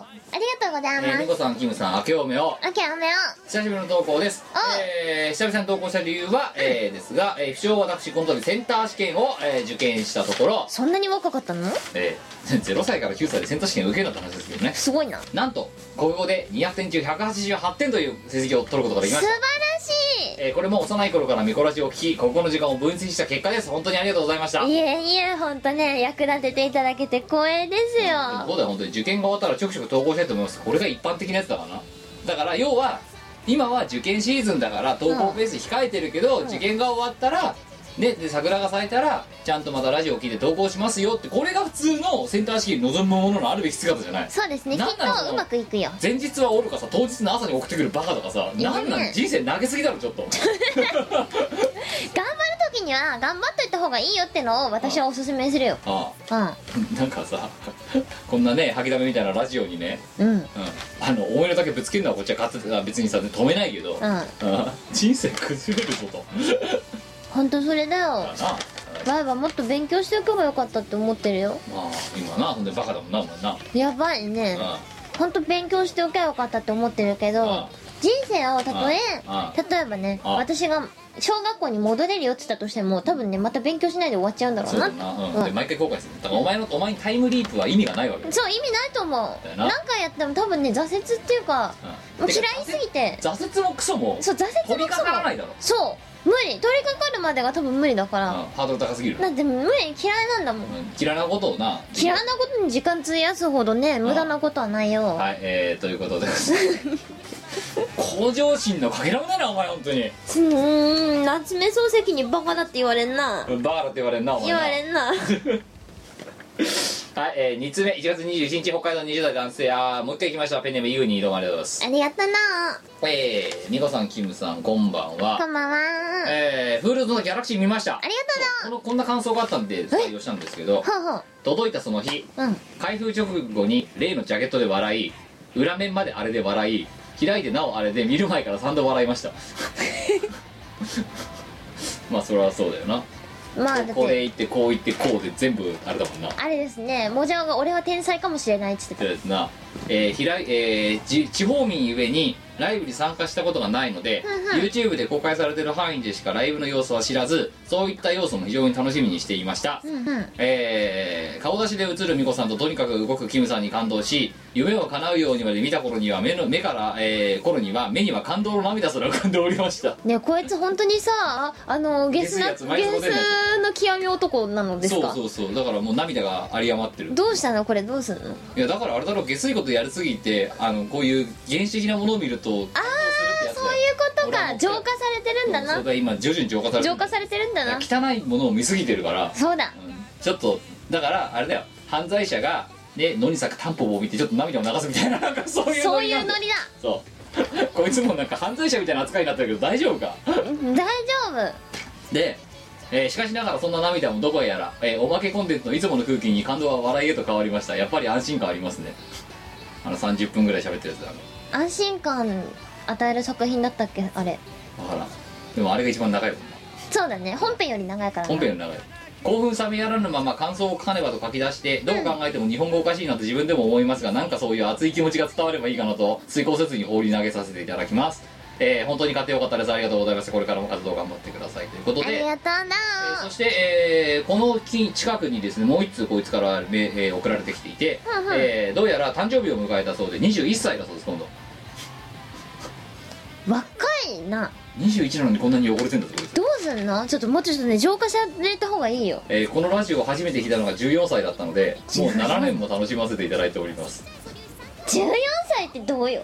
Speaker 2: うありがとうござ
Speaker 1: え
Speaker 2: い
Speaker 1: ー、
Speaker 2: ま
Speaker 1: 猫
Speaker 2: す
Speaker 1: さんキムさん明けおめを
Speaker 2: あけおめよ
Speaker 1: 久しぶりの投稿です
Speaker 2: あ、
Speaker 1: えー、久々に投稿した理由は、えー、ですが、えー、不詳私この度センター試験を、えー受験したところ、
Speaker 2: そんなに若かったの
Speaker 1: えー、0歳から9歳で センター試験を受けるなって話ですけどね
Speaker 2: すごいな素
Speaker 1: なんと国語で200点中188点という成績を取ることができ
Speaker 2: 晴
Speaker 1: ま
Speaker 2: ら
Speaker 1: した
Speaker 2: しい
Speaker 1: えーこれも幼い頃から見こらしを聞きここの時間を分析した結果です本当にありがとうございました
Speaker 2: いえいえ本当ね役立てていただけて光栄です
Speaker 1: そ
Speaker 2: よ
Speaker 1: うだよ本当に受験が終わったらちょくちょく投稿したいと思いますこれが一般的なやつだからなだから要は今は受験シーズンだから投稿ペース控えてるけど、受験が終わったらね、で桜が咲いたらちゃんとまたラジオを聞いて投稿しますよってこれが普通のセンター試験に望むもののあるべき姿じゃない
Speaker 2: そうですねきっ
Speaker 1: なんなの
Speaker 2: とうまくいくよ
Speaker 1: 前日はおるかさ当日の朝に送ってくるバカとかさ
Speaker 2: やね
Speaker 1: なんなん人生投げすぎだろちょっと
Speaker 2: 頑張る時には頑張っといた方がいいよってのを私はおすすめするよ
Speaker 1: あ
Speaker 2: うん
Speaker 1: あなんかさこんなね吐きだめみたいなラジオにね、
Speaker 2: うん
Speaker 1: うん、あの思いのだけぶつけるのはこっちは勝手あ別にさ止めないけど、
Speaker 2: うん
Speaker 1: ああ人生崩れること
Speaker 2: 本当それだよ
Speaker 1: だな
Speaker 2: バイバもっと勉強しておけばよかったって思ってるよ
Speaker 1: まあ今なほんでバカだもんなお前な
Speaker 2: やばいね本当勉強しておけばよかったって思ってるけ
Speaker 1: ああ
Speaker 2: ど人生をたとえ
Speaker 1: あ
Speaker 2: 例えばね
Speaker 1: ああ
Speaker 2: 私が小学校に戻れるよって言ったとしても多分ねまた勉強しないで終わっちゃうんだろ
Speaker 1: そうう
Speaker 2: な
Speaker 1: だな、うん、で
Speaker 2: うん
Speaker 1: 毎回後悔するだからお前のお前にタイムリープは意味がないわけだよ
Speaker 2: そう意味ないと思
Speaker 1: だよ
Speaker 2: う
Speaker 1: な
Speaker 2: 何回やっても多分ね挫折っていうか
Speaker 1: うん
Speaker 2: もう嫌いすぎて
Speaker 1: 挫折もクソも
Speaker 2: そう挫
Speaker 1: 取
Speaker 2: 折
Speaker 1: り
Speaker 2: も
Speaker 1: 掛からないだろ、
Speaker 2: そう無理取り掛かるまでが多分無理だか
Speaker 1: うん
Speaker 2: ら、
Speaker 1: ハードル高すぎる、
Speaker 2: だって無理嫌いなんだもん
Speaker 1: うん嫌いなことをな
Speaker 2: 嫌いなことに時間費やすほどね無駄なことはないよ、
Speaker 1: はいえー、ということです 向上心のかけらもないなお前本当に
Speaker 2: うーん夏目漱石にバカだって言われんな
Speaker 1: バカだって言われんなお前
Speaker 2: 言
Speaker 1: な
Speaker 2: われんな
Speaker 1: はい、えー、2つ目1月21日北海道20代男性あーもう一回行きましたペンネームユーニーどうもありがとうございます
Speaker 2: ありがと な
Speaker 1: えー、ニコさん、キムさん、こんばん
Speaker 2: こ
Speaker 1: は。
Speaker 2: んばんは
Speaker 1: えー、フールズのギャラクシー見ました。あ
Speaker 2: あり
Speaker 1: このこんな感想があったんで採用したんですけど
Speaker 2: が、となほう
Speaker 1: 届いたその日、
Speaker 2: ほううん
Speaker 1: 開封直後に例のジャケットで笑い、裏面まであれで笑い、開いてなおあれで見る前から3度笑いま した。まあそれはそうだよな。
Speaker 2: まあだっ
Speaker 1: こ
Speaker 2: て
Speaker 1: れ行ってこう行ってこうで全部あれだもんな。
Speaker 2: あれですねもじゃおが俺は天才かもしれないっつって
Speaker 1: そうですな、えーひらいえーじ地方民ゆえにライブに参加したことがないので、
Speaker 2: うんうん
Speaker 1: YouTube で公開されている範囲でしかライブの様子は知らずそういった要素も非常に楽しみにしていました、
Speaker 2: たうんうん
Speaker 1: えー顔出しで映る美子さんととにかく動くキムさんに感動し夢を叶うようにまで見た頃には目の目から、えー頃には目には感動の涙すら浮かんでおりました
Speaker 2: ねこいつ本当にさあのゲスな
Speaker 1: ゲ
Speaker 2: ゲ
Speaker 1: ス
Speaker 2: ス
Speaker 1: やつ前に出てるやつ
Speaker 2: の極み男なのです
Speaker 1: そう
Speaker 2: か
Speaker 1: そうそうだからもう涙が有り余ってる
Speaker 2: どうしたのこれどうすんの
Speaker 1: いやだからあれだろ下水ことやりすぎてあのこういう原始的なものを見るとああ
Speaker 2: そういうこと
Speaker 1: 俺はも
Speaker 2: か
Speaker 1: う
Speaker 2: 浄化されてるんだ
Speaker 1: そう
Speaker 2: な
Speaker 1: だ今徐々に浄化されてる
Speaker 2: 浄化されてるんだな
Speaker 1: 汚いものを見すぎてるから、
Speaker 2: そうだ
Speaker 1: うんちょっとだからあれだよ犯罪者がね野に咲くタンポポを見てちょっと涙を流すみたいななんかそういう
Speaker 2: そういう
Speaker 1: な
Speaker 2: ノ
Speaker 1: んだ
Speaker 2: リだ
Speaker 1: そう こいつもなんか犯罪者みたいな扱いになってるけど大丈夫か
Speaker 2: 大丈
Speaker 1: で、えーしかしながらそんな涙もどこへやら、えーおまけコンテンツのいつもの空気に感動は笑いへと変わりましたやっぱり安心感ありますねあの30分ぐらい喋ってるやつだあ
Speaker 2: 夫安心感与える作品だったっけあれ
Speaker 1: のわからんでもあれが一番長いもんな
Speaker 2: そうだね本編より長いからな
Speaker 1: 本編の中で興奮冷めやらぬまま感想をかねばと書き出してどう考えても日本語おかしいなと自分でも思いますがなんかそういう熱い気持ちが伝わればいいかなと遂行せずに放り投げさせていただきます、えー本当に買ってよかったですありがとうございますこれからも活動頑張ってくださいということ
Speaker 2: あり
Speaker 1: で、
Speaker 2: がとう
Speaker 1: えーそ
Speaker 2: な
Speaker 1: して、えーこの近近くにですねもう一通こいつからめ、えー送られてきていて、
Speaker 2: うんうん
Speaker 1: えーどうやら誕生日を迎えたそうで21歳だそうです今度
Speaker 2: 若いな
Speaker 1: 21なのにこんなに汚れてんだぞこいつ
Speaker 2: どうすんのちょっともうちょっとね浄化された方がいいよ
Speaker 1: えーこのラジオを初めて聞いたのが14歳だったのでもう7年も楽しませていただいております
Speaker 2: 14歳ってどうよ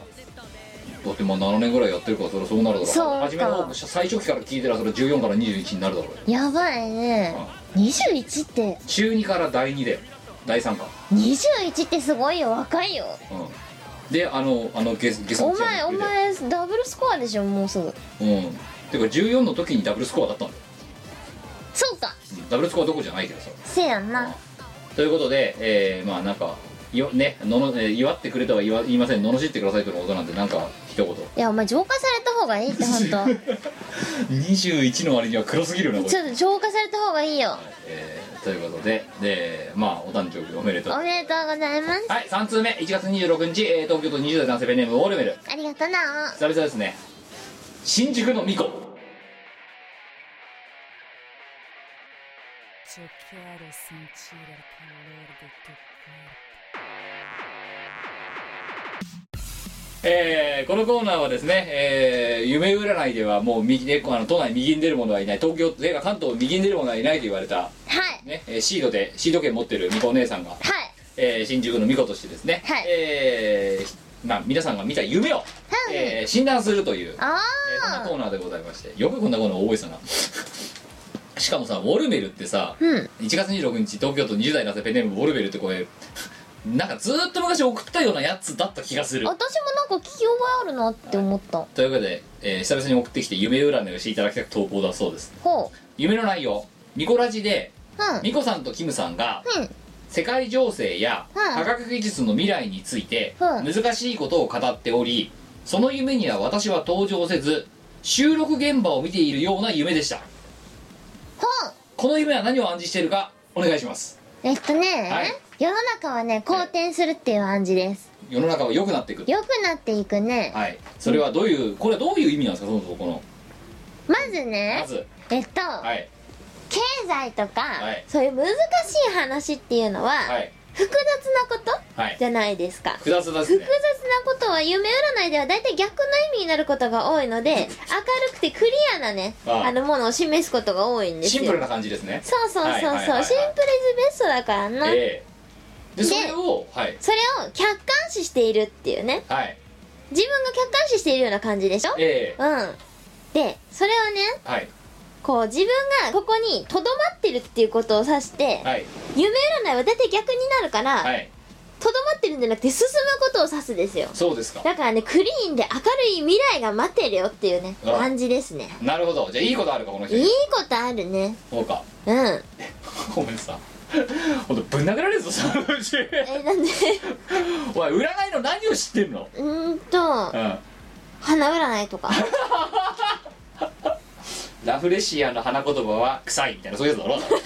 Speaker 1: だってまあ7年ぐらいやってるからそれそうなるだろ
Speaker 2: そうか
Speaker 1: 初めの方最初期から聞いてたらそれ14から21になるだろうよ
Speaker 2: やばいね21って
Speaker 1: 中2から第2で第3か
Speaker 2: 21ってすごいよ若いよ
Speaker 1: うんであのあのゲスゲス
Speaker 2: お
Speaker 1: のチャンネ
Speaker 2: 前お
Speaker 1: ルで
Speaker 2: 前ダブルスコアでしょもうすぐ
Speaker 1: うんてか14の時にダブルスコアだったんだよ、
Speaker 2: そうか
Speaker 1: うんダブルスコアどころじゃないけどさ、
Speaker 2: せやん
Speaker 1: うん
Speaker 2: な
Speaker 1: ということでえーまあなんかよねのの、えー祝ってくれとは言わ言いません罵ってくださいとのことなんでなんか一言
Speaker 2: いやお前浄化された方がいいって 本当
Speaker 1: 21の割には黒すぎるよなこれ
Speaker 2: ちょっと浄化された方がいいよ
Speaker 1: えーということででまあお誕生日おめでとう
Speaker 2: おめでとうございます
Speaker 1: はい、3通目、1月26日、えー東京都20代男性ペンネーム、オールメル。
Speaker 2: ありがとな
Speaker 1: 久々ですね。新宿の巫女。
Speaker 7: Yo quiero sentir el calor de tu cuerpo.
Speaker 1: えーこのコーナーはですね、えー夢占いではもう右であの都内右に出る者はいない東京映画関東右に出る者はいないと言われた、
Speaker 2: はい
Speaker 1: ねえーシードでシード権持ってるみこお姉さんが、
Speaker 2: はい
Speaker 1: えー新宿の巫女としてですね、
Speaker 2: はい
Speaker 1: えーまあ、皆さんが見た夢を、えー診断するという、えー
Speaker 2: あ
Speaker 1: そんな
Speaker 2: あ
Speaker 1: コーナーでございましてよくこんなコーナー覚えてたな しかもさウォルメルってさ、
Speaker 2: うん
Speaker 1: 1月26日東京都20代男性ペンネームウォルベルってこれ なんかずーっと昔送ったようなやつだった気がす
Speaker 2: 私
Speaker 1: る
Speaker 2: もなんか聞き覚えあるなって思った
Speaker 1: というわけで、えー久々に送ってきて夢占いをしていただきたく投稿だそうです
Speaker 2: ほ
Speaker 1: 夢の内容ミコラジで
Speaker 2: ううん
Speaker 1: ミコさんとキムさんが
Speaker 2: うん
Speaker 1: 世界情勢や
Speaker 2: うん
Speaker 1: 科学技術の未来について
Speaker 2: うん
Speaker 1: 難しいことを語っておりその夢には私は登場せず収録現場を見ているような夢でした
Speaker 2: ほう
Speaker 1: この夢は何を暗示しているかお願いします
Speaker 2: えっとね、
Speaker 1: はい
Speaker 2: 世の中はね好転するっていう暗示です
Speaker 1: 世の中は良くなっていく
Speaker 2: 良くなっていくね、
Speaker 1: はいそれはどういうこれはどういう意味なんですかそもそもこの
Speaker 2: まずね
Speaker 1: まず
Speaker 2: えっと、
Speaker 1: はい
Speaker 2: 経済とか、
Speaker 1: はい
Speaker 2: そういう難しい話っていうのは、
Speaker 1: はい
Speaker 2: 複雑なこと、
Speaker 1: はい
Speaker 2: じゃないですか
Speaker 1: 複雑です
Speaker 2: 複雑
Speaker 1: ね
Speaker 2: なことは夢占いでは大体逆の意味になることが多いので明るくてクリアなね
Speaker 1: ああ
Speaker 2: あのものを示すことが多いんです
Speaker 1: シ
Speaker 2: よ
Speaker 1: ンプルな感じですね
Speaker 2: そうそうそ
Speaker 1: は
Speaker 2: うそう、
Speaker 1: いはいはいはい
Speaker 2: シンプルイズベストだからな、
Speaker 1: ええでそれをはい
Speaker 2: それを客観視しているっていうね
Speaker 1: はい
Speaker 2: 自分が客観視しているような感じでしょ
Speaker 1: ええ
Speaker 2: うんでそれをね
Speaker 1: はい
Speaker 2: こう自分がここにとどまってるっていうことを指して、
Speaker 1: はい
Speaker 2: 夢占いは大体逆になるからとど、
Speaker 1: はい
Speaker 2: まってるんじゃなくて進むことを指すですよ
Speaker 1: そうですか
Speaker 2: だからねクリーンで明るい未来が待ってるよっていうね
Speaker 1: あ
Speaker 2: 感じですね
Speaker 1: なるほどじゃあいいことあるかこの人
Speaker 2: いい
Speaker 1: に
Speaker 2: ことあるね
Speaker 1: そうか
Speaker 2: うん
Speaker 1: ごめんさほんとぶん殴られるぞそのうち
Speaker 2: えなんで
Speaker 1: お前占いの何を知ってんの
Speaker 2: うーんと
Speaker 1: うん
Speaker 2: 花占いとか
Speaker 1: ラフレシアの花言葉は臭いみたいなそういうやつだろ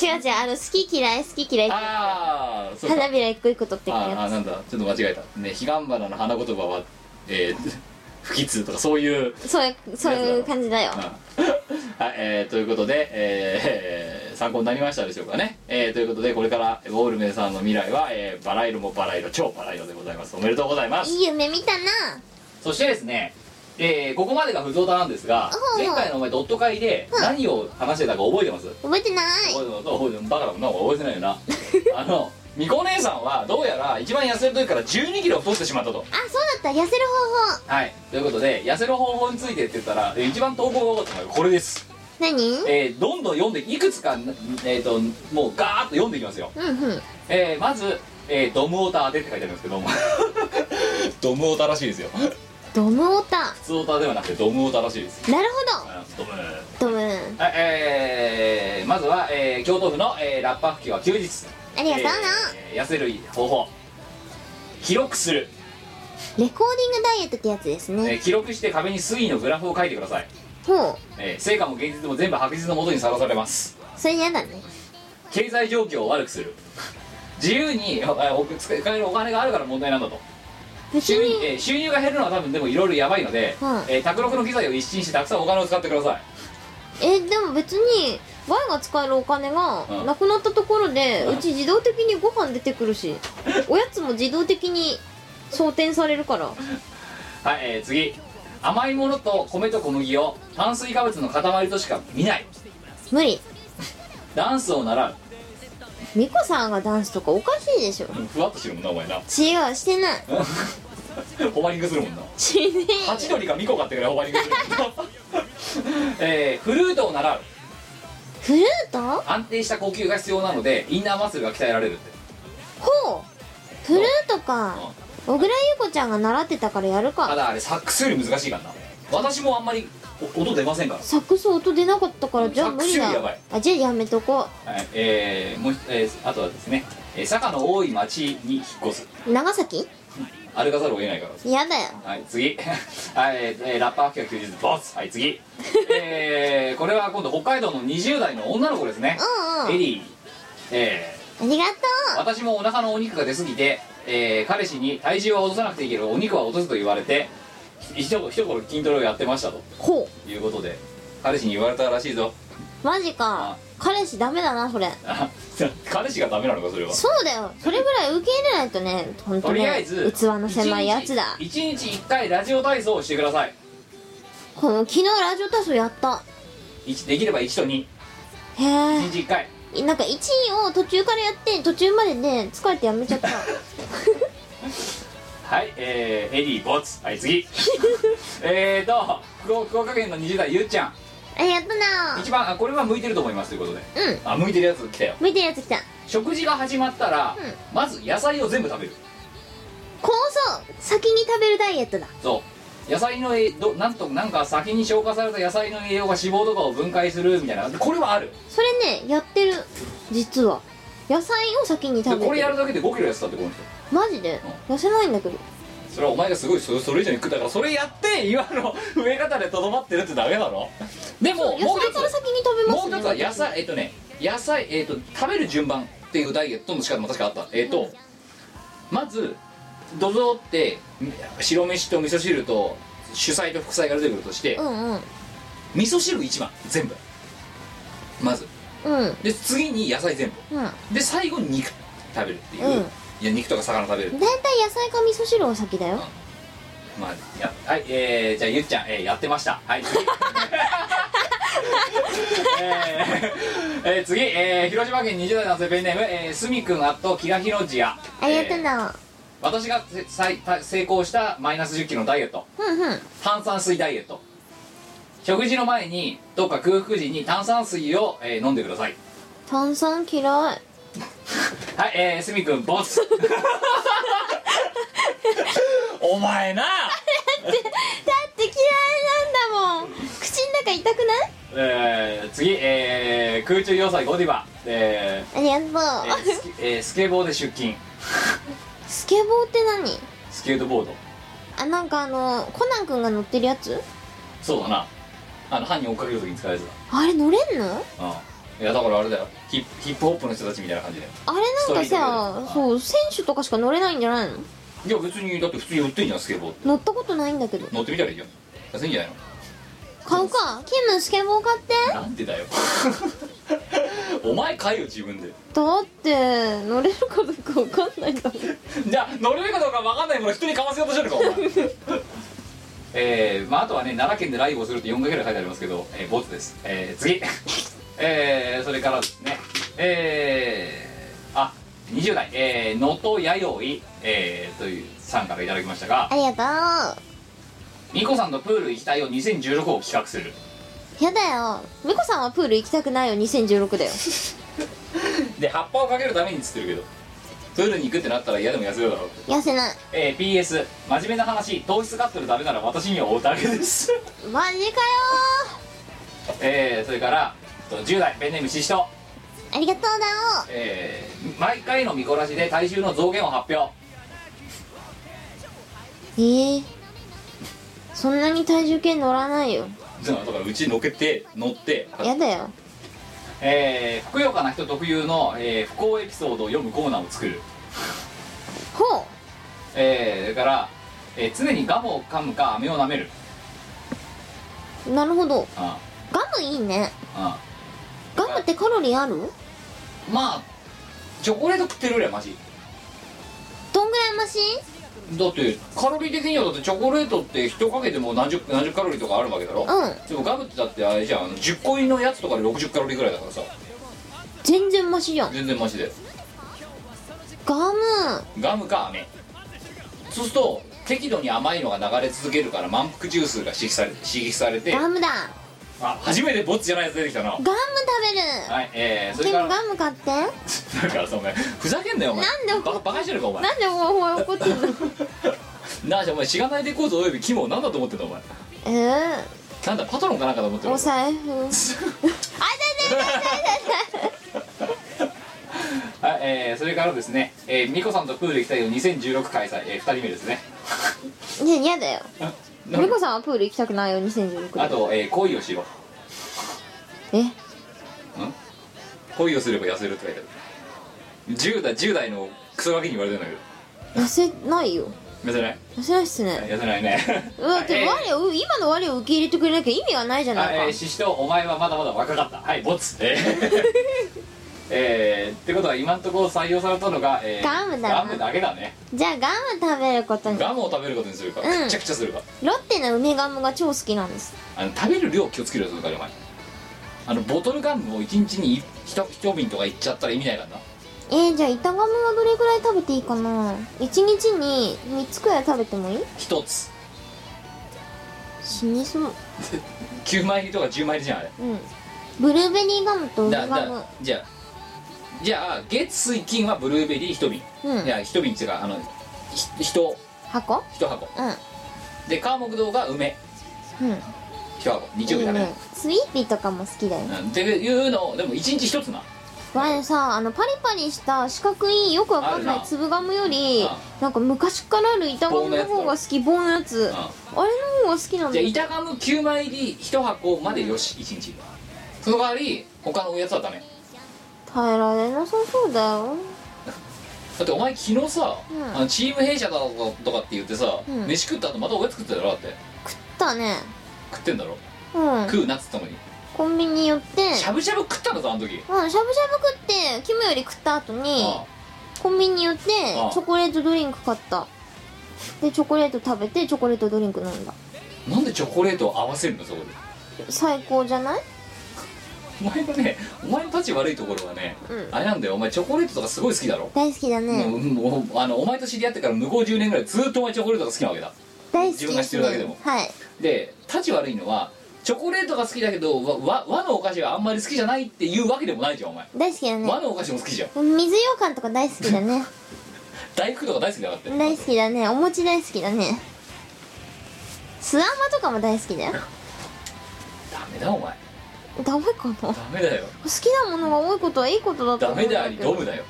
Speaker 2: 違う違うあの好き嫌い好き嫌い
Speaker 1: ああそうか
Speaker 2: 花びら一個一個取ってく
Speaker 1: あーあ
Speaker 2: や
Speaker 1: ーなんだちょっと間違えたね彼岸花の花言葉はえー不吉とかそう いう
Speaker 2: つそういうそういう感じだよ
Speaker 1: うんはい、えーということで、えー 参考になりましたでしょうかね、えーということでこれからウォールメンさんの未来は、えーバラ色もバラ色超バラ色でございますおめでとうございます
Speaker 2: いい夢見たな
Speaker 1: そしてですね、えーここまでが不動だなんですが
Speaker 2: うん
Speaker 1: 前回のお前ドット会で何を話してたか覚えてます、
Speaker 2: 覚えてない
Speaker 1: 覚えてます覚えてますバカだもんな覚えてないよな あのみこお姉さんはどうやら一番痩せる時から1 2キロ太ってしまったと
Speaker 2: あそうだった痩せる方法
Speaker 1: はいということで痩せる方法についてって言ったらえー一番投稿が多かったのがこれです
Speaker 2: 何
Speaker 1: えーどんどん読んでいくつか、えー、ともうガーッと読んでいきますよ、
Speaker 2: うんうん
Speaker 1: えーまず、えードムオターで」って書いてあるんですけど もドムオタらしいですよ
Speaker 2: ドムオタ
Speaker 1: 普通オタではなくてドムオタらしいです
Speaker 2: なるほ
Speaker 1: あドム
Speaker 2: どドム
Speaker 1: はいえーまずは、えー京都府の、えーラッパ吹きは休日
Speaker 2: ありがとうな、
Speaker 1: えー痩せる方法記録する、
Speaker 2: レコーディングダイエットってやつです
Speaker 1: え
Speaker 2: ね、
Speaker 1: ー記録して壁に推移のグラフを書いてください、
Speaker 2: ほ
Speaker 1: えー成果も現実も全部白日のもとにさらされます
Speaker 2: うそれ嫌だね
Speaker 1: 経済状況を悪くする自由にあお使えるお金があるから問題なんだと
Speaker 2: 別
Speaker 1: 収入
Speaker 2: に
Speaker 1: えー収入が減るのは多分でもいろいろやばいので
Speaker 2: うん
Speaker 1: えー卓録、の機材を一新してたくさんお金を使ってください
Speaker 2: えでも別に Y が使えるお金が
Speaker 1: うん
Speaker 2: なくなったところで
Speaker 1: うん
Speaker 2: うち自動的にご飯出てくるしおやつも自動的に装填されるから
Speaker 1: はい、えー次甘いものと米と小麦を炭水化物の塊としか見ない
Speaker 2: 無理
Speaker 1: ダンスを習う
Speaker 2: ミコさんがダンスとかおかしいでしょ
Speaker 1: ふわっとしてるもんなお前 な
Speaker 2: 違うしてない
Speaker 1: ホバリングするもんな
Speaker 2: しね
Speaker 1: ハチドリかミコかってぐらいホバリングするもん な、えーフルートを習う
Speaker 2: えフルート
Speaker 1: 安定した呼吸が必要なのでインナーマッスルが鍛えられるって
Speaker 2: ほうフルートか小倉優子ちゃんが習ってたからやる
Speaker 1: た
Speaker 2: か
Speaker 1: だあれサックスより難しいからな私もあんまりお音出ませんから
Speaker 2: サックス音出なかったからじゃあ無理
Speaker 1: サックスよりやば
Speaker 2: だ
Speaker 1: い
Speaker 2: あじゃあやめとこ
Speaker 1: はい、えーもう一えーあとはですね、えー坂の多い町に引っ越す
Speaker 2: う長崎
Speaker 1: 歩かざるを得ないか
Speaker 2: 嫌だよ
Speaker 1: らはい次はい、えーえーラッパー秋は休日ボスはい次えーこれは今度北海道の20代の女の子ですね
Speaker 2: うんうん
Speaker 1: エリーえ
Speaker 2: ありがと
Speaker 1: ー私もお腹のお肉が出すぎて、えー彼氏に体重は落とさなくていいけどお肉は落とすと言われて一度一頃筋トレをやってましたと
Speaker 2: うほ
Speaker 1: いうことで彼氏に言われたらしいぞ
Speaker 2: うマジ
Speaker 1: あ
Speaker 2: か彼氏ダメだなそれ
Speaker 1: あ彼氏がダメなのかそれは
Speaker 2: そうだよそれぐらい受け入れないとね本当
Speaker 1: とりあ
Speaker 2: ね
Speaker 1: えず
Speaker 2: 器の狭いやつだ
Speaker 1: 一日一回ラジオ体操をしてください
Speaker 2: この昨日ラジオ体操やった
Speaker 1: 一できれば1と2
Speaker 2: へ
Speaker 1: 一日一回
Speaker 2: えなんか1位を途中からやって途中までね疲れてやめち ゃった
Speaker 1: はいえー、エディボツはい次 えーと福岡福岡県の20代ゆっちゃん
Speaker 2: あやったな
Speaker 1: 一番あこれは向いてると思いますということで
Speaker 2: うん
Speaker 1: あ向いてるやつ来たよ
Speaker 2: 見てるやつ来た
Speaker 1: 食事が始まったら、
Speaker 2: う
Speaker 1: まず野菜を全部食べる
Speaker 2: こうそう先に食べるダイエットだ
Speaker 1: そう野菜のえどなんとなんか先に消化された野菜の栄養が脂肪とかを分解するみたいなこれはある
Speaker 2: それねやってる実は野菜を先に
Speaker 1: で
Speaker 2: 食べ
Speaker 1: これ
Speaker 2: て
Speaker 1: や
Speaker 2: る
Speaker 1: るだけで5キロ痩せたってこの人
Speaker 2: マジで痩せないんだけど
Speaker 1: それはお前がすごいそそれ以上に食ったからそれやって今の 増え方でとどまってるってダメだろでも
Speaker 2: 野
Speaker 1: もう
Speaker 2: 菜
Speaker 1: 一
Speaker 2: から
Speaker 1: つ
Speaker 2: 先に食べま
Speaker 1: も
Speaker 2: す
Speaker 1: う
Speaker 2: ね
Speaker 1: 一つは野菜えっとね野菜えっと食べる順番っていうダイエットの仕方も確かあったえっとまずドドーって白飯と味噌汁と主菜と副菜が出てくるとして
Speaker 2: うんうん
Speaker 1: 味噌汁一番全部まず
Speaker 2: うん
Speaker 1: で次に野菜全部
Speaker 2: うん
Speaker 1: で最後に肉食べるっていう、
Speaker 2: うん
Speaker 1: いや肉とか魚食べる
Speaker 2: 大体野菜か味噌汁を先だよ
Speaker 1: まあやはいえー、じゃあゆっちゃん、えーやってましたはい次 えーえー次、えー広島県20代男性ペンネーム、えー、すみくんあとキラヒロジア
Speaker 2: あやった
Speaker 1: えー
Speaker 2: な
Speaker 1: 私がせさいた成功したマイナス1 0キロのダイエット
Speaker 2: うんうん
Speaker 1: 炭酸水ダイエット食事の前にどうか空腹時に炭酸水を、えー飲んでください
Speaker 2: 炭酸嫌い
Speaker 1: はい、えー、すみくん、ボツ。お前な、
Speaker 2: だって嫌いなんだもん口の中痛くない
Speaker 1: えー、次、えー、空中要塞ゴディバ、え
Speaker 2: ありが
Speaker 1: ーえ
Speaker 2: とう、
Speaker 1: ースケえースケボーで出勤、
Speaker 2: スケボーって何
Speaker 1: スケートボード、
Speaker 2: あなんかあのコナン君が乗ってるやつ
Speaker 1: そうだな、あの犯人追っかけるときに使うやつ
Speaker 2: あれ乗れんの
Speaker 1: だ、うん、いやだからあれだよヒップ、ヒップホップの人たちみたいな感じだよ。
Speaker 2: あれなんか
Speaker 1: ストリートで
Speaker 2: さそう選手とかしか乗れないんじゃないの
Speaker 1: いや別にだって普通に売ってんじゃんスケボーって、
Speaker 2: 乗ったことないんだけど
Speaker 1: 乗ってみたらいいじゃん、安いんじゃない
Speaker 2: 買うかキムスケボー買って
Speaker 1: の？なんで だよ。お前買えよ自分で。
Speaker 2: だって乗れるかどうか分かんないんだもん
Speaker 1: じゃあ乗れるかどうか分かんないもの人にかわせようとしてるかお前えー、まああとはね奈良県でライブをするって4回ぐらい書いてありますけど、えー、ボツです、えー、次 えー、それからですねえー、あ20代えー能登、弥生、えー、というさんからいただきましたが
Speaker 2: ありがと
Speaker 1: 美子さんのプール行きたいを2016を企画する
Speaker 2: うやだよ美子さんはプール行きたくないよ2016だよ
Speaker 1: で葉っぱをかけるためにっつってるけどプールに行くってなったら嫌でも痩せるだろうって、
Speaker 2: 痩せない
Speaker 1: えー、PS 真面目な話糖質カットでダメなら私にはおうだけです
Speaker 2: マジかよ
Speaker 1: えー、それからえっと10代ペンネームシシト、
Speaker 2: ーありがとうだお
Speaker 1: えー、毎回の見こらしで体重の増減を発表
Speaker 2: ええそんなに体重計乗らないよ
Speaker 1: だからうちのけて乗って、
Speaker 2: やだよ
Speaker 1: えー、ふくよかな人特有の、えー不幸エピソードを読むコーナーを作る、
Speaker 2: ほ
Speaker 1: えー、それから、えー常にガムを噛むか飴を舐める
Speaker 2: うなるほど
Speaker 1: あ
Speaker 2: ガムいいね
Speaker 1: あ
Speaker 2: ガムってカロリーある
Speaker 1: まあチョコレート食ってるよりはマジ
Speaker 2: どんぐらいマシ
Speaker 1: だってカロリー的にはだってチョコレートって1かけても何十何十カロリーとかあるわけだろ、
Speaker 2: うん
Speaker 1: でもガムってだってあれじゃんあの10個入りのやつとかで60カロリーぐらいだからさ
Speaker 2: 全然マシじゃん
Speaker 1: 全然マジで
Speaker 2: ガム
Speaker 1: ガムか飴そうすると適度に甘いのが流れ続けるから満腹ジュースが刺激され刺激されて
Speaker 2: ガムだ
Speaker 1: あ初めてボッチじゃないやつ出てきたな
Speaker 2: ガ
Speaker 1: は
Speaker 2: ム食
Speaker 1: いえー、そ
Speaker 2: べる
Speaker 1: れ
Speaker 2: で
Speaker 1: か
Speaker 2: も
Speaker 1: ら
Speaker 2: ガム買ってな
Speaker 1: だ
Speaker 2: ん
Speaker 1: からさお前ふざけんなよお前
Speaker 2: なんで
Speaker 1: バカバカしてるかお前
Speaker 2: でお前怒ってんの
Speaker 1: なあじゃあお前しがないレコードおよびキモを何だと思ってんだお前
Speaker 2: え
Speaker 1: なんだパトロンかなんかと思って
Speaker 2: え
Speaker 1: る
Speaker 2: お財布 あ痛い痛い痛い痛い痛い
Speaker 1: はいえー、それからですね、えー、ミコさんとプール行きたいよ2016開催、えー、2人目ですね
Speaker 2: 痛いねえ嫌だよ美子さんはプール行きたくないよ2016
Speaker 1: あと、えー恋をしろ
Speaker 2: え
Speaker 1: 恋をすれば痩せるって書いてある10代10代のクソガキに言われてんだけど
Speaker 2: 痩せないよ
Speaker 1: 痩せない
Speaker 2: 痩せないっすね
Speaker 1: 痩せないね
Speaker 2: うわでも我を今の我を受け入れてくれなきゃ意味がないじゃ
Speaker 1: あ
Speaker 2: ないか、
Speaker 1: えー、シシトお前はまだまだ若かったはいボツえー えー、ってことは今のところ採用されたのが、えー
Speaker 2: ガムだな
Speaker 1: ガムだけだね
Speaker 2: じゃあガム食べることにロ
Speaker 1: ガムを食べることにするか、
Speaker 2: うん
Speaker 1: くっちゃくちゃするか
Speaker 2: ッテの梅ガムが超好きなんです
Speaker 1: あの食べる量気をつけるよその代わりお前あのボトルガムを一日に一一瓶とかいっちゃったら意味ないからな
Speaker 2: えー、じゃあ板ガムはどれぐらい食べていいかな一日に3つくらい食べてもいい
Speaker 1: 一つ
Speaker 2: 死にそう
Speaker 1: 9枚入りとか10枚入りじゃんあれ
Speaker 2: うんブルーベリーガムと梅
Speaker 1: だ
Speaker 2: ガ
Speaker 1: だ
Speaker 2: ム
Speaker 1: じゃあじゃあ月水金はブルーベリー一瓶、
Speaker 2: うん
Speaker 1: いや一瓶っていうかあのひ一
Speaker 2: 箱
Speaker 1: 一箱
Speaker 2: う
Speaker 1: で川木堂が梅
Speaker 2: んうん
Speaker 1: 一箱日曜日
Speaker 2: いい
Speaker 1: だね
Speaker 2: ねスイーピーとかも好きだよ
Speaker 1: うんっていうのをでも一日一つな
Speaker 2: われさあのパリパリした四角いよくわかんな
Speaker 1: あるな
Speaker 2: い粒ガムより
Speaker 1: あ
Speaker 2: なんか昔からある板ガムの方が好き棒のやつあれの方が好きなん
Speaker 1: じ
Speaker 2: だ
Speaker 1: ゃあ板ガム9枚入り1箱までよし1日その代わり他のおやつはダメ
Speaker 2: 耐えられなさそうだよ
Speaker 1: だってお前昨日さ、
Speaker 2: うん
Speaker 1: あのチーム弊社だとかとかって言ってさ、
Speaker 2: うん
Speaker 1: 飯食った後またおやつ食ってたろだって
Speaker 2: だね
Speaker 1: 食ってんだろ、
Speaker 2: うん
Speaker 1: 食うなっつったのに
Speaker 2: コンビニ寄って
Speaker 1: しゃぶしゃぶ食ったのさあの時
Speaker 2: うん、しゃぶしゃぶ食ってキムより食った後に
Speaker 1: あ
Speaker 2: コンビニ寄って
Speaker 1: ああ
Speaker 2: チョコレートドリンク買ったでチョコレート食べてチョコレートドリンク飲んだ
Speaker 1: あなんでチョコレートを合わせるのそこで
Speaker 2: 最高じゃない
Speaker 1: お前のねお前の立ち悪いところはね、
Speaker 2: うん
Speaker 1: あれなんだよお前チョコレートとかすごい好きだろ、
Speaker 2: 大好きだね、
Speaker 1: もうもうあのお前と知り合ってから向こう10年ぐらいずっとお前チョコレートが好きなわけだ
Speaker 2: 大好き
Speaker 1: 自分が知ってるだけでも
Speaker 2: はい
Speaker 1: で立ち悪いのはチョコレートが好きだけどわわ和のお菓子はあんまり好きじゃないっていうわけでもないじゃんお前、
Speaker 2: 大好きだ
Speaker 1: 和
Speaker 2: ね
Speaker 1: のお菓子も好きじゃん
Speaker 2: 水羊羹とか大好きだ ね
Speaker 1: 大福とか大好きだからって
Speaker 2: 大好きだねお餅大好きだねスアマとかも大好きだ よ
Speaker 1: ダメだお前
Speaker 2: ダメかな好
Speaker 1: ダメだよ
Speaker 2: きなものが多いことはいいことだと
Speaker 1: ダ
Speaker 2: 思う
Speaker 1: メ
Speaker 2: んだ
Speaker 1: だ
Speaker 2: け
Speaker 1: り
Speaker 2: ど
Speaker 1: ドムだ よ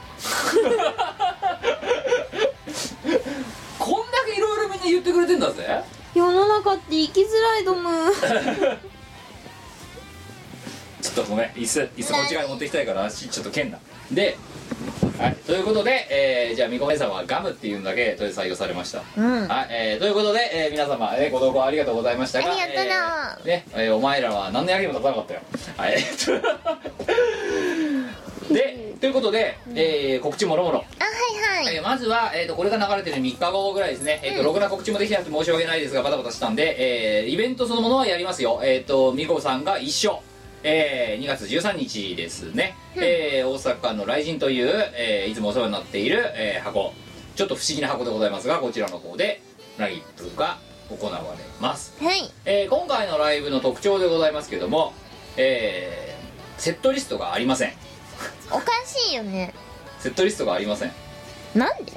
Speaker 1: こんだけいろいろみんな言ってくれてんだぜ
Speaker 2: 世の中って生きづらいドム
Speaker 1: ちょっとごめん椅子椅子こっち側に持ってきたいから足ちょっとけんなで、はい、ということで、えーじゃあみこお姉さんはガムっていうのだけとりあえず採用されました
Speaker 2: うん
Speaker 1: はい、えーということで、えー皆様、えーご投稿ありがとうございましたが
Speaker 2: ありがとうな
Speaker 1: えーねえーお前らは何の役にも立たなかったよはい えーっとでということで、えー告知もろもろ、
Speaker 2: あはいはい
Speaker 1: えーまずは、えー、とこれが流れてる3日後ぐらいですね、えーとろくな告知もできなくて申し訳ないですがバタバタしたんで、えーイベントそのものはやりますよえっ、とみこさんが一緒えー2月13日ですね、えー大阪の雷神という、えーいつもお世話になっている、えー箱ちょっと不思議な箱でございますがこちらの方でライブが行われます、
Speaker 2: はい
Speaker 1: えー今回のライブの特徴でございますけども、えーセットリストがありません
Speaker 2: おかしいよね
Speaker 1: セットリストがありません
Speaker 2: なんで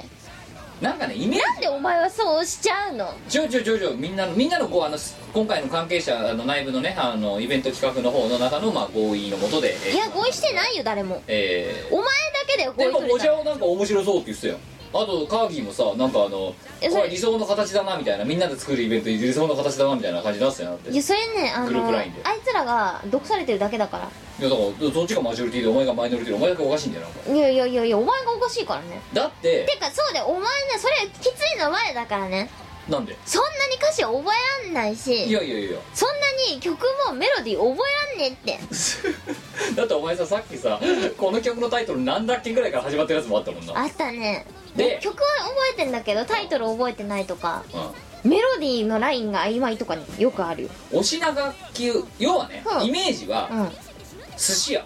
Speaker 1: なんかねイメージ
Speaker 2: なんでお前はそうしちゃうの
Speaker 1: ちょいちょいちょいちょいみんなのみんなのこうあのす今回の関係者あの内部のねあのイベント企画の方の中のまあ合意のもとでえー
Speaker 2: いや合意してないよ誰も
Speaker 1: え
Speaker 2: お前だけだよ
Speaker 1: ーで
Speaker 2: 合
Speaker 1: も
Speaker 2: 意
Speaker 1: お
Speaker 2: 取れ
Speaker 1: 茶をなんか面白そうって言ってたよあとカーギーもさなんかあの
Speaker 2: えそれ
Speaker 1: これ理想の形だなみたいなみんなで作るイベント理想の形だなみたいな感じ出すよなって
Speaker 2: た
Speaker 1: い
Speaker 2: い
Speaker 1: や
Speaker 2: やそれねあ
Speaker 1: グループ
Speaker 2: のあ
Speaker 1: ライ
Speaker 2: い
Speaker 1: ンで
Speaker 2: つらが毒されてるだけだか
Speaker 1: だからどっちがマジョリティでお前がマイノリティでお前だけおかしいんだよなんから
Speaker 2: いやいやいやいやお前がおかしいからね
Speaker 1: だって
Speaker 2: てかそうだよお前ねそれきついのは我だからね
Speaker 1: なんで
Speaker 2: そんなに歌詞覚えらんないし
Speaker 1: いやいやいや
Speaker 2: そんなに曲もメロディー覚えらんねえって
Speaker 1: だってお前ささっきさこの曲のタイトルなんだっけぐらいから始まってるやつもあったもんな
Speaker 2: あったね
Speaker 1: で
Speaker 2: 曲は覚えてんだけどタイトル覚えてないとか
Speaker 1: うん
Speaker 2: メロディーのラインが曖昧とかによくあるよ
Speaker 1: 推しな楽器要はね、
Speaker 2: うん
Speaker 1: イメージ
Speaker 2: う
Speaker 1: は
Speaker 2: ん
Speaker 1: 寿司屋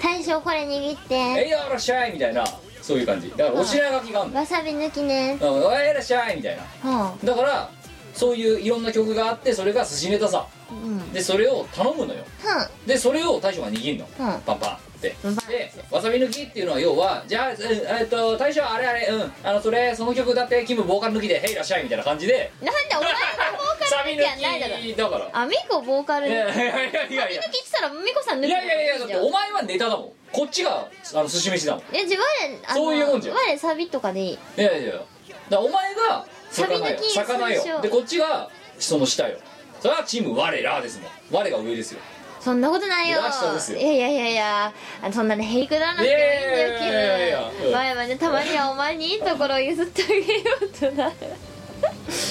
Speaker 2: 最初これ握っ
Speaker 1: 「
Speaker 2: て
Speaker 1: えいやいらっしゃい」みたいなそういう感じだから推しな楽器があるの
Speaker 2: わさび抜きね
Speaker 1: 「うんえいらっしゃい」みたいな
Speaker 2: は
Speaker 1: だからそういういろんな曲があってそれが寿司ネタさ
Speaker 2: あうん
Speaker 1: でそれを頼むのよ
Speaker 2: は
Speaker 1: でそれを大将が握るの、
Speaker 2: うん
Speaker 1: パンパンって
Speaker 2: パンパン
Speaker 1: でわさび抜きっていうのは要はじゃあ、うんえっと大将あれあれうんあのそれその曲だってキムボーカル抜きで「へいらっしゃい」みたいな感じで
Speaker 2: あなんでお前がボーカル抜きじゃないだろ
Speaker 1: サビ抜きだから
Speaker 2: あみこボーカル
Speaker 1: い
Speaker 2: 抜き
Speaker 1: や
Speaker 2: 抜
Speaker 1: いやいやいやいや
Speaker 2: きってたらみこさん抜き
Speaker 1: いやいやいやだってお
Speaker 2: お
Speaker 1: 前はネタだもんこっちがあの寿司飯だもん
Speaker 2: 前自分あの
Speaker 1: そういうもんじゃん
Speaker 2: 我サビとかでいい
Speaker 1: いやいやいやだからお前が魚よ
Speaker 2: 旅抜き
Speaker 1: 魚
Speaker 2: 最初
Speaker 1: よでこっちがその下よそれはチーム我らですもん我が上ですよ
Speaker 2: そそんなことないよ
Speaker 1: いらしたんですよ
Speaker 2: いやいやいやいやあのそんなねへりくだらなくてもいいんだよ
Speaker 1: いやいやいやいや
Speaker 2: キ
Speaker 1: うん
Speaker 2: ム前はねたまにはお前にいいところを譲ってあげようとなる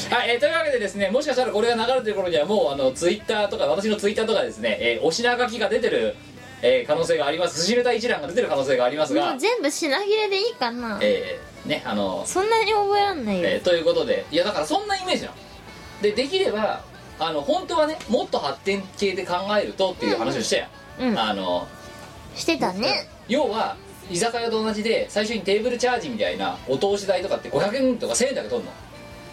Speaker 1: はい、えーというわけでですねもしかしたらこれが流れてる頃にはもうあのツイッターとか私のツイッターとかですね、えーお品書きが出てる、えー可能性があります寿司ネタ一覧が出てる可能性があります
Speaker 2: も
Speaker 1: が
Speaker 2: う、全部品切れでいいかな
Speaker 1: えーねあの
Speaker 2: そんなに覚えらんないよ
Speaker 1: えーということでいやだからそんなイメージなのでできればあの本当はねもっと発展系で考えるとっていう話をしたやん、
Speaker 2: うん
Speaker 1: あの
Speaker 2: してたね
Speaker 1: 要は居酒屋と同じで最初にテーブルチャージみたいなお通し代とかって500円とか1000円だけ取るの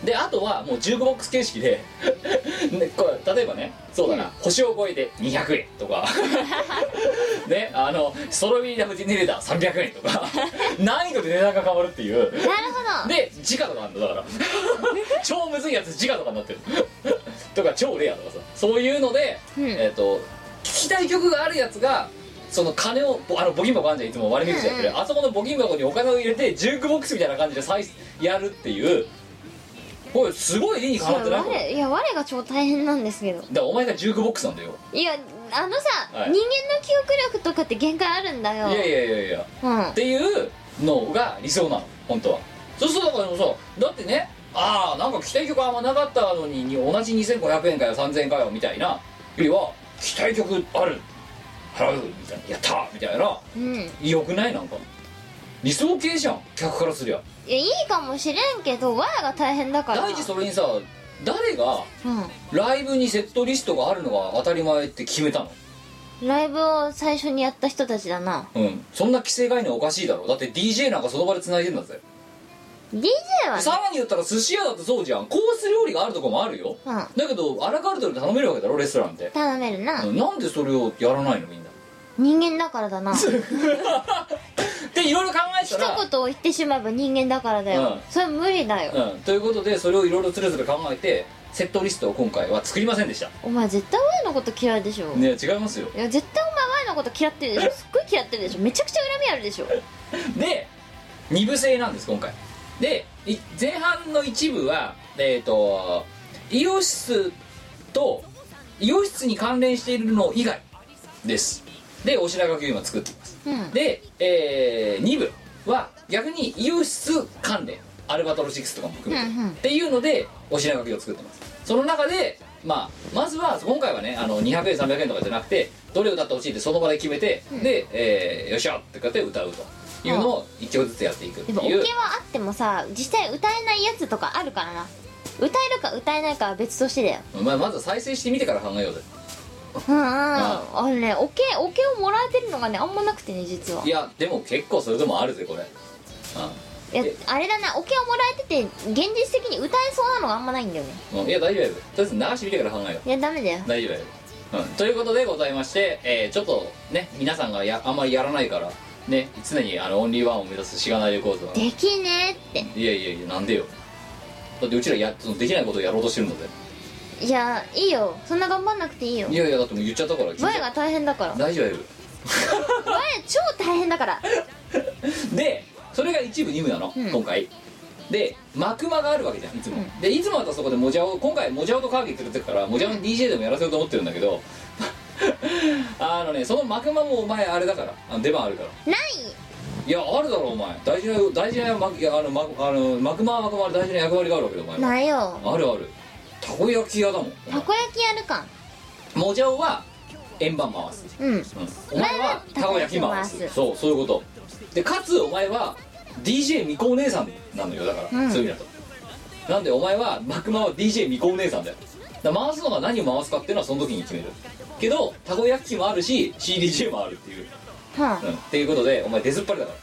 Speaker 1: であとはもう15ボックス形式で ねこう例えばねそうだな、星を超えて200円と かねあのソロビーダフジェネレーター300円とか難易度で値段が変わるっていう
Speaker 2: なるほど
Speaker 1: で時価とかあるんだだから 超むずいやつ時価とかになってる とか超レアとかさそういうので、
Speaker 2: うん
Speaker 1: えっ、と聞きたい曲があるやつがその金をぼあの募金箱あんじゃんいつも割り引くじゃん、
Speaker 2: うんうん
Speaker 1: あそこの募金箱にお金を入れてジュークボックスみたいな感じで再やるっていうこれすごい理にかなって
Speaker 2: い
Speaker 1: な
Speaker 2: や
Speaker 1: いこれだか
Speaker 2: 我いや我が超大変なんですけど
Speaker 1: らお前がジュークボックスなんだよ
Speaker 2: いやあのさ、
Speaker 1: はい
Speaker 2: 人間の記憶力とかって限界あるんだよ
Speaker 1: いやいやいやいや
Speaker 2: うん
Speaker 1: っていうのが理想なの本当はそうするとだからでもさだってねああなんか期待曲あんまなかったのにに同じ2500円かよ3000円かよみたいなよりは期待曲ある払うみたいなやったーみたいな
Speaker 2: うんい
Speaker 1: 良くないなんか理想系じゃん客からすりゃ
Speaker 2: やいいかもしれんけど我が大変だから
Speaker 1: 第一それにさ誰が
Speaker 2: う
Speaker 1: ライブにセットリストがあるのが当たり前って決めたの
Speaker 2: んライブを最初にやった人たちだな
Speaker 1: うんそんな規制概念おかしいだろだって DJ なんかその場で繋いでんだぜ
Speaker 2: DJ はね
Speaker 1: さらに言ったら寿司屋だってそうじゃんコース料理があるとこもあるよ、
Speaker 2: うん
Speaker 1: だけどアラカルトで頼めるわけだろレストランって、
Speaker 2: 頼めるな、
Speaker 1: うんなんでそれをやらないのみんな
Speaker 2: 人間だからだな一
Speaker 1: でいろいろ考えたら
Speaker 2: 言を言ってしまえば人間だからだよ、
Speaker 1: うん
Speaker 2: それは無理だよ、
Speaker 1: うん、ということでそれをいろいろつれつれ考えてセットリストを今回は作りませんでした
Speaker 2: お前絶対我のこと嫌いでしょ、
Speaker 1: ね違いますよ
Speaker 2: いや絶対お前我のこと嫌ってるでしょすっごい嫌ってるでしょめちゃくちゃ恨みあるでしょ
Speaker 1: で2部制なんです今回でい前半の一部はえっ、とイオシスとイオシスに関連しているの以外ですでお白髪を今作っています
Speaker 2: うん
Speaker 1: で、え2部は逆にイオシス関連アルバトロ6とかも含めて、
Speaker 2: うんうん
Speaker 1: っていうのでお品書きを作ってますその中で、まあ、まずは今回はねあの200円300円とかじゃなくてどれを歌ってほしいってその場で決めて、で、えーよっしゃってかって歌うというのを1曲ずつやっていくって
Speaker 2: でもオ
Speaker 1: いう、
Speaker 2: ケはあってもさ実際歌えないやつとかあるからな歌えるか歌えないかは別としてだよ
Speaker 1: まあ、まずは再生してみてから考えようぜ
Speaker 2: うんうんあのねオケオケをもらえてるのがねあんまなくてね実はい
Speaker 1: やでも結構それでもあるぜこれ、うん
Speaker 2: いやあれだなオケをもらえてて現実的に歌えそうなのがあんまないんだよね
Speaker 1: うん、いや大丈夫やでとりあえず流してみてから考えよう
Speaker 2: いやダメだよ
Speaker 1: 大丈夫だよ、うん、ということでございまして、えーちょっとね皆さんがやあんまりやらないからね常にあのオンリーワンを目指すしがないレコードは
Speaker 2: できねえっ
Speaker 1: いやいやいやなんでよだってうちらやそのできないことをやろうとしてるので
Speaker 2: ていやいいよそんな頑張んなくていいよ
Speaker 1: いやいやだってもう言っちゃったから聞いちゃ
Speaker 2: 前が大変だから前
Speaker 1: 大丈夫やよ
Speaker 2: 超大変だから
Speaker 1: でそれが一部二部なの、
Speaker 2: うん
Speaker 1: 今回で幕間があるわけじゃんいつも、でいつもだったらそこでもじゃお今回もじゃおとカーゲ連れてるからもじゃおの DJ でもやらせようと思ってるんだけど あのねその幕間もお前あれだからあの出番あるから
Speaker 2: ない
Speaker 1: いやあるだろお前大事な大事なまいやあのまあのマクマはマクマで大事な役割があるわけだお前は
Speaker 2: ないよ
Speaker 1: あるあるたこ焼き屋だもんお
Speaker 2: た
Speaker 1: 前
Speaker 2: こ焼きやるか
Speaker 1: もじゃおは円盤回す、
Speaker 2: うん
Speaker 1: うんお前はたこ焼き回す
Speaker 2: たこ焼き回す
Speaker 1: そうそういうことでかつお前は DJ みこお姉さんなのよだから、
Speaker 2: うん
Speaker 1: そういう意味だとなんでお前はマクマは DJ みこお姉さんだよだから回すのが何を回すかっていうのはその時に決めるけどたこ焼き器もあるし CDJ もあるっていう、
Speaker 2: は
Speaker 1: う
Speaker 2: あ
Speaker 1: ん、っていうことでお前出ずっぱりだから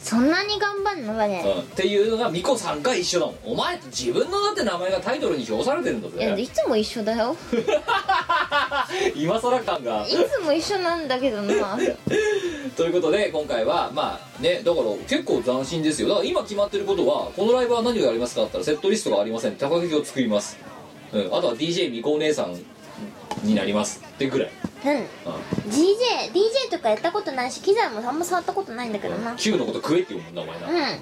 Speaker 2: そんなに頑張んの我
Speaker 1: うんっていうのがミコさんが一緒だもんお前自分のだって名前がタイトルに表されてるんだ
Speaker 2: いや
Speaker 1: ぜ
Speaker 2: いつも一緒だよ
Speaker 1: 今更感が
Speaker 2: いつも一緒なんだけどな
Speaker 1: ということで今回はまあねだから結構斬新ですよだから今決まってることはこのライブは何をやりますかって言ったらセットリストがありませんたこ焼きを作ります、うん、あとは DJ みこお姉さんになりますってぐらい、
Speaker 2: うん
Speaker 1: う
Speaker 2: DJ, DJ とかやったことないし機材もあんま触ったことないんだけどなうん
Speaker 1: ん、Q のこと食えって言うもんなお前な、
Speaker 2: あ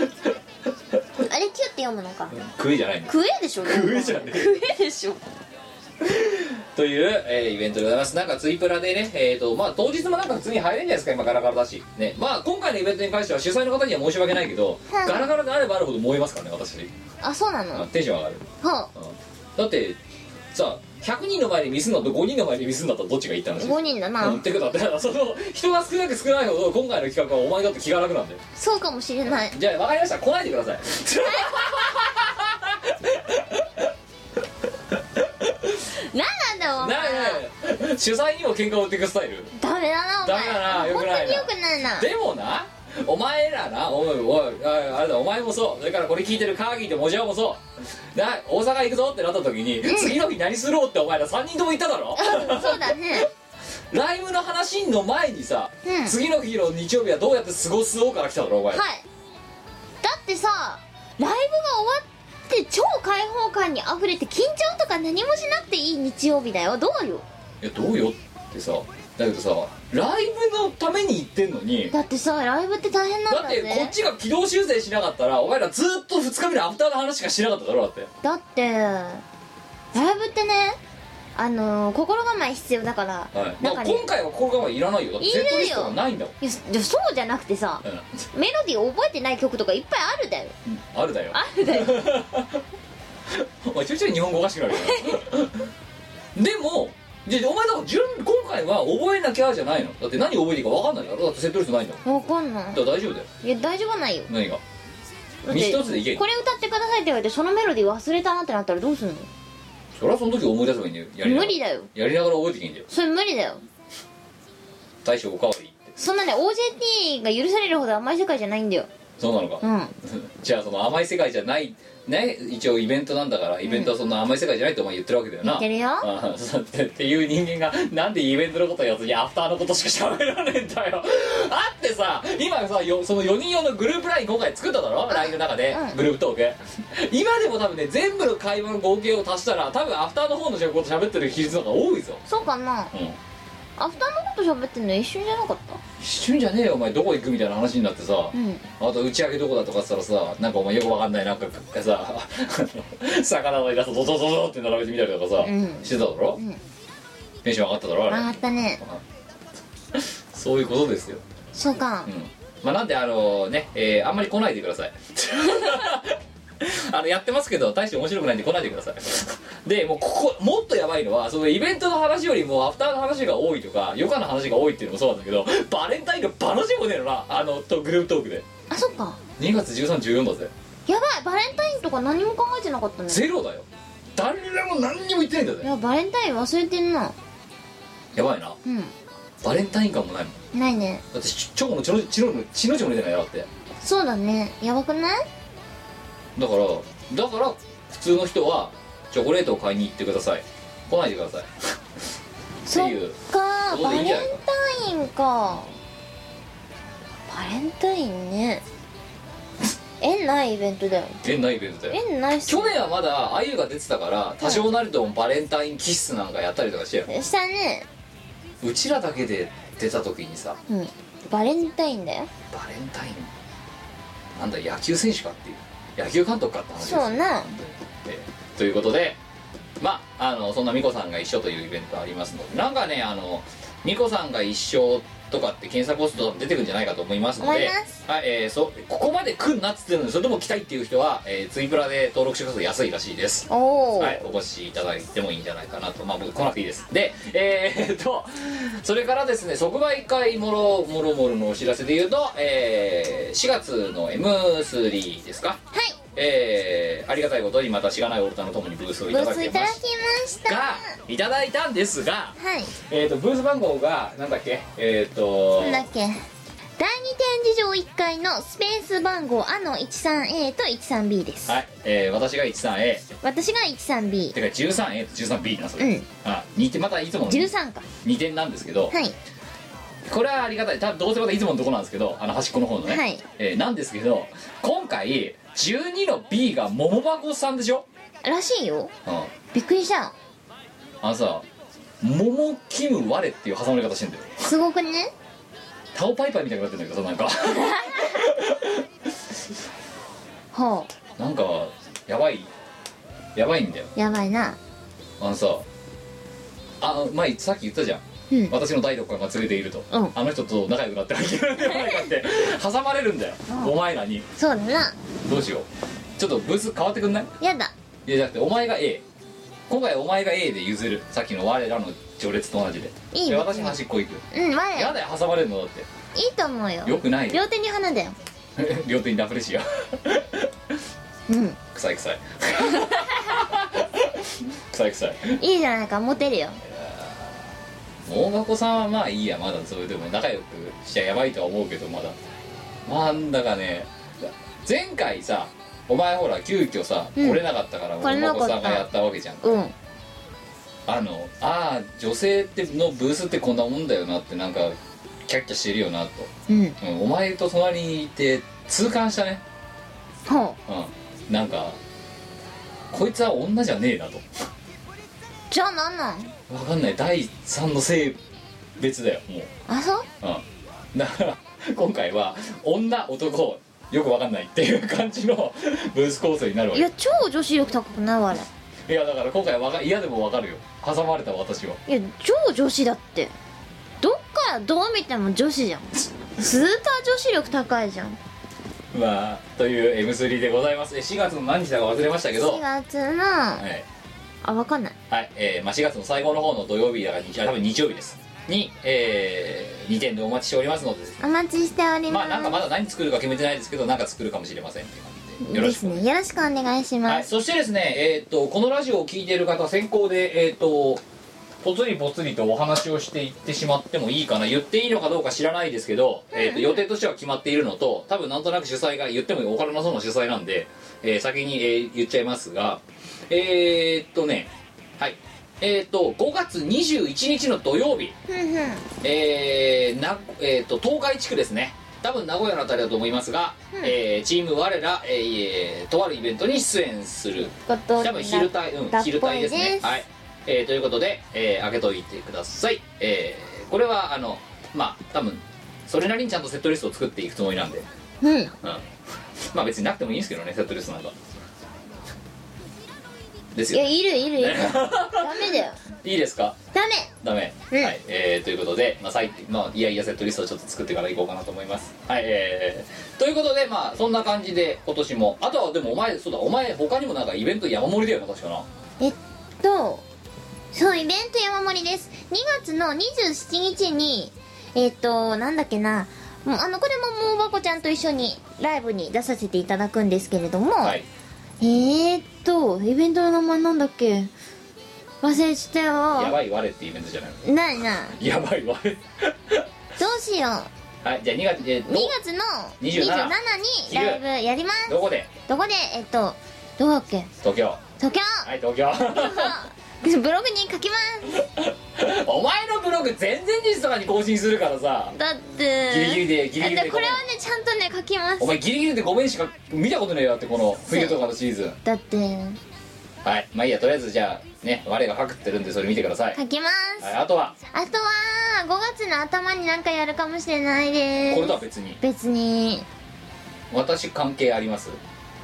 Speaker 2: れキュって読むのか
Speaker 1: 食えじゃないの
Speaker 2: 食えでしょ
Speaker 1: 食えじゃねえ
Speaker 2: 食えでしょ
Speaker 1: という、えーイベントでございますなんかツイプラでね、えーとまあ、当日もなんか普通に入れるんじゃないですか今ガラガラだし、ねまあ、今回のイベントに関しては主催の方には申し訳ないけど、
Speaker 2: はい
Speaker 1: ガラガラであればあるほど燃えますからね私、
Speaker 2: あそうなの
Speaker 1: あ
Speaker 2: は
Speaker 1: テンション上がる、
Speaker 2: あ
Speaker 1: うんだってさ100人の前でミスんだと5人の前でミスんだったらどっちがいいって話
Speaker 2: 5人だな、
Speaker 1: うんってことはだからその人が少なく少ないほど今回の企画はお前だって気が楽なんで
Speaker 2: そうかもしれない
Speaker 1: じゃあ分かりました来ないでくださ い
Speaker 2: なんなんだよお
Speaker 1: な
Speaker 2: 前
Speaker 1: なな主催にも喧嘩を売っていくスタイル
Speaker 2: ダメだなお
Speaker 1: ダ
Speaker 2: 前
Speaker 1: メだな良
Speaker 2: 本
Speaker 1: く
Speaker 2: 当
Speaker 1: ない
Speaker 2: に
Speaker 1: な
Speaker 2: よくないな
Speaker 1: でもなお前らなおいおいああれだお前もそうそれからこれ聞いてるカーギーとモジャオもそうな大阪行くぞってなった時に、次の日何するってお前ら3人とも言っただろ
Speaker 2: そうだね
Speaker 1: ライブの話の前にさ、
Speaker 2: うん
Speaker 1: 次の日の日曜日はどうやって過ごすをから来ただろお前ら、
Speaker 2: はいだってさライブが終わって超開放感にあふれて緊張とか何もしなくていい日曜日だよどうよ
Speaker 1: いやどうよってさだけどさライブのために行ってんのに
Speaker 2: だってさライブって大変なん
Speaker 1: だ
Speaker 2: だ
Speaker 1: って
Speaker 2: ぜ
Speaker 1: こっちが軌道修正しなかったらお前らずっと2日目のアフターの話しかしなかっただろだって
Speaker 2: だってライブってねあのー心構え必要だから、
Speaker 1: はい、
Speaker 2: な
Speaker 1: ま
Speaker 2: ん
Speaker 1: あ
Speaker 2: かね
Speaker 1: 今回はこれがいらないよだって
Speaker 2: い
Speaker 1: セ
Speaker 2: る
Speaker 1: ッ
Speaker 2: よ
Speaker 1: トリストがないんだもん、
Speaker 2: いやじゃそうじゃなくてさ
Speaker 1: う
Speaker 2: メロディー覚えてない曲とかいっぱいあるだよ
Speaker 1: ん、 あるだよ
Speaker 2: あるだよ
Speaker 1: お前ちょいちょい日本語おかしくなるよ でもじゃあお前だから順今回は覚えなきゃじゃないのだって何覚えていいか分かんないだろだってセットリストないんだもん
Speaker 2: わかんない
Speaker 1: だから大丈夫だよ
Speaker 2: いや大丈夫ないよ
Speaker 1: 何が
Speaker 2: だって
Speaker 1: 一つでいける
Speaker 2: これ歌ってくださいって言われてそのメロディー忘れたなってなったらどうすんの
Speaker 1: そりゃその時思い出せばいいんだよやりなが
Speaker 2: 無
Speaker 1: ら
Speaker 2: 理だよ
Speaker 1: やりながら覚えてきていいんだよ
Speaker 2: それ無理だよ
Speaker 1: 大将おかわりって
Speaker 2: そんなね OJT が許されるほど甘い世界じゃないんだよ
Speaker 1: そうなのか、
Speaker 2: うん
Speaker 1: じゃあその甘い世界じゃないね一応イベントなんだからイベントはそんな甘い世界じゃないってお前言ってるわけだよな
Speaker 2: 言ってるよ
Speaker 1: ああそうってっていう人間がなんでイベントのことやつにアフターのことしか喋らねえんだよあってさ今さよその4人用のグループライン今回作っただろ LINE の中で、
Speaker 2: うん
Speaker 1: グループトーク今でも多分ね全部の会話の合計を足したら多分アフターの方のこと喋ってる比率の方が多いぞ
Speaker 2: そうか
Speaker 1: う
Speaker 2: な
Speaker 1: ん
Speaker 2: アフターのこと喋ってんの一瞬じゃなかった
Speaker 1: 一瞬じゃねえよお前どこ行くみたいな話になってさ、
Speaker 2: うん
Speaker 1: あと打ち上げどこだとかっつったらさなんかお前よくわかんないなんかさ 魚のイラストドドドドって並べてみたりとかさ、
Speaker 2: うん
Speaker 1: してただろ、
Speaker 2: うん
Speaker 1: テンション上がっただろあ
Speaker 2: 上
Speaker 1: れ
Speaker 2: がったね
Speaker 1: そういうことですよ、
Speaker 2: そうか
Speaker 1: うんまあ、なんであのね、えーあんまり来ないでください あのやってますけど大して面白くないんで来ないでくださいでもうここもっとやばいのはそのイベントの話よりもアフターの話が多いとか余暇の話が多いっていうのもそうなんだけどバレンタインのバの字もねえのなあのとグループトークで
Speaker 2: あそっか
Speaker 1: 2月1314だぜ
Speaker 2: やばいバレンタインとか何も考えてなかったね
Speaker 1: ゼロだよ誰も何にも言ってないんだ
Speaker 2: い
Speaker 1: ぜ
Speaker 2: やバレンタイン忘れてんな
Speaker 1: やばいな
Speaker 2: うん
Speaker 1: バレンタイン感もないもん
Speaker 2: ないね
Speaker 1: だってチョコのチロチロのチノチョコみたいなのやだって
Speaker 2: そうだねやばくない
Speaker 1: だからだから普通の人はチョコレートを買いに行ってください来ないでください
Speaker 2: そっ
Speaker 1: っていう
Speaker 2: か
Speaker 1: そう
Speaker 2: バ
Speaker 1: でいいん
Speaker 2: レン
Speaker 1: じゃないか
Speaker 2: タインかバレンタインね縁ないイベントだよ
Speaker 1: 変なイベントだよ
Speaker 2: 縁ないっす
Speaker 1: 去年はまだあゆが出てたから多少なりともバレンタイン気質なんかやったりとかしてる
Speaker 2: したね
Speaker 1: うちらだけで出た時にさ
Speaker 2: うんバレンタインだよ
Speaker 1: バレンタインなんだ野球選手かっていう野球監督かって話ですよ
Speaker 2: そうな
Speaker 1: えーということでまああのそんなミコさんが一緒というイベントありますのでなんかねあのミコさんが一緒とかって検索をすると出てくるんじゃないかと思いますの
Speaker 2: 思い
Speaker 1: で
Speaker 2: ます
Speaker 1: はいえーそここまで来んなっつってるのにそれでも来たいっていう人は、えーツイプラで登録してください安いらしいです
Speaker 2: おお、
Speaker 1: はい、お越しいただいてもいいんじゃないかなとまあ僕来なくていいですでえーえっとそれからですね即売会もろもろもろのお知らせで言うと、えー4月の M3 ですか
Speaker 2: はい
Speaker 1: えーありがたいことにまたしがないオルタのともにブースをい
Speaker 2: ブ
Speaker 1: ただ
Speaker 2: ース
Speaker 1: き
Speaker 2: いた
Speaker 1: ま
Speaker 2: だき
Speaker 1: し
Speaker 2: ました
Speaker 1: が
Speaker 2: た
Speaker 1: いただいたんですが、
Speaker 2: はい
Speaker 1: えー、とブース番号がなんだっけえっ、と
Speaker 2: なんだっけ第二展示場1階のスペース番号あの 13A と 13B です、
Speaker 1: はい、えー私が 13A
Speaker 2: 私が 13B13
Speaker 1: てか 13A と 13B なそれ、
Speaker 2: うん
Speaker 1: あ似てまたいつもの
Speaker 2: か
Speaker 1: 2点なんですけど、
Speaker 2: はい
Speaker 1: これはありがたい多分どうせまたいつものとこなんですけどあの端っこの方のね、
Speaker 2: はい
Speaker 1: えーなんですけど今回12の B が桃箱さんでしょ、
Speaker 2: らしいよ
Speaker 1: うん、
Speaker 2: びっくりした
Speaker 1: あのさ「桃キム我」っていう挟まれ方してんだよ
Speaker 2: すごくね
Speaker 1: タオパイパイみたいになってんだけどさなんか
Speaker 2: ほ
Speaker 1: なんかやばいやばいんだよ
Speaker 2: うやばいな
Speaker 1: あのさあ前さっき言ったじゃん、
Speaker 2: うん
Speaker 1: 私の第六感が連れていると、
Speaker 2: うん
Speaker 1: あの人と仲良くなってはいけないんじゃないかって 挟まれるんだよ、お前らに
Speaker 2: そうだな
Speaker 1: どうしようちょっとブース変わってくんない
Speaker 2: やだ
Speaker 1: いやじゃなくてお前が A 今回お前が A で譲るさっきの我らの序列と同じで
Speaker 2: いいね
Speaker 1: で私端っこ行く、
Speaker 2: うん我い
Speaker 1: やだよ挟まれるのだって
Speaker 2: いと思うよ
Speaker 1: よくないよ
Speaker 2: 両手に花だよ
Speaker 1: 両手にラフレシア
Speaker 2: うん
Speaker 1: 臭い臭 い臭い臭い
Speaker 2: いいじゃないかモテるよ
Speaker 1: 大箱さんはまあいいやまだそれでも仲良くしちゃやばいとは思うけどまだなんだかね前回さお前ほら急遽さ、
Speaker 2: うん
Speaker 1: 来れなかったから
Speaker 2: 来
Speaker 1: 大
Speaker 2: れなか
Speaker 1: 箱
Speaker 2: った
Speaker 1: さんがやったわけじゃん
Speaker 2: うん
Speaker 1: あのああ女性ってのブースってこんなもんだよなってなんかキャッキャしてるよなと、
Speaker 2: うん
Speaker 1: うん、お前と隣にいて痛感したね
Speaker 2: ほう
Speaker 1: うんなんかこいつは女じゃねえなと
Speaker 2: じゃあなんなん
Speaker 1: わかんない第3の性別だよもう
Speaker 2: あそう
Speaker 1: うん、 だから今回は女男よくわかんないっていう感じのブース構成になるわ
Speaker 2: い
Speaker 1: け
Speaker 2: や超女子力高くないわあれ
Speaker 1: いやだから今回はわか嫌でもわかるよ挟まれた私はい
Speaker 2: や超女子だってどっからどう見ても女子じゃんスーパー女子力高いじゃん
Speaker 1: まあという M3 でございますえ4月の何日だか忘れましたけど
Speaker 2: 4月の
Speaker 1: はい、
Speaker 2: あわかんない
Speaker 1: はいえーまあ、4月の最後の方の土曜日だから日多分日曜日ですに、え2点でお待ちしておりますので
Speaker 2: お待ちしており
Speaker 1: ま
Speaker 2: ま
Speaker 1: あ
Speaker 2: す、
Speaker 1: なんかまだ何作るか決めてないですけどなんか作るかもしれませんっていう感じでよろ
Speaker 2: で
Speaker 1: し
Speaker 2: す
Speaker 1: くお願いします
Speaker 2: ねよろしくお願いし
Speaker 1: は
Speaker 2: ま
Speaker 1: い、
Speaker 2: す、
Speaker 1: そしてですね、えー、とこのラジオを聞いている方先行で、えー、とぽつりぽつりとお話をしていってしまってもいいかな言っていいのかどうか知らないですけど、えー、と予定としては決まっているのと多分なんとなく主催が言ってもお金なそうな主催なんで、えー先に、えー言っちゃいますがえー、っとねはいえー、と5月21日の土曜日
Speaker 2: ふんふん
Speaker 1: えーなえー、と東海地区ですね多分名古屋のあたりだと思いますが、えーチーム我ら、えーえーとあるイベントに出演する
Speaker 2: こと
Speaker 1: 多分昼帯う
Speaker 2: だ
Speaker 1: ん
Speaker 2: っぽい
Speaker 1: 昼帯ですね
Speaker 2: です
Speaker 1: はい、えーということで、えー開けといてください、えーこれはあのまあ多分それなりにちゃんとセットリストを作っていくつもりなんで、
Speaker 2: うん
Speaker 1: うん、まあ別になくてもいいんですけどねセットリストなんかです
Speaker 2: い
Speaker 1: よ
Speaker 2: や
Speaker 1: ね
Speaker 2: いるいるいるダメだよ
Speaker 1: いいですか
Speaker 2: ダメ
Speaker 1: ダメ、
Speaker 2: うん
Speaker 1: はい、えーということで、まあ、最まあいやいやセットリストをちょっと作ってからいこうかなと思いますはいえー、ということでまあそんな感じで今年もあとはでもお前そうだお前他にもなんかイベント山盛りだよな確かな
Speaker 2: えっとそうイベント山盛りです2月の27日にえっとなんだっけなもうあのこれももうばこちゃんと一緒にライブに出させていただくんですけれども、
Speaker 1: はい
Speaker 2: えー、っとイベントの名前なんだっけ忘れちゃった
Speaker 1: や
Speaker 2: よ
Speaker 1: ばい我ってイベントじゃないの
Speaker 2: ないな
Speaker 1: やばい我
Speaker 2: どうしよう
Speaker 1: はいじゃあ2月えー、
Speaker 2: 2
Speaker 1: ど
Speaker 2: 月の
Speaker 1: 27
Speaker 2: 27にライブやります
Speaker 1: どこで
Speaker 2: どこでえっとどうだっけ
Speaker 1: 東京
Speaker 2: 東京
Speaker 1: はい東 京
Speaker 2: 私ブログに書きます
Speaker 1: お前のブログ全然日とかに更新するからさ
Speaker 2: だって
Speaker 1: ギリギリでギリギリで
Speaker 2: だってこれはねちゃんとね書きます
Speaker 1: お前ギリギリでごめんしか見たことねえよだってこの冬とかのシーズン
Speaker 2: だって
Speaker 1: はいまあいいやとりあえずじゃあね我がパクってるんでそれ見てください、
Speaker 2: 書きま
Speaker 1: はい、
Speaker 2: す
Speaker 1: あとは
Speaker 2: あとは5月の頭になんかやるかもしれないです
Speaker 1: これとは別に
Speaker 2: 別に
Speaker 1: 私関係あります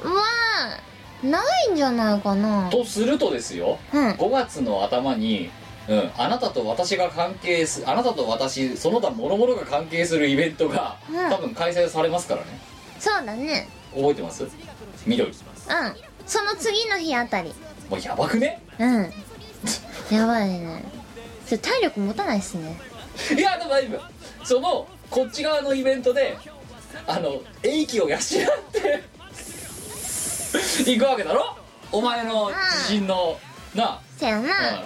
Speaker 2: はないんじゃないかな
Speaker 1: とするとですよ
Speaker 2: うん
Speaker 1: 5月の頭に、うん、あなたと私が関係すあなたと私その他諸々が関係するイベントが
Speaker 2: うん
Speaker 1: 多分開催されますからね
Speaker 2: そうだね
Speaker 1: 覚えてます緑
Speaker 2: うんその次の日あたり
Speaker 1: もうやばくね
Speaker 2: うん やばいねそれ体力持たないっすね
Speaker 1: いやでも大丈夫そのこっち側のイベントであの英気を養って 行くわけだろお前の自信のなあ
Speaker 2: せやな
Speaker 1: うん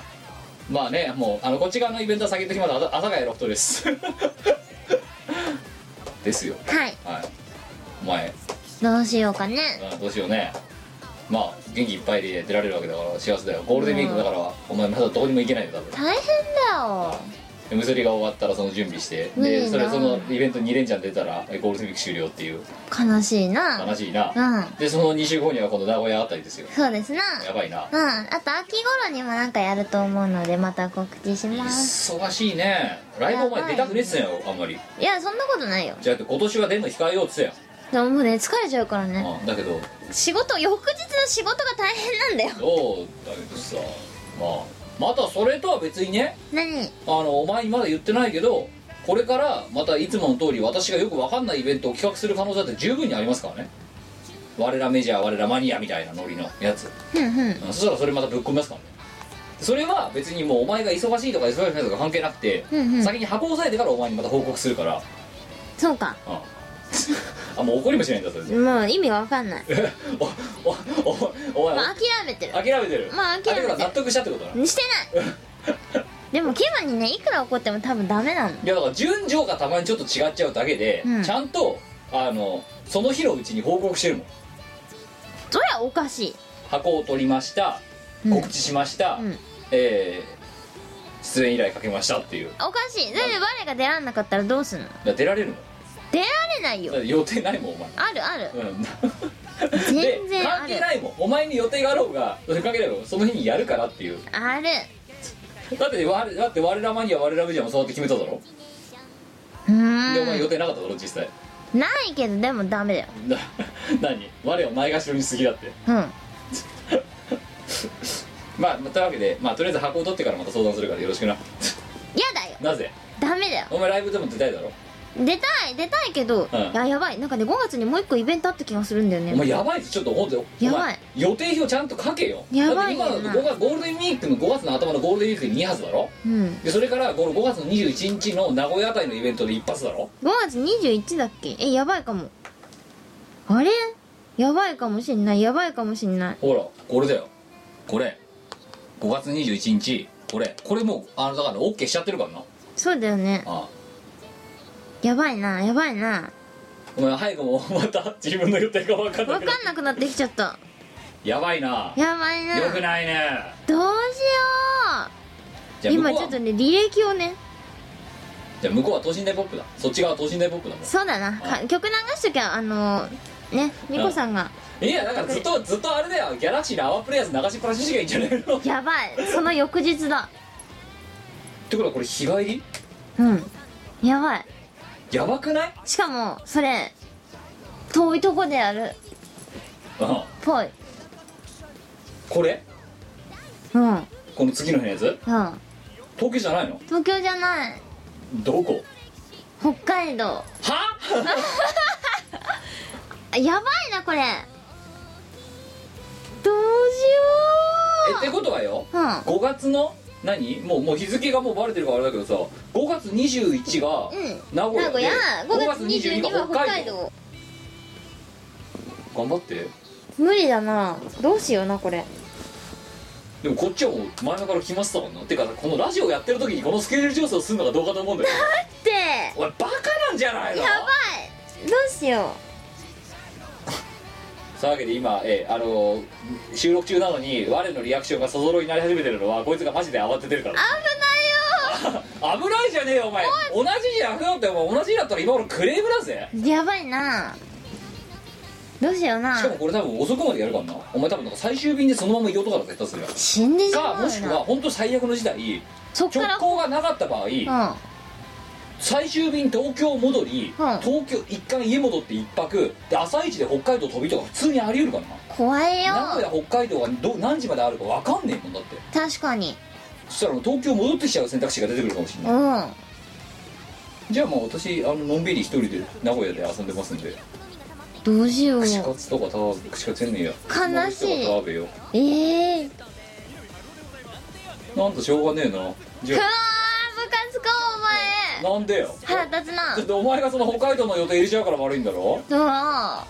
Speaker 1: まあねもうあのこっち側のイベントは先言っときますあた阿佐ヶ谷ロフトです ですよ
Speaker 2: はい
Speaker 1: はいお前、
Speaker 2: どうしようかね
Speaker 1: うん、どうしようねまあ元気いっぱいで出られるわけだから幸せだよゴールデンウィークだからお前まだどこにも行けないよ多分
Speaker 2: 大変だよ
Speaker 1: で結びが終わったらその準備して
Speaker 2: 無理
Speaker 1: で
Speaker 2: だ
Speaker 1: それそのイベント2連チャン出たらえゴールデンウィーク終了っていう
Speaker 2: 悲しいな
Speaker 1: 悲しいな、
Speaker 2: うん
Speaker 1: でその2週後にはこの名古屋あたりですよ
Speaker 2: そうですな
Speaker 1: やばいな
Speaker 2: うんあと秋頃にもなんかやると思うのでまた告知します
Speaker 1: 忙しいねライブお前出たくねえっつってんよあんまり
Speaker 2: いやそんなことないよ
Speaker 1: じゃあ今年は出んの控えようっつってんよ
Speaker 2: でももうね疲れちゃうからね
Speaker 1: うんだけど
Speaker 2: 仕事翌日の仕事が大変なんだよ
Speaker 1: そうだけどさまあまたそれとは別にね
Speaker 2: 何
Speaker 1: あのお前にまだ言ってないけどこれからまたいつもの通り私がよく分かんないイベントを企画する可能性だって十分にありますからね我らメジャー我らマニアみたいなノリのやつ
Speaker 2: ふんふん
Speaker 1: そしたらそれまたぶっ込みますからねそれは別にもうお前が忙しいとか忙しくないとか関係なくて、
Speaker 2: うんうん
Speaker 1: 先に箱を押さえてからお前にまた報告するから、
Speaker 2: そうか
Speaker 1: うん あもう怒りもしないんだそれ で
Speaker 2: もう意味がわかんない
Speaker 1: おおおお前、
Speaker 2: まあ諦めてる
Speaker 1: 諦めてる
Speaker 2: まあ諦めてる
Speaker 1: だから納得したってことだない
Speaker 2: してないでもキバにねいくら怒っても多分ダメなの
Speaker 1: やだから順序がたまにちょっと違っちゃうだけで、
Speaker 2: うん
Speaker 1: ちゃんとあのその日のうちに報告してるもん
Speaker 2: そりゃおかしい
Speaker 1: 箱を取りました
Speaker 2: うん
Speaker 1: 告知しました、
Speaker 2: うん
Speaker 1: えー出演依頼かけましたっていうだか
Speaker 2: おかしいだって我が出らんなかったらどうすんの
Speaker 1: ら出られるの
Speaker 2: 出られないよ
Speaker 1: だって予定ないもんお前
Speaker 2: あるある
Speaker 1: うん、で
Speaker 2: 全然あ
Speaker 1: 関
Speaker 2: る
Speaker 1: 係ないもんお前に予定があろうがそれ関係ないもんその日にやるからっていう
Speaker 2: ある
Speaker 1: だってわだって我らマニア我ら部じゃもそうやって決めただろ、
Speaker 2: う
Speaker 1: でお前
Speaker 2: ー
Speaker 1: 予
Speaker 2: ん
Speaker 1: 定なかっただろ実際
Speaker 2: ないけどでもダメだよ
Speaker 1: な何 我をないがしろにしすぎだって
Speaker 2: うん
Speaker 1: まあというわけで、まあ、とりあえず箱を取ってからまた相談するからよろしくな
Speaker 2: やだよ
Speaker 1: なぜ
Speaker 2: ダメだよ
Speaker 1: お前ライブでも出たいだろ
Speaker 2: 出たい出たいけど、
Speaker 1: うん
Speaker 2: いややばいなんかね5月にもう一個イベントあった気がするんだよ
Speaker 1: お前
Speaker 2: ね
Speaker 1: やばいぞちょっと本当
Speaker 2: やばい
Speaker 1: 予定表ちゃんと書けよ
Speaker 2: やばいよ
Speaker 1: だ
Speaker 2: な
Speaker 1: って今の5月ゴールデンウィークの5月の頭のゴールデンウィークに2発だろ
Speaker 2: うん
Speaker 1: でそれからこの5月の21日の名古屋あたりのイベントで一発だろ
Speaker 2: 5月21だっけえやばいかもあれやばいかもしんないやばいかもしんない
Speaker 1: ほらこれだよこれ5月21日これこれもうあのだから OK しちゃってるからな
Speaker 2: そうだよね
Speaker 1: ああ
Speaker 2: やばいなやばいな
Speaker 1: お前早くもまた自分の予定が分かんな
Speaker 2: 分
Speaker 1: くな
Speaker 2: かんなくなってきちゃった
Speaker 1: やばいな
Speaker 2: やばいな
Speaker 1: よくないね
Speaker 2: どうし
Speaker 1: じ
Speaker 2: よ
Speaker 1: ゃあ
Speaker 2: う
Speaker 1: 向こ
Speaker 2: 今
Speaker 1: う
Speaker 2: ちょ
Speaker 1: は
Speaker 2: っとね履歴をね
Speaker 1: じゃあ向こうは等身大ポップだそっち側は等身大ポップだも
Speaker 2: そうだなか曲流しときゃあのーねニコさんが
Speaker 1: んいやだからずっとずっとあれだよギャラクシーのアワープレイヤーズ流しっぱなししかいいんじゃないのってこ
Speaker 2: やばいその翌日だ
Speaker 1: とはこれ日帰り
Speaker 2: うんやばい
Speaker 1: やばくない
Speaker 2: しかもそれ遠いとこでやる
Speaker 1: うん
Speaker 2: ぽい
Speaker 1: これ
Speaker 2: うんうん
Speaker 1: この次の日のやつ
Speaker 2: 東
Speaker 1: 東京じゃないの
Speaker 2: 京じゃない
Speaker 1: どこ
Speaker 2: 北海道
Speaker 1: は
Speaker 2: あやばいなこれどう
Speaker 1: えっ
Speaker 2: してよ
Speaker 1: ことはよ
Speaker 2: ううん
Speaker 1: 5月の何もうもう日付がもうバレてるからあれだけどさ5月21が
Speaker 2: うん
Speaker 1: 名古
Speaker 2: 名
Speaker 1: 屋
Speaker 2: 古
Speaker 1: で、
Speaker 2: 屋5月22日は北海道
Speaker 1: 頑張って
Speaker 2: 無理だなどうしようなこれ
Speaker 1: でもこっちはもう前々から来ましたもんなてかこのラジオやってる時にこのスケジュール調整をするのがどうかと思うんだよ
Speaker 2: で
Speaker 1: お前バカなんじゃないの
Speaker 2: やばいどうしよ
Speaker 1: そういうわけで今、えーあのー収録中なのに我のリアクションがそぞろいになり始めてるのはこいつがマジで慌ててるから危ないよ 危ないじゃねえよお前同じじゃなくなってお前同じだったら今頃クレームだぜ
Speaker 2: うやばいなどうしような
Speaker 1: しかもこれ多分遅くまでやるからなお前多分なんか最終便でそのまま移動とかだぜ下手すりゃ
Speaker 2: 死んでしま
Speaker 1: か
Speaker 2: う
Speaker 1: もしくは
Speaker 2: な
Speaker 1: 本当最悪の事態
Speaker 2: そっか
Speaker 1: 直
Speaker 2: ら
Speaker 1: 行がなかった場合最終便東京戻り、
Speaker 2: うん
Speaker 1: 東京一貫家戻って一泊で朝一で北海道飛びとか普通にあり得るか
Speaker 2: うん怖い
Speaker 1: らな名古
Speaker 2: よ
Speaker 1: 屋北海道がど何時まであるか分かんねえもんだって
Speaker 2: 確かに
Speaker 1: そしたらもう東京戻ってきちゃう選択肢が出てくるかもしれ
Speaker 2: う
Speaker 1: ない、
Speaker 2: ん
Speaker 1: じゃあもう私あののんびり一人で名古屋で遊んでますんで
Speaker 2: どうしよう
Speaker 1: 串カツとか食べ串カツやんねえや
Speaker 2: 悲
Speaker 1: 串カ
Speaker 2: しい
Speaker 1: ツとか食べよ
Speaker 2: ええー、
Speaker 1: なんとしょうがねえなじ
Speaker 2: う
Speaker 1: ゃ
Speaker 2: わー部活かお
Speaker 1: あ
Speaker 2: 前
Speaker 1: なんでよ
Speaker 2: 腹立つな
Speaker 1: だってお前がその北海道の予定入れちゃうから悪いんだろ
Speaker 2: どう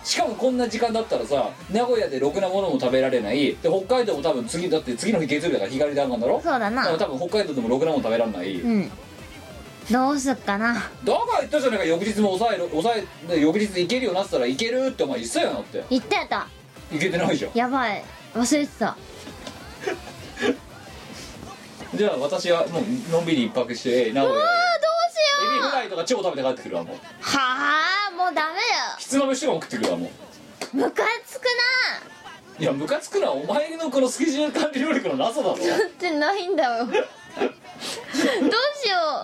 Speaker 1: しかもこんな時間だったらさ名古屋でろくなものも食べられないで北海道も多分次だって次の日月曜日だから日帰り弾丸だろ
Speaker 2: そうだな
Speaker 1: だから多分北海道でもろくなもの食べられない、
Speaker 2: うんどうすっかな
Speaker 1: だから言ったじゃないか翌日も抑えろ抑えで翌日行けるようになってたら行けるってお前言ってたよなって
Speaker 2: 言ってた
Speaker 1: 行けてないじゃん
Speaker 2: やばい忘れてた
Speaker 1: じゃあ私はもうのんびり一泊して名古屋でエビフ
Speaker 2: あーどうしよう
Speaker 1: ライとか超食べて帰ってくるわもう
Speaker 2: はあもうダメ
Speaker 1: ひつまぶしとかも食ってくるわも
Speaker 2: だよムカつく
Speaker 1: ういやムカつくのはお前のこのスケジュール管理能力のなさだろ
Speaker 2: なだってないんだよどうしよ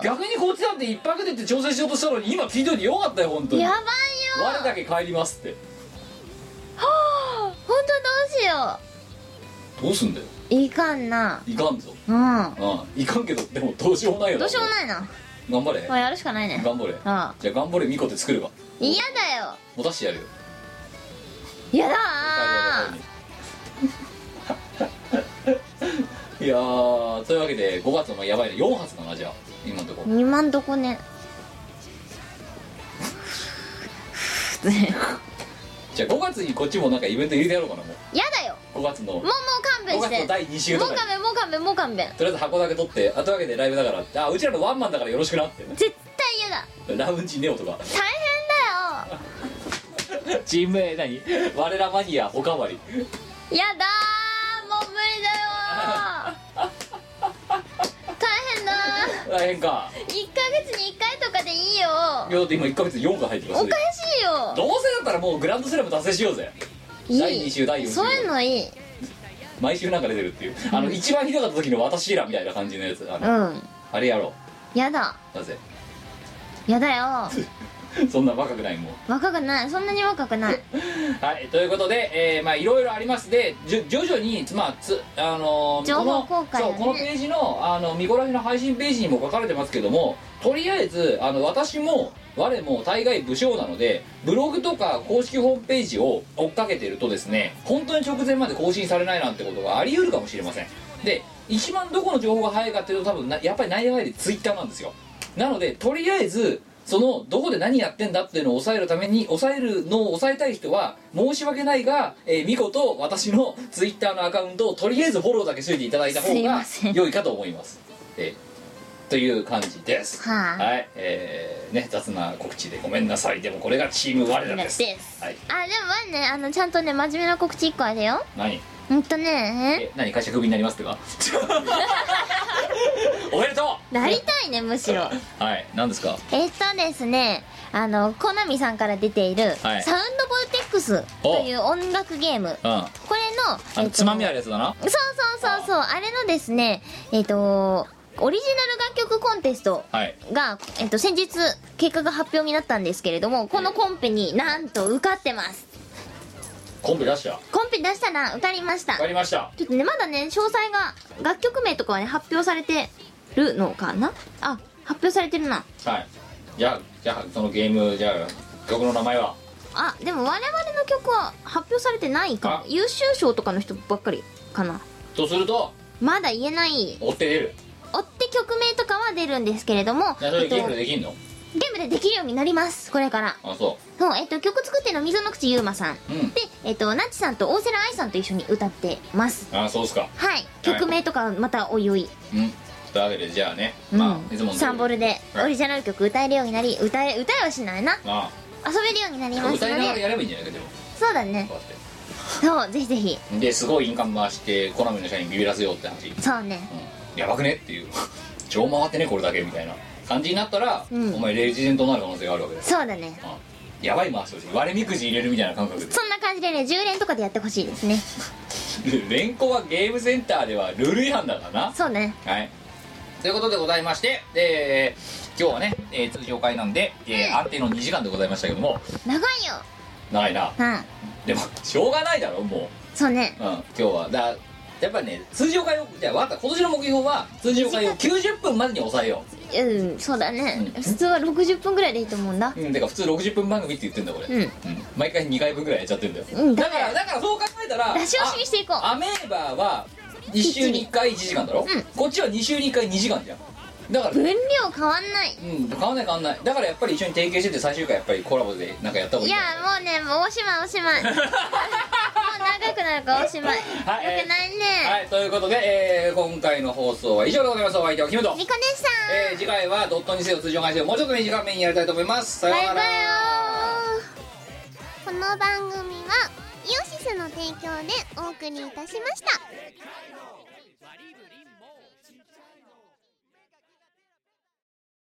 Speaker 1: 逆にこっちだって一泊でって調整しようとしたのに今聞いといてよかったよ本当
Speaker 2: う
Speaker 1: に
Speaker 2: やばいよ
Speaker 1: 我だけ帰りますって
Speaker 2: 本当どうしよ
Speaker 1: どどうすんだよ
Speaker 2: いかんない
Speaker 1: かんぞ
Speaker 2: うん
Speaker 1: うんいかんけどでもどうしようもないよ
Speaker 2: どうしようも
Speaker 1: い
Speaker 2: ないな
Speaker 1: 頑張れ
Speaker 2: まあやるしかないね
Speaker 1: 頑張れ
Speaker 2: ああ
Speaker 1: じゃあ頑張れみこって作れば
Speaker 2: 嫌だよ
Speaker 1: 持たしてやるよ
Speaker 2: 嫌だ
Speaker 1: いやーというわけで5月のやばいね4発だなじゃあ今のところ
Speaker 2: 今んとこね
Speaker 1: じゃあ5月にこっちもなんかイベント入れてやろうかなも
Speaker 2: 嫌だよ
Speaker 1: う5月の
Speaker 2: もうもう
Speaker 1: 5
Speaker 2: 勘弁し
Speaker 1: 月の
Speaker 2: て
Speaker 1: 第2週
Speaker 2: も
Speaker 1: とか
Speaker 2: う勘
Speaker 1: に
Speaker 2: 弁もう勘弁もう勘弁
Speaker 1: とりあえず箱だけ取ってあというわけでライブだからあうちらのワンマンだからよろしくなって
Speaker 2: 絶対嫌だ
Speaker 1: ラウンジネオとか
Speaker 2: 大変だよ
Speaker 1: チーム名何 我らマニアおかわり
Speaker 2: やだーもう無 理だよー大変だー
Speaker 1: 大変か
Speaker 2: 1ヶ月に1回とかでいいよ
Speaker 1: いやだって今1ヶ月に4回入ってま
Speaker 2: お
Speaker 1: す
Speaker 2: かしいよ
Speaker 1: どうせだったらもうグランドスラム達成しようぜ
Speaker 2: いい
Speaker 1: 第二週第四週
Speaker 2: そういうのいい
Speaker 1: 毎週なんか出てるっていうあの一番ひどかった時の私らみたいな感じのやつあ
Speaker 2: う
Speaker 1: の
Speaker 2: ん
Speaker 1: あれやろ
Speaker 2: やだ
Speaker 1: うなぜ
Speaker 2: やだよ
Speaker 1: そんな若くないもん
Speaker 2: 若くないそんなに若くない
Speaker 1: はいということで、えーまあいろいろありますでじゅ徐々にまあつあのー
Speaker 2: 情報公開
Speaker 1: このそ
Speaker 2: だね
Speaker 1: うこのページのあの見殺しの配信ページにも書かれてますけどもとりあえずあの私も我も大概武将なのでブログとか公式ホームページを追っかけてるとですね本当に直前まで更新されないなんてことがあり得るかもしれませんで一番どこの情報が早いかっていうと多分なやっぱり内容よりツイッターなんですよなのでとりあえずそのどこで何やってんだっていうのを抑えるために抑えるのを抑えたい人は申し訳ないが、えー、見事私のツイッターのアカウントをとりあえずフォローだけしといていただいた
Speaker 2: す
Speaker 1: 方
Speaker 2: い
Speaker 1: が
Speaker 2: ません
Speaker 1: 良いかと思いますえーという感じです
Speaker 2: はあ
Speaker 1: いえーね雑な告知でごめんなさいでもこれがチーム我らです
Speaker 2: です
Speaker 1: はい
Speaker 2: あでもまあねあのちゃんとね真面目な告知1個あるよ
Speaker 1: 何
Speaker 2: うんとね
Speaker 1: え何会社クビになりますって かおめでと
Speaker 2: なりたいねむし ろ
Speaker 1: うはい何ですか
Speaker 2: えっとですねあのコナミさんから出ている「サウ
Speaker 1: は
Speaker 2: ン
Speaker 1: い
Speaker 2: ドボルテックス」という音楽ゲーム
Speaker 1: うんあ
Speaker 2: これの,、
Speaker 1: のつまみある
Speaker 2: る
Speaker 1: やつだな
Speaker 2: そうそうそうそうあれのですねえっとオリジナル楽曲コンテスト
Speaker 1: はい
Speaker 2: が、えっと、先日結果が発表になったんですけれどもこのコンペになんと受かってます
Speaker 1: コンペ出したわ
Speaker 2: コンペ出したら受かりました
Speaker 1: かりました
Speaker 2: ちょっとねまだね詳細が楽曲名とかはね発表されてるのかなあ発表されてるな
Speaker 1: はいじゃあじゃあそのゲームじゃあ曲の名前は
Speaker 2: あでも我々の曲は発表されてないか
Speaker 1: あ
Speaker 2: も優秀賞とかの人ばっかりかな
Speaker 1: とすると
Speaker 2: まだ言えない
Speaker 1: 追って出る
Speaker 2: 追って曲名とかは出るんですけれども、
Speaker 1: じゃあそ
Speaker 2: え
Speaker 1: れ
Speaker 2: っと
Speaker 1: ゲ
Speaker 2: ゲ
Speaker 1: ームでできんの
Speaker 2: ームでできるようになりますこれから
Speaker 1: あそ
Speaker 2: そう、えっと、曲作ってるの溝の口ゆうまさんで
Speaker 1: ううん
Speaker 2: えっとナッチさんと大瀬良愛さんと一緒に歌ってます
Speaker 1: あそうっすか
Speaker 2: はい曲名とかはまたおいおい、
Speaker 1: うんというわけでじゃあね、
Speaker 2: うん
Speaker 1: まあいつもの通り
Speaker 2: サンボルで
Speaker 1: はい
Speaker 2: オリジナル曲歌えるようになり歌え歌えはしないな
Speaker 1: ま
Speaker 2: 遊べるようになり
Speaker 1: あ
Speaker 2: ます
Speaker 1: 歌いなが
Speaker 2: の
Speaker 1: ら
Speaker 2: で
Speaker 1: やればいいんじゃないかでも
Speaker 2: そうだね
Speaker 1: こうやっ
Speaker 2: そうぜひぜひ
Speaker 1: てですごい印鑑回してコナミの社員ビビらせようって話、うん、
Speaker 2: そうね
Speaker 1: やばくねっていう 超回ってねこれだけみたいな感じになったら、
Speaker 2: うん
Speaker 1: お前レジデントになる可能性があるわけです、
Speaker 2: そうだね
Speaker 1: うん、やばい回してほしい割れみくじ入れるみたいな感覚で
Speaker 2: そんな感じでね10連とかでやってほしいですね
Speaker 1: 連行はゲームセンターではルール違反だからな
Speaker 2: そうね
Speaker 1: はいということでございまして、えー今日はね、えー通常会なんで、えー安定の2時間でございましたけども
Speaker 2: 長いよ
Speaker 1: 長いな
Speaker 2: うん
Speaker 1: でもしょうがないだろも
Speaker 2: そうね
Speaker 1: う、うん、今日はだやっぱね通常会をじゃあ分かった今年の目標は通常会を90分までに抑えよ
Speaker 2: うんそうだね
Speaker 1: うん
Speaker 2: 普通は60分ぐらいでいいと思うんだ
Speaker 1: ううんてか普通60分番組って言ってんだこれ、
Speaker 2: うん
Speaker 1: 毎回2回分ぐらいやっちゃってるんだよ、
Speaker 2: うん
Speaker 1: だからだからそう考えたら
Speaker 2: 出し惜しみしていこう
Speaker 1: あアメーバーは1週に1回1時間だろ、
Speaker 2: うん
Speaker 1: こっちは2週に1回2時間じゃんだから
Speaker 2: 分量変わんない
Speaker 1: うん変わんない変わんないだからやっぱり一緒に提携してて最終回やっぱりコラボでなんかやった方が
Speaker 2: い
Speaker 1: いい
Speaker 2: や
Speaker 1: んじゃな
Speaker 2: もうねもうおしまいおしま いもう長くなるからおしまいよく
Speaker 1: はい
Speaker 2: ない
Speaker 1: は
Speaker 2: ね
Speaker 1: いということで、えー今回の放送は以上でございますお相手はキムと、
Speaker 2: ニコ姉さ
Speaker 1: えー次回はドットにせよ通常回線をもうちょっと短めにやりたいと思いますさよ
Speaker 2: ん
Speaker 1: うな
Speaker 2: バイ
Speaker 1: ら
Speaker 2: バイよ
Speaker 3: この番組はイオシスの提供でお送りいたしました